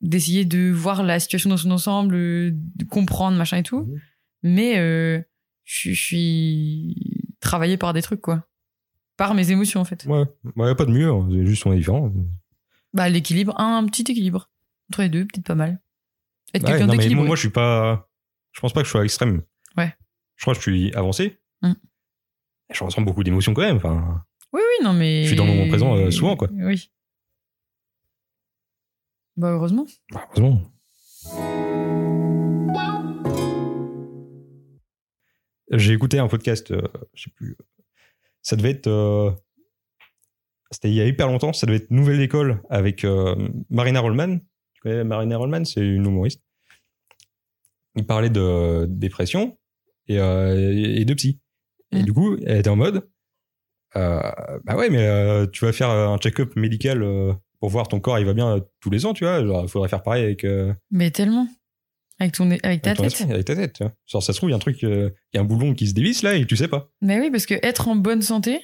[SPEAKER 3] d'essayer de voir la situation dans son ensemble, euh, de comprendre machin et tout.
[SPEAKER 1] Mhm.
[SPEAKER 3] Mais euh, je suis- je suis travaillée par des trucs quoi, par mes émotions en fait.
[SPEAKER 1] Ouais. Ouais, pas de mieux, hein. C'est juste on est différent.
[SPEAKER 3] Bah l'équilibre, un petit équilibre entre les deux, peut-être pas mal. Être
[SPEAKER 1] Ouais,
[SPEAKER 3] quelqu'un
[SPEAKER 1] non, mais moi,
[SPEAKER 3] d'équilibré.
[SPEAKER 1] moi, je suis pas. Je pense pas que je sois extrême.
[SPEAKER 3] Ouais.
[SPEAKER 1] Je crois que je suis avancé.
[SPEAKER 3] Hum.
[SPEAKER 1] Je ressens beaucoup d'émotions quand même. Enfin,
[SPEAKER 3] Oui, oui, non mais.
[SPEAKER 1] Je suis dans le moment présent, euh, souvent, quoi.
[SPEAKER 3] Oui. Bah heureusement.
[SPEAKER 1] bah, heureusement. J'ai écouté un podcast, euh, je sais plus. Ça devait être. euh, C'était il y a hyper longtemps, ça devait être Nouvelle École avec euh, Marina Rollman. Tu connais Marina Rollman, c'est une humoriste. Il parlait de euh, dépression et, euh, et de psy. Et
[SPEAKER 3] Mm.
[SPEAKER 1] du coup, elle était en mode euh, Bah ouais, mais euh, tu vas faire un check-up médical euh, pour voir ton corps, il va bien euh, tous les ans, tu vois. Genre, il faudrait faire pareil avec. euh,
[SPEAKER 3] Mais tellement. Avec, ton, avec ta
[SPEAKER 1] avec ton
[SPEAKER 3] tête.
[SPEAKER 1] esprit, avec ta tête, tu vois. Genre, ça se trouve, il y a un truc, euh, il y a un boulon qui se dévisse là et tu sais pas.
[SPEAKER 3] Mais oui, parce que être en bonne santé,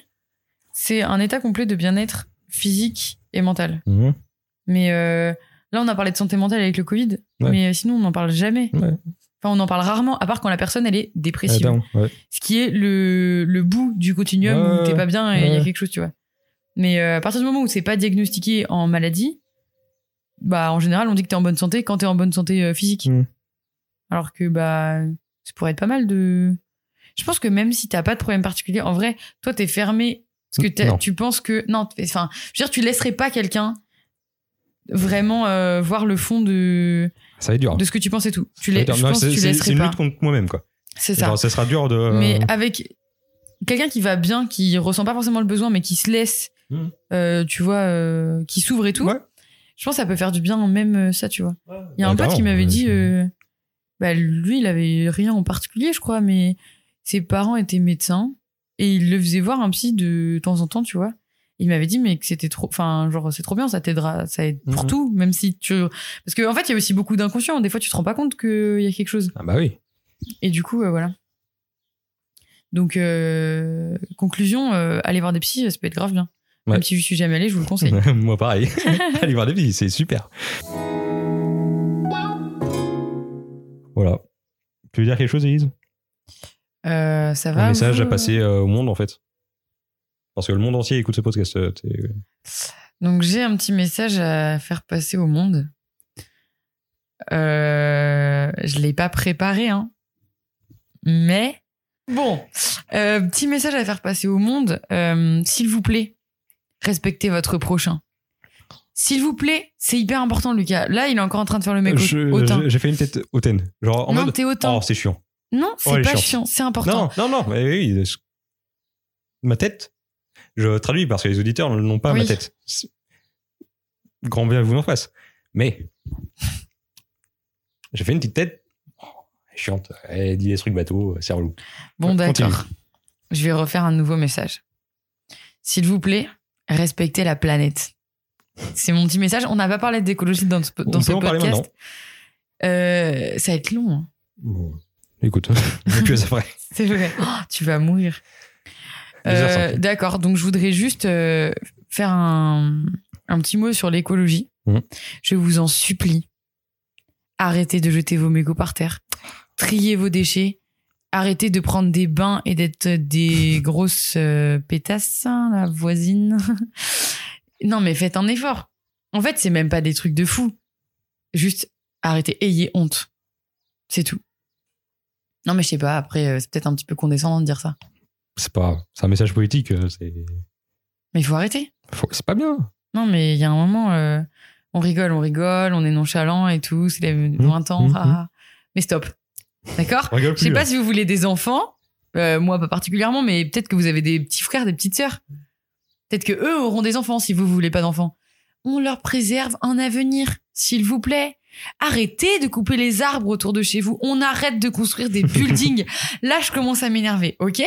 [SPEAKER 3] c'est un état complet de bien-être physique et mental.
[SPEAKER 6] Mmh.
[SPEAKER 3] Mais euh, là, on a parlé de santé mentale avec le Covid,
[SPEAKER 1] Ouais.
[SPEAKER 3] mais euh, sinon, on n'en parle jamais.
[SPEAKER 1] Ouais.
[SPEAKER 3] Enfin, on en parle rarement, à part quand la personne, elle est
[SPEAKER 6] Eh
[SPEAKER 3] dépressive.
[SPEAKER 6] ben,
[SPEAKER 1] Attends, ouais.
[SPEAKER 3] Ce qui est le, le bout du continuum
[SPEAKER 1] Ouais,
[SPEAKER 3] où t'es pas bien et il y a
[SPEAKER 1] ouais.
[SPEAKER 3] quelque chose, tu vois. Mais euh, à partir du moment où c'est pas diagnostiqué en maladie,
[SPEAKER 6] Mm.
[SPEAKER 3] bah, en général, on dit que t'es en bonne santé quand t'es en bonne santé euh, physique.
[SPEAKER 1] Mm.
[SPEAKER 3] Alors que, bah, Ça pourrait être pas mal de. Je pense que même si t'as pas de problème particulier, en vrai, toi t'es fermé parce que t'as-
[SPEAKER 6] Non.
[SPEAKER 3] tu penses que non. t'es- Enfin, je veux dire, tu laisserais pas quelqu'un vraiment euh, voir le fond de
[SPEAKER 6] Ça va être dur. hein.
[SPEAKER 3] de ce que tu penses et tout.
[SPEAKER 6] Ça
[SPEAKER 3] Tu
[SPEAKER 6] va
[SPEAKER 3] l'es-
[SPEAKER 6] être dur.
[SPEAKER 3] je
[SPEAKER 6] Ah. Non,
[SPEAKER 3] pense que
[SPEAKER 6] c'est-
[SPEAKER 3] tu
[SPEAKER 6] c'est- C'est
[SPEAKER 3] laisserais
[SPEAKER 6] une
[SPEAKER 3] pas.
[SPEAKER 6] lutte contre moi-même, quoi.
[SPEAKER 3] C'est ça.
[SPEAKER 6] Genre, ça sera dur de.
[SPEAKER 3] Mais avec quelqu'un qui va bien, qui ressent pas forcément le besoin, mais qui se laisse,
[SPEAKER 6] Mhm.
[SPEAKER 3] euh, tu vois, euh, qui s'ouvre et tout.
[SPEAKER 6] Ouais.
[SPEAKER 3] Je pense que ça peut faire du bien, même euh, ça, tu vois. Il y a un
[SPEAKER 6] Bah,
[SPEAKER 3] pote qui
[SPEAKER 6] non,
[SPEAKER 3] m'avait
[SPEAKER 6] euh,
[SPEAKER 3] dit,
[SPEAKER 6] c'est-
[SPEAKER 3] euh, bah, lui, il avait rien en particulier, je crois, mais ses parents étaient médecins et il le faisait voir un psy de temps en temps, tu vois. Il m'avait dit, mais que c'était trop, enfin, genre, c'est trop bien, ça t'aidera, ça aide pour
[SPEAKER 6] Mhm.
[SPEAKER 3] tout, même si tu. Parce qu'en en fait, il y a aussi beaucoup d'inconscient. Des fois, tu te rends pas compte qu'il y a quelque chose.
[SPEAKER 6] Ah, bah oui.
[SPEAKER 3] Et du coup, euh, voilà. Donc, euh, conclusion, euh, aller voir des psys, ça peut être grave bien. Même
[SPEAKER 6] Ouais.
[SPEAKER 3] si je suis jamais allée, je vous le conseille.
[SPEAKER 6] moi, pareil. Allez voir des filles, c'est super. Voilà. Tu veux dire quelque chose, Elise
[SPEAKER 3] Euh, ça va
[SPEAKER 6] Un message
[SPEAKER 3] vous
[SPEAKER 6] à passer euh, au monde, en fait. Parce que le monde entier écoute ce podcast. euh, t'es-
[SPEAKER 3] Donc, j'ai un petit message à faire passer au monde. Euh, je l'ai pas préparé, hein. Mais bon, euh, petit message à faire passer au monde. Euh, S'il vous plaît, respectez votre prochain. S'il vous plaît, c'est hyper important, Lucas. Là, il est encore en train de faire le mec au-
[SPEAKER 6] Euh, Je-
[SPEAKER 3] hautain.
[SPEAKER 6] je- J'ai fait une tête hautaine. Genre en
[SPEAKER 3] non,
[SPEAKER 6] mode.
[SPEAKER 3] t'es autant.
[SPEAKER 6] Oh, c'est chiant.
[SPEAKER 3] non, c'est
[SPEAKER 6] elle est
[SPEAKER 3] pas
[SPEAKER 6] chiante.
[SPEAKER 3] chiant, c'est important.
[SPEAKER 6] Non, non, non. Mais oui, je- Ma tête. Je traduis parce que les auditeurs n'ont pas
[SPEAKER 3] Oui.
[SPEAKER 6] ma tête. C'est- Grand bien vous en fasse. Mais. J'ai fait une petite tête. Oh, elle est chiante. Elle dit des trucs bateaux, euh, c'est relou.
[SPEAKER 3] Bon,
[SPEAKER 6] Continue.
[SPEAKER 3] d'accord. Je vais refaire un nouveau message. S'il vous plaît, respectez la planète. C'est mon petit message. On n'a pas parlé d'écologie dans ce, dans
[SPEAKER 6] On
[SPEAKER 3] ce
[SPEAKER 6] peut en parler
[SPEAKER 3] podcast.
[SPEAKER 6] maintenant.
[SPEAKER 3] Euh, ça va être long. hein.
[SPEAKER 6] Bon, écoute, j'ai plus à ça après.
[SPEAKER 3] C'est vrai. Oh, tu vas mourir.
[SPEAKER 6] Deux heures cinq.
[SPEAKER 3] Euh, D'accord. Donc, je voudrais juste euh, faire un, un petit mot sur l'écologie.
[SPEAKER 6] Mhm.
[SPEAKER 3] Je vous en supplie, arrêtez de jeter vos mégots par terre. Triez vos déchets. Arrêtez de prendre des bains et d'être des grosses euh, pétasses, hein, la voisine. non, mais faites un effort. En fait, c'est même pas des trucs de fou. Juste arrêtez, ayez honte. C'est tout. Non, mais je sais pas, après, euh, c'est peut-être un petit peu condescendant de dire ça.
[SPEAKER 6] C'est pas, c'est un message politique. euh, C'est,
[SPEAKER 3] Mais il faut arrêter.
[SPEAKER 6] faut- c'est pas bien.
[SPEAKER 3] Non, mais il y a un moment, euh, on rigole, on rigole, on est nonchalant et tout, c'est les 20 ans,
[SPEAKER 6] mmh,
[SPEAKER 3] ah, ah. mais stop. D'accord
[SPEAKER 6] Rigole
[SPEAKER 3] Ah, Je sais
[SPEAKER 6] plus,
[SPEAKER 3] pas
[SPEAKER 6] hein.
[SPEAKER 3] si vous voulez des enfants, euh, moi pas particulièrement, mais peut-être que vous avez des petits frères, des petites sœurs. Peut-être que eux auront des enfants si vous voulez pas d'enfants. On leur préserve un avenir, s'il vous plaît. Arrêtez de couper les arbres autour de chez vous. On arrête de construire des buildings. Là, je commence à m'énerver, ok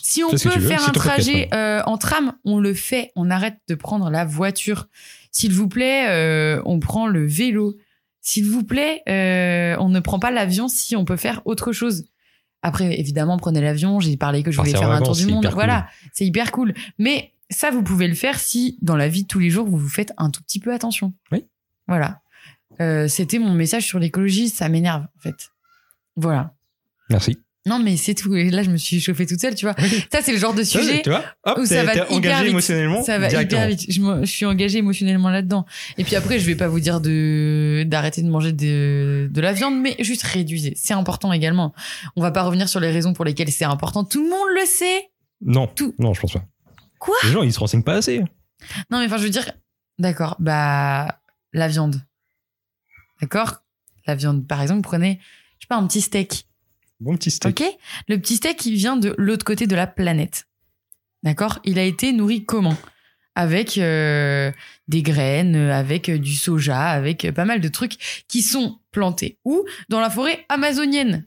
[SPEAKER 3] Si on
[SPEAKER 6] Fais
[SPEAKER 3] peut
[SPEAKER 6] ce que tu veux,
[SPEAKER 3] faire
[SPEAKER 6] c'est
[SPEAKER 3] un
[SPEAKER 6] ton podcast,
[SPEAKER 3] trajet euh, en tram, on le fait. On arrête de prendre la voiture. S'il vous plaît, euh, on prend le vélo. S'il vous plaît, euh, on ne prend pas l'avion si on peut faire autre chose. Après, évidemment, prenez l'avion. J'ai parlé que je voulais
[SPEAKER 6] Partir en
[SPEAKER 3] faire un tour
[SPEAKER 6] vacances,
[SPEAKER 3] du
[SPEAKER 6] Ah, c'est
[SPEAKER 3] monde.
[SPEAKER 6] hyper cool.
[SPEAKER 3] Voilà, c'est hyper cool. Mais ça, vous pouvez le faire si, dans la vie de tous les jours, vous vous faites un tout petit peu attention.
[SPEAKER 6] Oui.
[SPEAKER 3] Voilà. Euh, C'était mon message sur l'écologie. Ça m'énerve, en fait. Voilà.
[SPEAKER 6] Merci.
[SPEAKER 3] Non, mais c'est tout. Et là, je me suis chauffée toute seule, tu vois. Ça, c'est le genre de sujet
[SPEAKER 6] tu vois, hop,
[SPEAKER 3] où Oh, ça
[SPEAKER 6] t'es,
[SPEAKER 3] va
[SPEAKER 6] t'es
[SPEAKER 3] hyper
[SPEAKER 6] engagé
[SPEAKER 3] vite.
[SPEAKER 6] émotionnellement.
[SPEAKER 3] ça va
[SPEAKER 6] directement.
[SPEAKER 3] hyper vite. Je, me- je suis engagée émotionnellement là-dedans. Et puis après, je vais pas vous dire de d'arrêter de manger de, de la viande, mais juste réduisez. C'est important également. On va pas revenir sur les raisons pour lesquelles c'est important. Tout le monde le sait.
[SPEAKER 6] Non,
[SPEAKER 3] Tout.
[SPEAKER 6] non, je pense pas.
[SPEAKER 3] Quoi
[SPEAKER 6] Les gens, ils se renseignent pas assez.
[SPEAKER 3] Non, mais enfin, je veux dire, d'accord, bah la viande, d'accord, la viande. Par exemple, prenez, je sais pas, un petit steak.
[SPEAKER 6] Bon petit steak.
[SPEAKER 3] Ok Le petit steak, il vient de l'autre côté de la planète. D'accord Il a été nourri comment Avec euh, des graines, avec euh, du soja, avec euh, pas mal de trucs qui sont plantés. Ou dans la forêt amazonienne.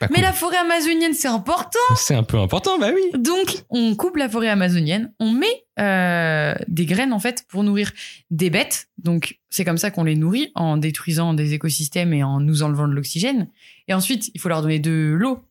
[SPEAKER 6] Pas
[SPEAKER 3] Ah,
[SPEAKER 6] Ah,
[SPEAKER 3] Mais
[SPEAKER 6] cool.
[SPEAKER 3] la forêt amazonienne, c'est important
[SPEAKER 6] C'est un peu important, bah oui.
[SPEAKER 3] donc, on coupe la forêt amazonienne, on met euh, des graines en fait pour nourrir des bêtes. Donc, c'est comme ça qu'on les nourrit en détruisant des écosystèmes et en nous enlevant de l'oxygène. Et ensuite, il faut leur donner de l'eau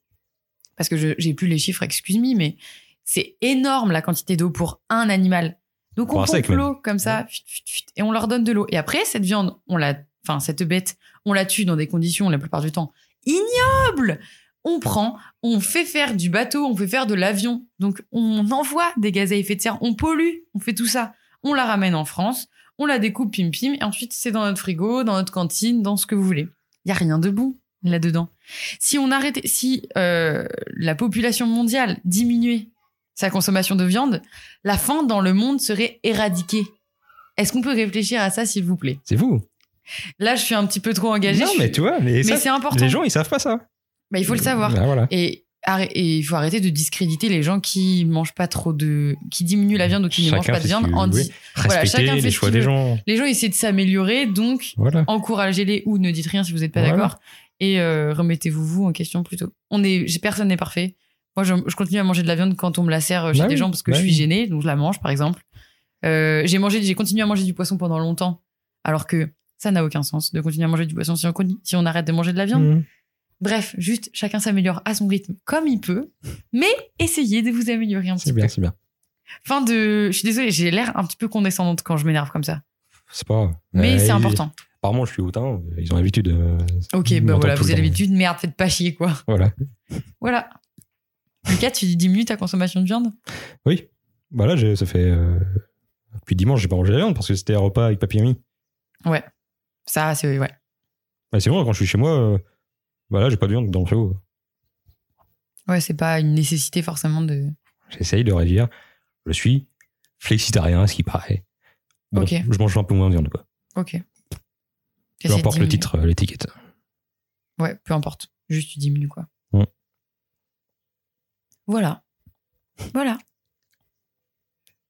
[SPEAKER 3] parce que je- j'ai plus les chiffres, excuse-moi, mais c'est énorme la quantité d'eau pour un animal. Donc,
[SPEAKER 6] Pour
[SPEAKER 3] on
[SPEAKER 6] un steak,
[SPEAKER 3] pompe l'eau comme ça fuit, fuit, fuit, et on leur donne de l'eau. Et après, cette viande, on la, enfin cette bête, on la tue dans des conditions la plupart du temps ignobles. On prend on fait faire du bateau, on fait faire de l'avion. Donc on envoie des gaz à effet de serre, on pollue, on fait tout ça. On la ramène en France, on la découpe pim pim, et ensuite c'est dans notre frigo, dans notre cantine, dans ce que vous voulez. Il y a rien de bon. là-dedans. Si on arrêtait, si euh, la population mondiale diminuait sa consommation de viande, la faim dans le monde serait éradiquée. Est-ce qu'on peut réfléchir à ça, s'il vous plaît
[SPEAKER 1] C'est vous.
[SPEAKER 3] Là, je suis un petit peu trop engagée.
[SPEAKER 1] non,
[SPEAKER 3] je
[SPEAKER 1] mais
[SPEAKER 3] suis-
[SPEAKER 1] tu vois, mais,
[SPEAKER 3] mais
[SPEAKER 1] ça,
[SPEAKER 3] c'est important.
[SPEAKER 1] les gens, ils savent pas ça.
[SPEAKER 3] Bah, il faut le savoir.
[SPEAKER 1] Ah, voilà.
[SPEAKER 3] Et arrê- et il faut arrêter de discréditer les gens qui mangent pas trop de, qui diminuent la viande ou qui ne
[SPEAKER 1] Chacun
[SPEAKER 3] mangent pas de
[SPEAKER 1] fait ce
[SPEAKER 3] viande.
[SPEAKER 1] qu'il
[SPEAKER 3] En
[SPEAKER 1] veut.
[SPEAKER 3] di- Voilà,
[SPEAKER 1] Respectez
[SPEAKER 3] chacun fait
[SPEAKER 1] les
[SPEAKER 3] ce
[SPEAKER 1] choix
[SPEAKER 3] qu'il
[SPEAKER 1] des
[SPEAKER 3] veut.
[SPEAKER 1] gens.
[SPEAKER 3] Les gens essaient de s'améliorer, donc
[SPEAKER 1] Voilà.
[SPEAKER 3] encouragez-les ou ne dites rien si vous n'êtes pas
[SPEAKER 1] Voilà.
[SPEAKER 3] d'accord et euh, remettez-vous vous en question plutôt. On est, j'ai- personne n'est parfait. Moi, je, je continue à manger de la viande quand on me la sert euh, chez
[SPEAKER 1] Bah
[SPEAKER 3] des
[SPEAKER 1] oui,
[SPEAKER 3] gens parce que
[SPEAKER 1] bah
[SPEAKER 3] je suis
[SPEAKER 1] oui.
[SPEAKER 3] gênée, donc je la mange par exemple. Euh, j'ai mangé, j'ai continué à manger du poisson pendant longtemps, alors que ça n'a aucun sens de continuer à manger du poisson si on, continue- si on arrête de manger de la viande.
[SPEAKER 1] Mhm.
[SPEAKER 3] Bref, juste chacun s'améliore à son rythme comme il peut, mais essayez de vous améliorer un petit
[SPEAKER 1] C'est bien,
[SPEAKER 3] peu.
[SPEAKER 1] c'est bien.
[SPEAKER 3] Fin de, je suis désolée, j'ai l'air un petit peu condescendante quand je m'énerve comme ça,
[SPEAKER 1] Bah C'est pas grave.
[SPEAKER 3] mais
[SPEAKER 1] Euh,
[SPEAKER 3] c'est
[SPEAKER 1] ils-
[SPEAKER 3] important.
[SPEAKER 1] Apparemment, je suis hautain. Ils ont l'habitude. euh,
[SPEAKER 3] Ok,
[SPEAKER 1] ils
[SPEAKER 3] bah
[SPEAKER 1] m'entendent
[SPEAKER 3] voilà,
[SPEAKER 1] tout
[SPEAKER 3] vous
[SPEAKER 1] le
[SPEAKER 3] avez
[SPEAKER 1] temps.
[SPEAKER 3] l'habitude, merde, faites pas chier quoi.
[SPEAKER 1] Voilà.
[SPEAKER 3] Voilà. Lucas, tu diminues ta consommation de viande
[SPEAKER 1] Oui. Bah là, j'ai- ça fait. euh, Depuis dimanche, j'ai pas mangé la viande parce que c'était un repas avec papy et mamie.
[SPEAKER 3] Ça, c'est ouais.
[SPEAKER 1] Bah, c'est bon, quand je suis chez moi, euh, bah là, j'ai pas de viande dans le frigo.
[SPEAKER 3] Ouais, c'est pas une nécessité forcément de.
[SPEAKER 1] J'essaye de réduire. Je suis flexitarien, à ce qui paraît. Bon,
[SPEAKER 3] Ok.
[SPEAKER 1] Je mange un peu moins de viande, quoi.
[SPEAKER 3] Ok.
[SPEAKER 1] Peu
[SPEAKER 3] J'essaie de
[SPEAKER 1] importe le
[SPEAKER 3] diminuer.
[SPEAKER 1] titre, euh, l'étiquette.
[SPEAKER 3] Ouais, peu importe. Juste tu diminues quoi.
[SPEAKER 1] Ouais.
[SPEAKER 3] Voilà. Voilà.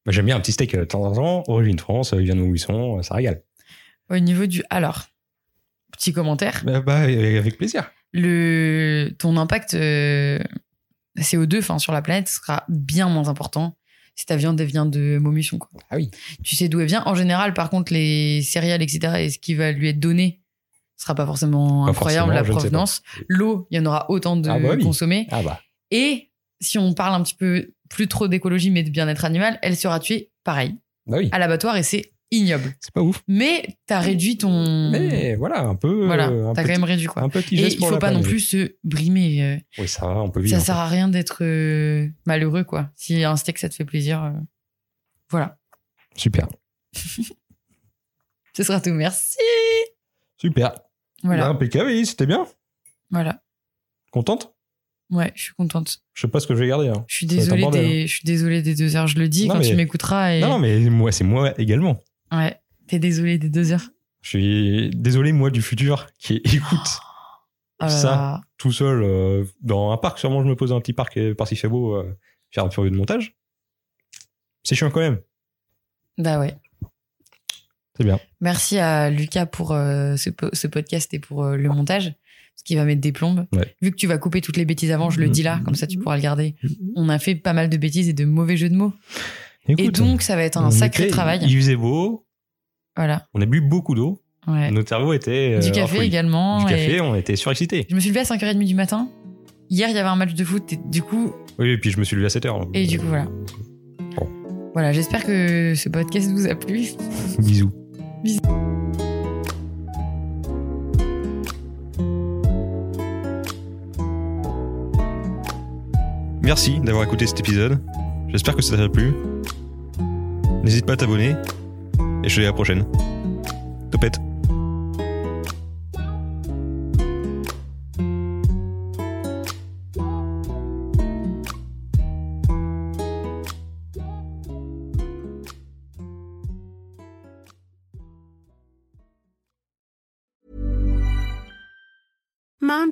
[SPEAKER 1] Bah, J'aime bien un petit steak euh, de temps en temps, origine France, euh, il vient de Montbuisson, euh, ça régale.
[SPEAKER 3] Au niveau du. Alors, petit commentaire.
[SPEAKER 1] Bah, bah, euh, avec plaisir.
[SPEAKER 3] Le... Ton impact euh, CO2 enfin, sur la planète sera bien moins important si ta viande elle vient de Maumuchon. Quoi.
[SPEAKER 1] Ah oui.
[SPEAKER 3] tu sais d'où elle vient. En général, par contre, les céréales, etc., et ce qui va lui être donné sera pas forcément
[SPEAKER 1] Pas
[SPEAKER 3] incroyable,
[SPEAKER 1] forcément, je
[SPEAKER 3] la
[SPEAKER 1] ne sais pas.
[SPEAKER 3] provenance. L'eau, il y en aura autant de
[SPEAKER 1] Ah bah oui.
[SPEAKER 3] consommés.
[SPEAKER 1] Ah bah.
[SPEAKER 3] Et si on parle un petit peu plus trop d'écologie, mais de bien-être animal, elle sera tuée pareil,
[SPEAKER 1] Bah oui.
[SPEAKER 3] à l'abattoir, et c'est ignoble.
[SPEAKER 1] C'est pas ouf.
[SPEAKER 3] Mais t'as réduit ton...
[SPEAKER 1] Mais voilà, un peu.
[SPEAKER 3] Hmm. voilà,
[SPEAKER 1] euh, un,
[SPEAKER 3] t'as quand
[SPEAKER 1] petit,
[SPEAKER 3] même réduit, quoi.
[SPEAKER 1] un petit
[SPEAKER 3] Et
[SPEAKER 1] geste
[SPEAKER 3] il
[SPEAKER 1] pour
[SPEAKER 3] faut
[SPEAKER 1] la
[SPEAKER 3] pas non
[SPEAKER 1] planète.
[SPEAKER 3] plus se brimer. euh,
[SPEAKER 1] Oui, ça va, on peut vivre.
[SPEAKER 3] Ça
[SPEAKER 1] un
[SPEAKER 3] sert à rien d'être euh, malheureux, quoi. Si un steak, ça te fait plaisir, euh, voilà.
[SPEAKER 1] peu. Super.
[SPEAKER 3] Ce sera tout, merci
[SPEAKER 1] Super.
[SPEAKER 3] Voilà,
[SPEAKER 1] Bah, impeccable, oui, c'était bien.
[SPEAKER 3] voilà.
[SPEAKER 1] Contente
[SPEAKER 3] Ouais, je suis contente.
[SPEAKER 1] Je sais pas ce que je vais garder. hein.
[SPEAKER 3] Je suis
[SPEAKER 1] Ça va être un
[SPEAKER 3] désolée
[SPEAKER 1] bordel,
[SPEAKER 3] des, je suis désolée des deux heures. Je le dis
[SPEAKER 1] Non,
[SPEAKER 3] quand
[SPEAKER 1] mais-
[SPEAKER 3] tu m'écouteras et
[SPEAKER 1] Non, non, mais moi, c'est moi également.
[SPEAKER 3] ouais, t'es désolée des deux heures.
[SPEAKER 1] Je suis désolé, moi, du futur qui écoute
[SPEAKER 3] Oh là
[SPEAKER 1] Ça.
[SPEAKER 3] là.
[SPEAKER 1] tout seul euh, dans un parc. Sûrement, je me pose dans un petit parc euh, par s'il fait beau, euh, faire un peu de montage. C'est chiant quand même.
[SPEAKER 3] Bah ouais.
[SPEAKER 1] C'est bien.
[SPEAKER 3] Merci à Lucas pour euh, ce, po- ce podcast et pour euh, le montage, parce qu'il va mettre des plombes.
[SPEAKER 1] Ouais. Mm.
[SPEAKER 3] Vu que tu vas couper toutes les bêtises avant, je le dis là, comme ça tu pourras le garder. On a fait pas mal de bêtises et de mauvais jeux de mots, et donc ça va être un
[SPEAKER 1] on
[SPEAKER 3] sacré
[SPEAKER 1] était-
[SPEAKER 3] travail.
[SPEAKER 1] Il faisait beau,
[SPEAKER 3] Voilà.
[SPEAKER 1] on a bu beaucoup d'eau,
[SPEAKER 3] Ouais.
[SPEAKER 1] notre cerveau était. euh,
[SPEAKER 3] Du
[SPEAKER 1] en
[SPEAKER 3] café
[SPEAKER 1] folie.
[SPEAKER 3] également.
[SPEAKER 1] Du
[SPEAKER 3] et-
[SPEAKER 1] café, on était surexcité.
[SPEAKER 3] Je me suis levée à 5h30 du matin. Hier, il y avait un match de foot, et du coup,
[SPEAKER 1] Oui, et puis je me suis levé à 7 heures.
[SPEAKER 3] et du coup, voilà.
[SPEAKER 1] Bon.
[SPEAKER 3] Voilà, j'espère que ce podcast vous a plu.
[SPEAKER 1] Bisous.
[SPEAKER 9] Merci d'avoir écouté cet épisode. J'espère que ça t'a plu. N'hésite pas à t'abonner. Et je te dis à la prochaine. Topette.
[SPEAKER 10] Mom